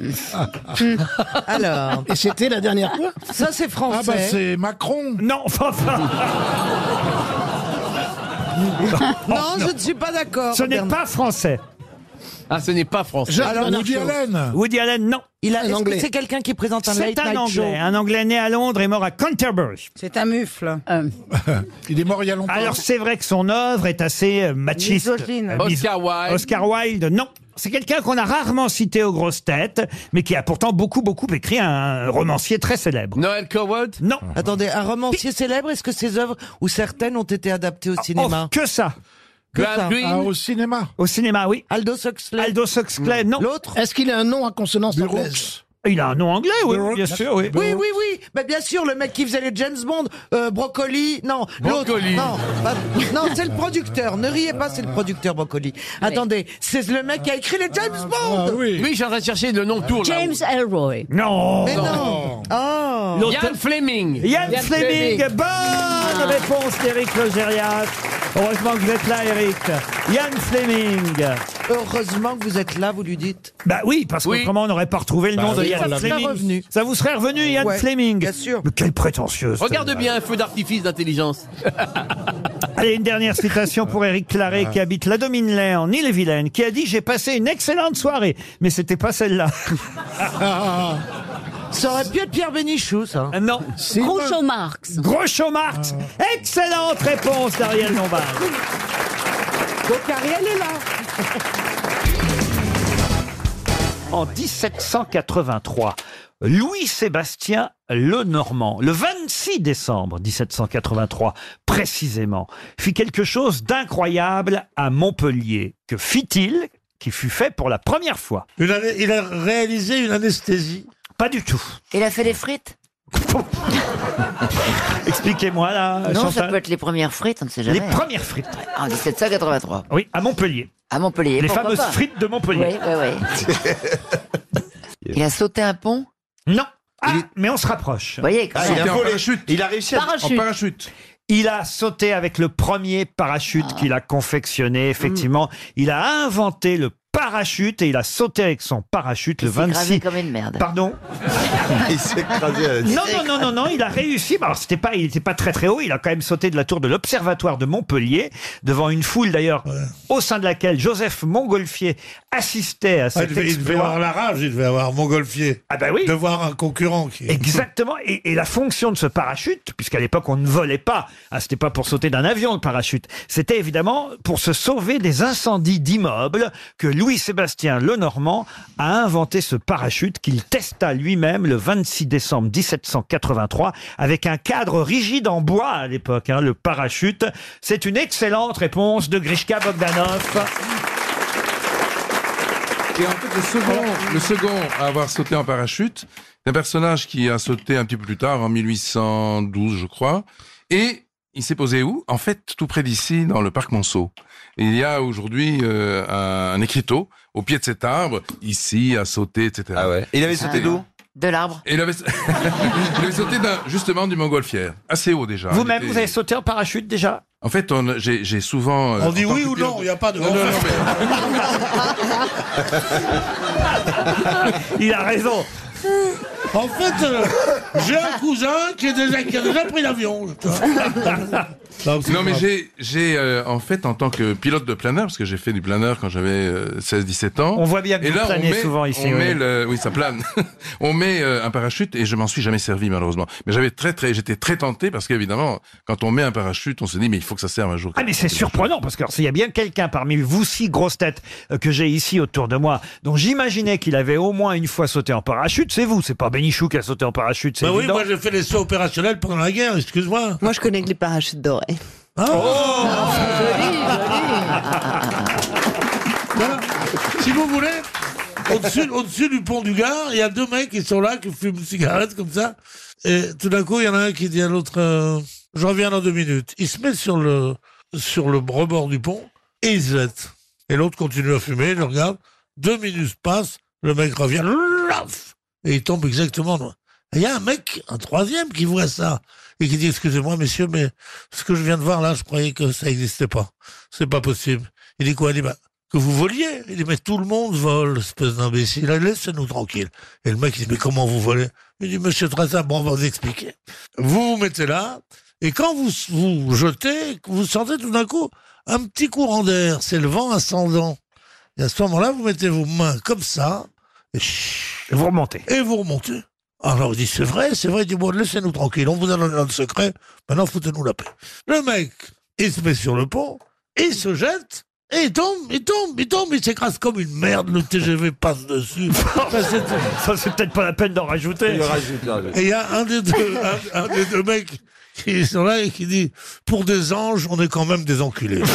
Alors. Et c'était la dernière fois Ça, c'est français. Ah, bah, c'est Macron. » Non, enfin, enfin, non, je ne suis pas d'accord. euh, ce n'est Bernard. pas français. Ah, ce n'est pas français. Jacques Alors, Bernard Woody Woody Shaw. Allen. Ah, Woody Allen, non. Il a, Un est-ce que Anglais. c'est quelqu'un qui présente un Ah, C'est late un night show Anglais, un Anglais né à Londres et mort à Canterbury. C'est un mufle. Euh, Il est mort il y a longtemps. Alors c'est vrai que son œuvre est assez euh, machiste. Misogyne. mis- Oscar Wilde. Oscar Wilde, non. C'est quelqu'un qu'on a rarement cité aux grosses têtes, mais qui a pourtant beaucoup, beaucoup écrit un romancier très célèbre. Noël Coward Non. Attendez, un romancier célèbre, est-ce que ses œuvres ou certaines ont été adaptées au Oh, cinéma que ça Que Graham ça. Greene. Ah, au cinéma. Au cinéma, oui. Aldous Huxley. Hmm. Aldous Huxley, non. L'autre Est-ce qu'il a un nom à consonance anglaise Brooks. Il a un nom anglais, oui, Burroughs. bien sûr, oui. Oui, oui, oui. Bah, bien sûr, le mec qui faisait les James Bond, euh, Brocoli. Non, l'autre. Brocoli. Non, pas- non c'est le producteur. Ne riez pas, c'est le producteur Brocoli. Attendez, c'est le mec qui a écrit les Ah, James Bond. Oui, je suis en train de chercher le Euh, nom tour. James Elroy. Non. Mais non. Oh. Là où- L'auteur- Ian Fleming. Yann Ian Fleming, Fleming. bonne Ah. réponse d'Éric Logérias. Heureusement que vous êtes là, Eric. Yann Fleming. Heureusement que vous êtes là, vous lui dites. Bah oui, parce Oui. qu'autrement on n'aurait pas retrouvé le nom de Bah oui, ça Yann serait Fleming. revenu. Ça vous serait revenu, Yann Ouais, Fleming bien sûr. Mais quelle prétentieuse. Regarde bien un feu d'artifice d'intelligence. Allez, une dernière citation pour Éric Claret Ah. qui habite la Dominelay en Ille-et-Vilaine, qui a dit J'ai passé une excellente soirée, mais c'était pas celle-là. Ça aurait pu être Pierre Bénichou, ça. Euh, Non. Groucho Marx. Ah. Groucho Marx. Excellente réponse d'Ariel Lombard. Donc Ariel est là. En 1783, Louis-Sébastien Lenormand, le 26 décembre 1783 précisément, fit quelque chose d'incroyable à Montpellier. Que fit-il qui fut fait pour la première fois Il a réalisé une anesthésie Pas du tout. Il a fait des frites Expliquez-moi là. Non, ça Chantal. peut être les premières frites, on ne sait jamais. hein. Ah, Les premières frites. En 1783. Oui, à Montpellier. À Montpellier. Les pourquoi fameuses pas. frites de Montpellier. Oui, oui, oui. Il a sauté un pont Non. Ah, mais on se rapproche. Vous voyez, quand Ah, même. il a volé. Il a réussi à- Parachute. en parachute. Il a sauté avec le premier parachute qu'il a confectionné, effectivement. Ah. Il a inventé le parachute et il a sauté avec son parachute le s'est gravé 26. comme une merde. Pardon Il s'est écrasé à la Non, non, non, non, non, il a réussi. Mais Alors, c'était pas, il n'était pas très très haut. Il a quand même sauté de la tour de l'Observatoire de Montpellier, devant une foule d'ailleurs, au sein de laquelle Joseph Montgolfier assistait à Ah, cet il, devait, il devait exploit. avoir la rage, il devait avoir Montgolfier. Ah ben oui. De voir un concurrent qui. Exactement. Et, et la fonction de ce parachute, puisqu'à l'époque on ne volait pas, ah, c'était pas pour sauter d'un avion le parachute, c'était évidemment pour se sauver des incendies d'immeubles que Louis-Sébastien Lenormand a inventé ce parachute qu'il testa lui-même le 26 décembre 1783 avec un cadre rigide en bois à l'époque, hein, le parachute. C'est une excellente réponse de Grishka Bogdanov. Et en fait, le second, le second à avoir sauté en parachute, c'est un personnage qui a sauté un petit peu plus tard, en 1812, je crois. Et il s'est posé où En fait, tout près d'ici, dans le parc Monceau. Il y a aujourd'hui euh, un, un écriteau au pied de cet arbre, ici, à sauter, etc. Ah ouais. il avait sauté d'où De l'arbre. il avait, il avait sauté d'un- justement du montgolfière, assez haut déjà. Vous-même, Il vous était- avez sauté en parachute déjà En fait, on- j'ai j'ai souvent... euh, On dit en tant oui que ou pilote- non, il n'y a pas de. Non, non, non, Il a raison. En fait, euh, j'ai un cousin qui, est déjà, qui a déjà pris l'avion. tu vois. Non, mais j'ai, j'ai euh, en fait, en tant que pilote de planeur, parce que j'ai fait du planeur quand j'avais 16-17 ans. On voit bien que et vous là, planez on met, souvent ici, on oui. met le- oui, ça plane. on met euh, un parachute et je m'en suis jamais servi, malheureusement. Mais j'avais très, très, j'étais très tenté parce qu'évidemment, quand on met un parachute, on se dit, mais il faut que ça serve un jour. Ah mais c'est surprenant parce que alors, s'il y a bien quelqu'un parmi vous six grosses têtes euh, que j'ai ici autour de moi dont j'imaginais qu'il avait au moins une fois sauté en parachute, c'est vous, c'est pas Bénichou qui a sauté en parachute, c'est Bah oui, évident. moi j'ai fait les sauts opérationnels pendant la guerre, excuse-moi. Hein Moi, je connais que les parachutes dorés. Oh, ah. Voilà. Si vous voulez, au-dessus au-dessus du pont du Gard, il y a deux mecs qui sont là, qui fument une cigarette comme ça. Et tout d'un coup, il y en a un qui dit à l'autre euh, Je reviens dans deux minutes. Il se met sur le, sur le rebord du pont et il se jette. Et l'autre continue à fumer, il le regarde. Deux minutes passent, le mec revient, laf Et il tombe exactement dans- Et Il y a un mec, un troisième, qui voit ça et qui dit Excusez-moi, messieurs, mais ce que je viens de voir là, je croyais que ça n'existait pas. C'est pas possible. Il dit quoi Il dit bah, que vous voliez. Il dit mais tout le monde vole, espèce d'imbécile. Laissez-nous tranquille. Et le mec il dit mais comment vous volez Il dit Monsieur Trassa, bon, on va vous expliquer. Vous vous mettez là et quand vous vous jetez, vous sentez tout d'un coup un petit courant d'air. C'est le vent ascendant. Et à ce moment-là, vous mettez vos mains comme ça et chut, vous remontez. Et vous remontez. Alors il dit c'est vrai, c'est vrai. Il dit bon, laissez-nous tranquille. On vous a donné notre secret. Maintenant foutez-nous la paix. Le mec, il se met sur le pont, il se jette. Et il tombe, il tombe, il tombe, il s'écrase comme une merde, le TGV passe dessus. Ça, c'est- Ça c'est peut-être pas la peine d'en rajouter. Il rajoute, et il y a un des deux, un, un des deux mecs qui sont là et qui dit Pour des anges, on est quand même des enculés.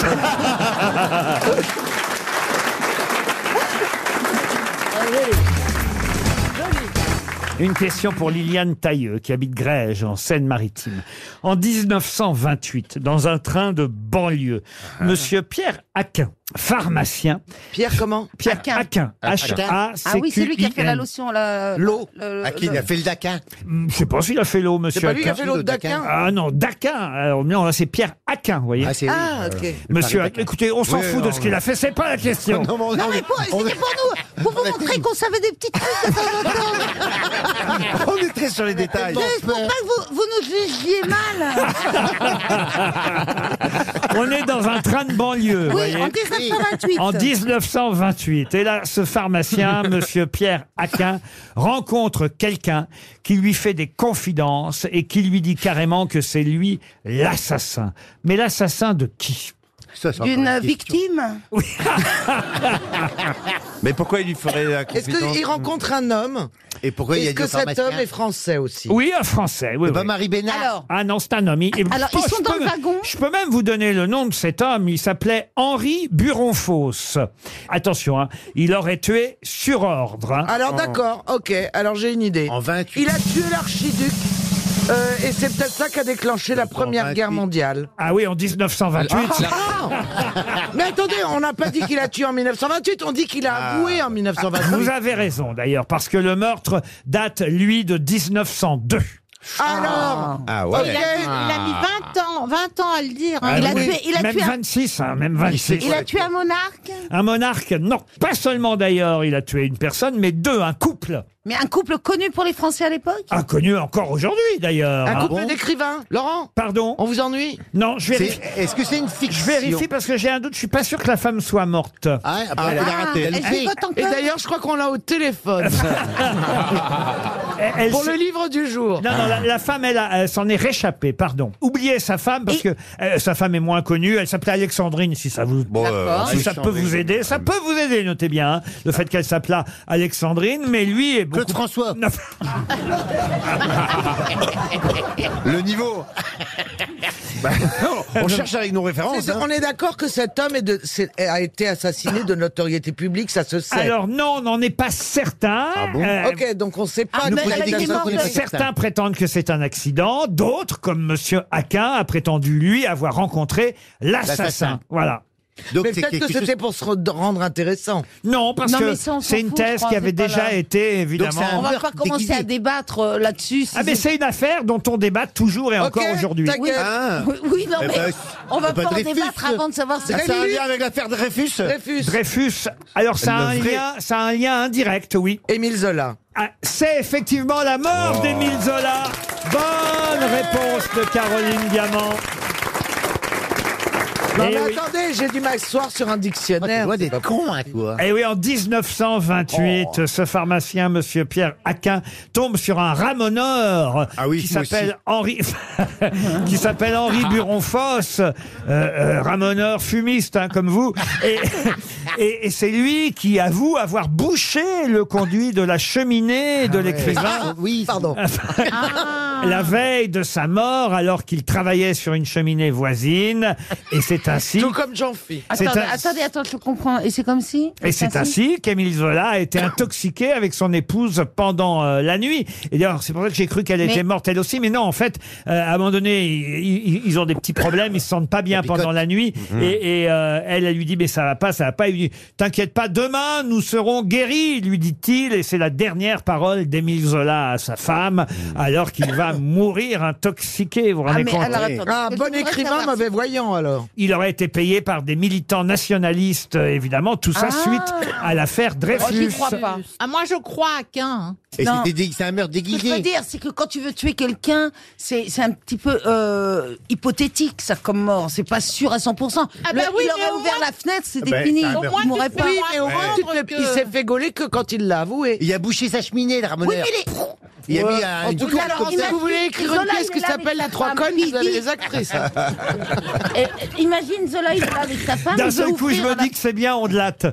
Une question pour Liliane Tailleux, qui habite Grège, en Seine-Maritime. En 1928, dans un train de banlieue, Ah. Monsieur Pierre Aquin, pharmacien. Pierre comment Pierre Aquin. Ah oui, c'est lui qui a fait la lotion. euh, La... L'eau. Euh, le- le- le Ah, Daquin Mm, Je sais pas s'il a fait l'eau, monsieur. pas lui qui a Aquin. fait l'eau de Daquin Ah non, Daquin. Alors, non, là, c'est Pierre Aquin, vous voyez. c'est- Ah, ok. Monsieur, Paris Daquin. écoutez, on s'en Oui, fout non, de ce qu'il non. a fait, c'est pas la question. Non, mais pour- c'était pour nous. Pour vous montrer qu'on savait des petites trucs de temps en temps. On est très sur les détails. Juste pour pas que vous, vous nous jugiez mal. On est dans un train de banlieue. vous Oui, voyez. en 1928. En 1928. Et là, ce pharmacien, monsieur Pierre Aquin, rencontre quelqu'un qui lui fait des confidences et qui lui dit carrément que c'est lui l'assassin. Mais l'assassin de qui D'une victime Mais pourquoi il lui ferait la Est-ce qu'il rencontre un homme Et pourquoi il y a hein Est-ce que des cet pharmaciens homme est français aussi Oui, un Français. Oui, C'est pas Eh ben, Marie Bénard. ah non, c'est un homme. Il- il- Alors, je ils peux- sont je dans peux le me- wagon Je peux même vous donner le nom de cet homme. Il s'appelait Henri Buronfos. Attention, hein, il aurait tué sur ordre. hein. Alors Oh. d'accord, ok, alors j'ai une idée. En 28. Il a tué l'archiduc. euh, et c'est peut-être ça qui a déclenché la Première Guerre mondiale. Ah, Ah oui, en 1928. Mais attendez, on n'a pas dit qu'il a tué en 1928, on dit qu'il a avoué en 1928. Vous avez raison d'ailleurs, parce que le meurtre date, lui, de 1902. Alors Ah ouais. Oh. il, a, il a mis 20 ans, 20 ans à le dire. hein. Ah il, a oui. tué, il a même tué un- 26, hein, même 26. il a tué un monarque, Un monarque, non, pas seulement d'ailleurs, il a tué une personne, mais deux, un couple. mais un couple connu pour les Français à l'époque. Ah Inconnu encore aujourd'hui d'ailleurs. Un hein. couple d'écrivains, Laurent Pardon On vous ennuie Non, je vérifie. C'est- Est-ce que c'est une fiction Je vérifie parce que j'ai un doute, je suis pas sûr que la femme soit morte. Ah, ah, bah, elle a Ah, raté. elle Et, et d'ailleurs, je crois qu'on l'a au téléphone. Elle- elle Pour se- le livre du jour. Non, non, la, la femme, elle, a- elle s'en est réchappée, pardon. Oubliez sa femme, parce que euh, sa femme est moins connue. Elle s'appelait Alexandrine, si ça vous, D'accord. si ça peut vous aider. Ça peut vous aider, notez bien, hein, le fait qu'elle s'appelât Alexandrine, mais lui est beaucoup... Claude François Le niveau on cherche avec nos références. C'est- hein. On est d'accord que cet homme est de- c'est- a été assassiné de notoriété publique, ça se sait. Alors non, on n'en est pas certain. Ah Euh, ok, donc on ne sait pas. Ah, qui mais est avec l'assassin. des morts de- Certains prétendent que c'est un accident, d'autres, comme Monsieur Aquin, a prétendu lui avoir rencontré l'assassin. L'assassin. Voilà. mais peut-être que c'était pour se re- rendre intéressant. Non, parce Non, que mais ça, on s'en c'est une fout, je thèse crois, qui avait c'est pas déjà là. été évidemment. on va pas commencer à débattre euh, là-dessus. si Ah mais c'est une affaire dont on débat toujours et encore aujourd'hui. Oui, oui, oui, non, Eh mais ben, on va eh ben, pas en Dreyfus, débattre avant de savoir si Ah, ça a un lien avec l'affaire Dreyfus Dreyfus. Dreyfus. Alors ça a, Le un vrai- lien, ça a un lien indirect, oui. Ah, Émile Zola. c'est effectivement la Oh. mort d'Émile Zola. Bonne réponse de Caroline Diamant. Non, Eh mais oui. attendez, j'ai dû m'asseoir sur un dictionnaire. des cons, hein, toi. Et Eh oui, en 1928, Oh. ce pharmacien, Monsieur Pierre Aquin, tombe sur un ramoneur qui Ah moi aussi. Ah. s'appelle Henri, qui s'appelle Henri Buron-Fosse, euh, euh, ramoneur fumiste, hein, comme vous. Et, et- et c'est lui qui avoue avoir bouché le conduit de la cheminée de l'écrivain. Ah oui, Ah. pardon. Ah. La veille de sa mort, alors qu'il travaillait sur une cheminée voisine, et c'est ainsi. Tout comme Jean-Philippe. C'est Attendez, un- attendez, attends, je comprends. Et c'est comme si et c'est ainsi qu'Émile Zola a été intoxiqué avec son épouse pendant euh, la nuit. Et d'ailleurs, c'est pour ça que j'ai cru qu'elle Mais- était morte elle aussi. Mais non, en fait, euh, à un moment donné, ils, ils- ils ont des petits problèmes, ils se sentent pas bien pendant la nuit. Et, et, euh, elle, elle lui dit, mais ça va pas, ça va pas. Il lui dit, t'inquiète pas, demain, nous serons guéris, lui dit-il. Et c'est la dernière parole d'Émile Zola à sa femme, alors qu'il va mourir intoxiqué. Vous vous rendez compte Ah, bon écrivain, mauvais voyant alors. il aurait été payé par des militants nationalistes, euh, évidemment, tout ça Ah. suite à l'affaire Moi, Dreyfus. j'y crois pas. Ah, moi, je crois à hein. qu'un. Non. c'est un meurtre Ce que je veux dire, c'est que quand tu veux tuer quelqu'un, c'est c'est un petit peu euh, hypothétique, ça, comme mort. C'est pas sûr à 100%. Ah bah oui, il mais aurait au ouvert moins- la fenêtre, Ah c'était Ben, fini. c'est un Il meurtre. m'aurait pas- Oui, mais au Ouais. moins, tu te- que- il s'est fait gauler que quand il l'a avoué. Il a bouché sa cheminée, le Oui, mais ramoneur. les. Il a Ouais. mis un. En une tout coupe cas, Laurent, comme si ça. vous voulez écrire Zola, une pièce il qui est là s'appelle avec La sa Trois femme. Connes, vous Il avez dit- les actrices. Et, imagine Zola, il est là avec sa femme. D'un il veut seul coup, je ouvrir hein. me la- dis que c'est bien, on de latte.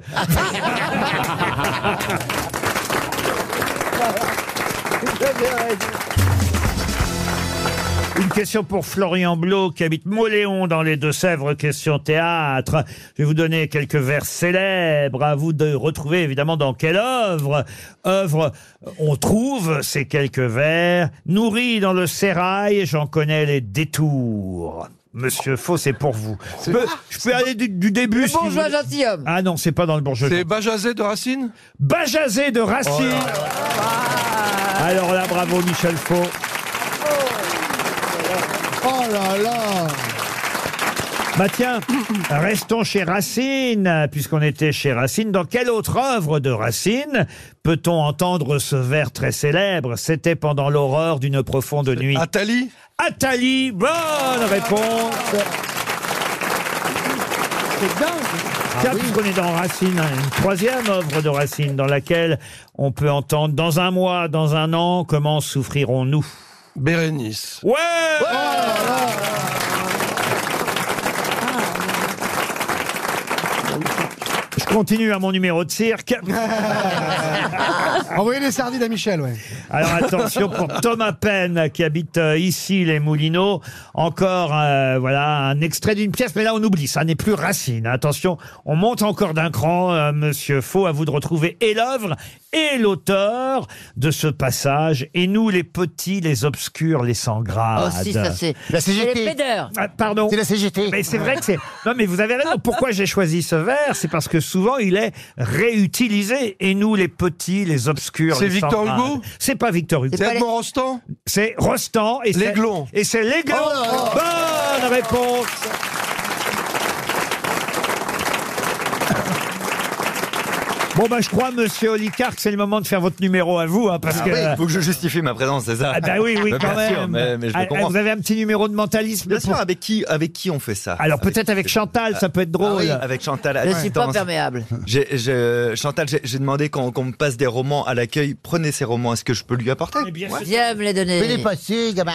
Une question pour Florian Blo qui habite Moléon dans les Deux-Sèvres, question théâtre. Je vais vous donner quelques vers célèbres à vous de retrouver évidemment dans quelle œuvre. Œuvre, on trouve ces quelques vers. Nourri dans le sérail, j'en connais les détours. Monsieur Faux, c'est pour vous. Je peux, je peux aller du, du début. si vous bourgeois voulez. gentilhomme. Ah non, c'est pas dans le bourgeois. C'est Bajazet de Racine Oh Bajazet de Racine. Alors là, bravo Michel Faux. Oh là là Bah tiens, restons chez Racine, puisqu'on était chez Racine. Dans quelle autre œuvre de Racine peut-on entendre ce vers très célèbre C'était pendant l'aurore d'une profonde nuit. Atali Atali, bonne réponse C'est Tiens, puisqu'on est dans Racine, hein, une troisième œuvre de Racine dans laquelle on peut entendre dans un mois, dans un an, comment souffrirons-nous Bérénice. Ouais, Je continue à mon numéro de cirque. Envoyez les sardines à Michel, ouais. Alors attention pour Thomas Penn qui habite euh, ici les Moulineaux. Encore euh, voilà un extrait d'une pièce, mais là on oublie, ça n'est plus Racine. Attention, on monte encore d'un cran, euh, Monsieur Faux, à vous de retrouver et l'œuvre et l'auteur de ce passage. Et nous les petits, les obscurs, les sans grade. Oh, si, ça, c'est- La CGT. c'est les pédeurs. Ah, pardon. C'est la CGT. Mais c'est vrai que c'est. Non mais vous avez raison. Pourquoi j'ai choisi ce vers C'est parce que souvent il est réutilisé. Et nous les petits, les obscurs, C'est les sans Victor grade. Hugo C'est pas Victor Hugo. C'est Edmond Rostand C'est Rostand et c'est L'Aiglon. Oh. Et c'est l'aiglon. Bonne réponse. Bon bah je crois Monsieur Olicard que c'est le moment de faire votre numéro à vous hein, parce Ah que. oui, il faut que je justifie ma présence, c'est ça Ah bah oui, oui, Bah, quand bien même. sûr, mais, mais je Ah, le comprends. vous avez un petit numéro de mentalisme Bien pour- sûr, avec qui, avec qui on fait ça Alors peut-être avec Chantal, ça peut être drôle. Ah oui, avec Chantal. à Je suis pas distance. perméable. J'ai- je- Chantal, j'ai j'ai demandé qu'on qu'on me passe des romans à l'accueil. Prenez ces romans, est-ce que je peux lui apporter Viens me les donner. Mais les passé, gamin.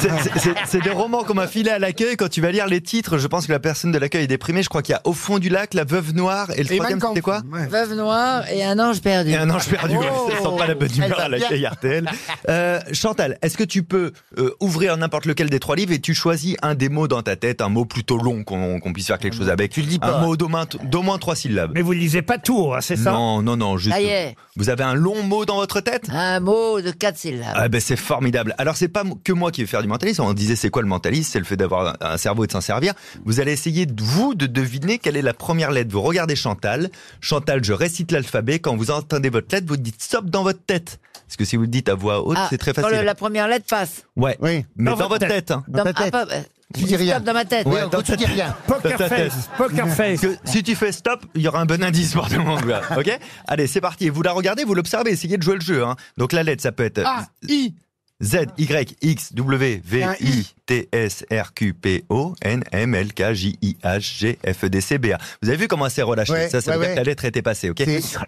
C'est- c'est- c'est- C'est des romans qu'on m'a filés à l'accueil. Quand tu vas lire les titres, je pense que la personne de l'accueil est déprimée. Je crois qu'il y a Au fond du lac, La veuve noire et le troisième, c'était quoi Veuve noire et un ange perdu. Et un ange perdu, ouais, Oh. ça sent pas la bonne Elle humeur va à l'accueil bien. RTL. Euh, Chantal, est-ce que tu peux euh, ouvrir n'importe lequel des trois livres et tu choisis un des mots dans ta tête, un mot plutôt long qu'on qu'on puisse faire quelque chose avec Tu dis pas. Un mot d'au moins, d'au moins trois syllabes. Mais vous lisez pas tout, hein, c'est ça Non, non, non, juste. Ça y est. Vous avez un long mot dans votre tête Un mot de quatre syllabes. ah ben c'est formidable. Alors c'est pas que moi qui vais faire du mentalisme. On disait c'est quoi le mentalisme C'est le fait d'avoir un cerveau et de s'en servir. Vous allez essayer de- vous de deviner quelle est la première lettre. Vous regardez Chantal. Chantal, je récite l'alphabet. Quand vous entendez votre lettre, vous dites stop dans votre tête. Parce que si vous le dites à voix haute, Ah, c'est très quand le- facile. la première lettre passe. Ouais. Mais dans, votre tête. hein. Dans, ah, pas- Tu dis rien. Stop dans ma tête. Ouais, dans ta tête. Dans ta tête. Parce que si tu fais stop, il y aura un bon indice pour tout le monde. là. Ok Allez, c'est parti. Vous la regardez, vous l'observez, essayez de jouer le jeu. hein. Donc la lettre, ça peut être Ah, A, I. Z, Y, X, W, V, Un I, T, S, R, Q, P, O, N, M, L, K, J, I, H, G, F, E, D, C, B, A. Vous avez vu comment c'est relâché Ouais, Ça, ça ouais, veut dire ouais. que la lettre était passée, ok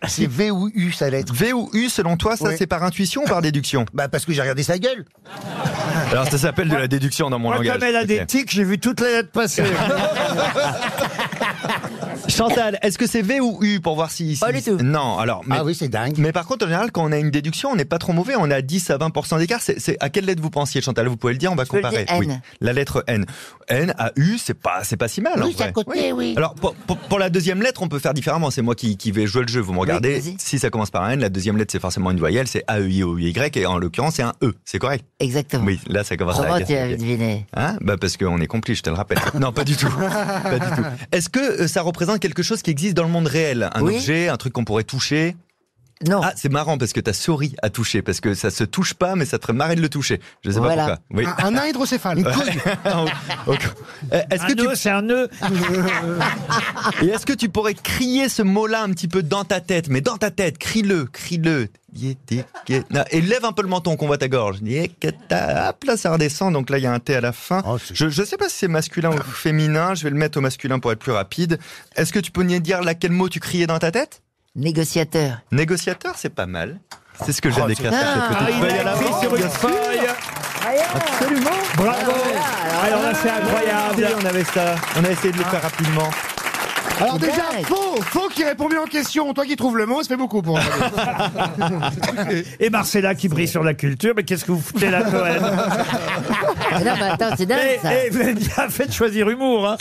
C'est V ou U, sa lettre. V ou U, selon toi, ça, Ouais. c'est par intuition ou par déduction Bah, parce que j'ai regardé sa gueule. Alors, ça s'appelle de la déduction dans mon Moi, langage. comme elle a des Ok. tics, j'ai vu toutes les lettres passer. Chantal, est-ce que c'est V ou U pour voir si. Pas du tout. Non, alors. ah oui, c'est dingue. Mais par contre, en général, quand on a une déduction, on n'est pas trop mauvais. On est à 10 à 20% d'écart. C'est, c'est- à quelle lettre vous pensiez, Chantal Vous pouvez le dire, on va peux le comparer. dire, N. Oui. La lettre N. N à U, c'est pas, c'est pas si mal. en Oui, c'est à vrai. côté, oui. Alors, pour, pour- pour la deuxième lettre, on peut faire différemment. C'est moi qui, qui vais jouer le jeu. Vous me regardez. si ça commence par un N, la deuxième lettre, c'est forcément une voyelle. C'est A, E, I, O, U, Y. Et en l'occurrence, c'est un E. C'est correct Exactement. Oui, là, ça commence Comment à. tu as deviné Hein bah parce qu'on est complice, je te le rappelle. Non, pas du tout. Pas du tout. Est-ce que euh, ça représente quelque chose qui existe dans le monde réel Un Oui. objet, un truc qu'on pourrait toucher Non. Ah, c'est marrant parce que t'as souris à toucher, parce que ça se touche pas, mais ça te ferait marrer de le toucher. Je sais pas Voilà. pourquoi. Oui. Un, un nain hydrocéphale. Non, ok. Euh, Est-ce que tu... c'est un nœud. Et est-ce que tu pourrais crier ce mot-là un petit peu dans ta tête Mais dans ta tête, crie-le, crie-le. Non, Et lève un peu le menton qu'on voit ta gorge. Hop là, ça redescend. Donc là, il y a un T à la fin. Oh, Je ne sais pas si c'est masculin ou féminin. Je vais le mettre au masculin pour être plus rapide. Est-ce que tu peux nous dire là quel mot tu criais dans ta tête Négociateur. Négociateur, c'est pas mal. C'est ce que j'ai décrit c'est- cette Ah, petite il feuille a à l'avant, écrit sur une bien sûr. Absolument. Bravo. Ah, Alors là, c'est incroyable. On avait ça. On a essayé de le faire rapidement. Alors déjà, faux, faux qui répond mieux aux questions. Toi qui trouves le mot, ça fait beaucoup pour. Et Marcella qui brille sur la culture, mais qu'est-ce que vous foutez là, Cohen Mais non, mais attends, Ah, c'est dingue, Et- ça. Et vous avez Eh, bien fait de choisir humour. Hein.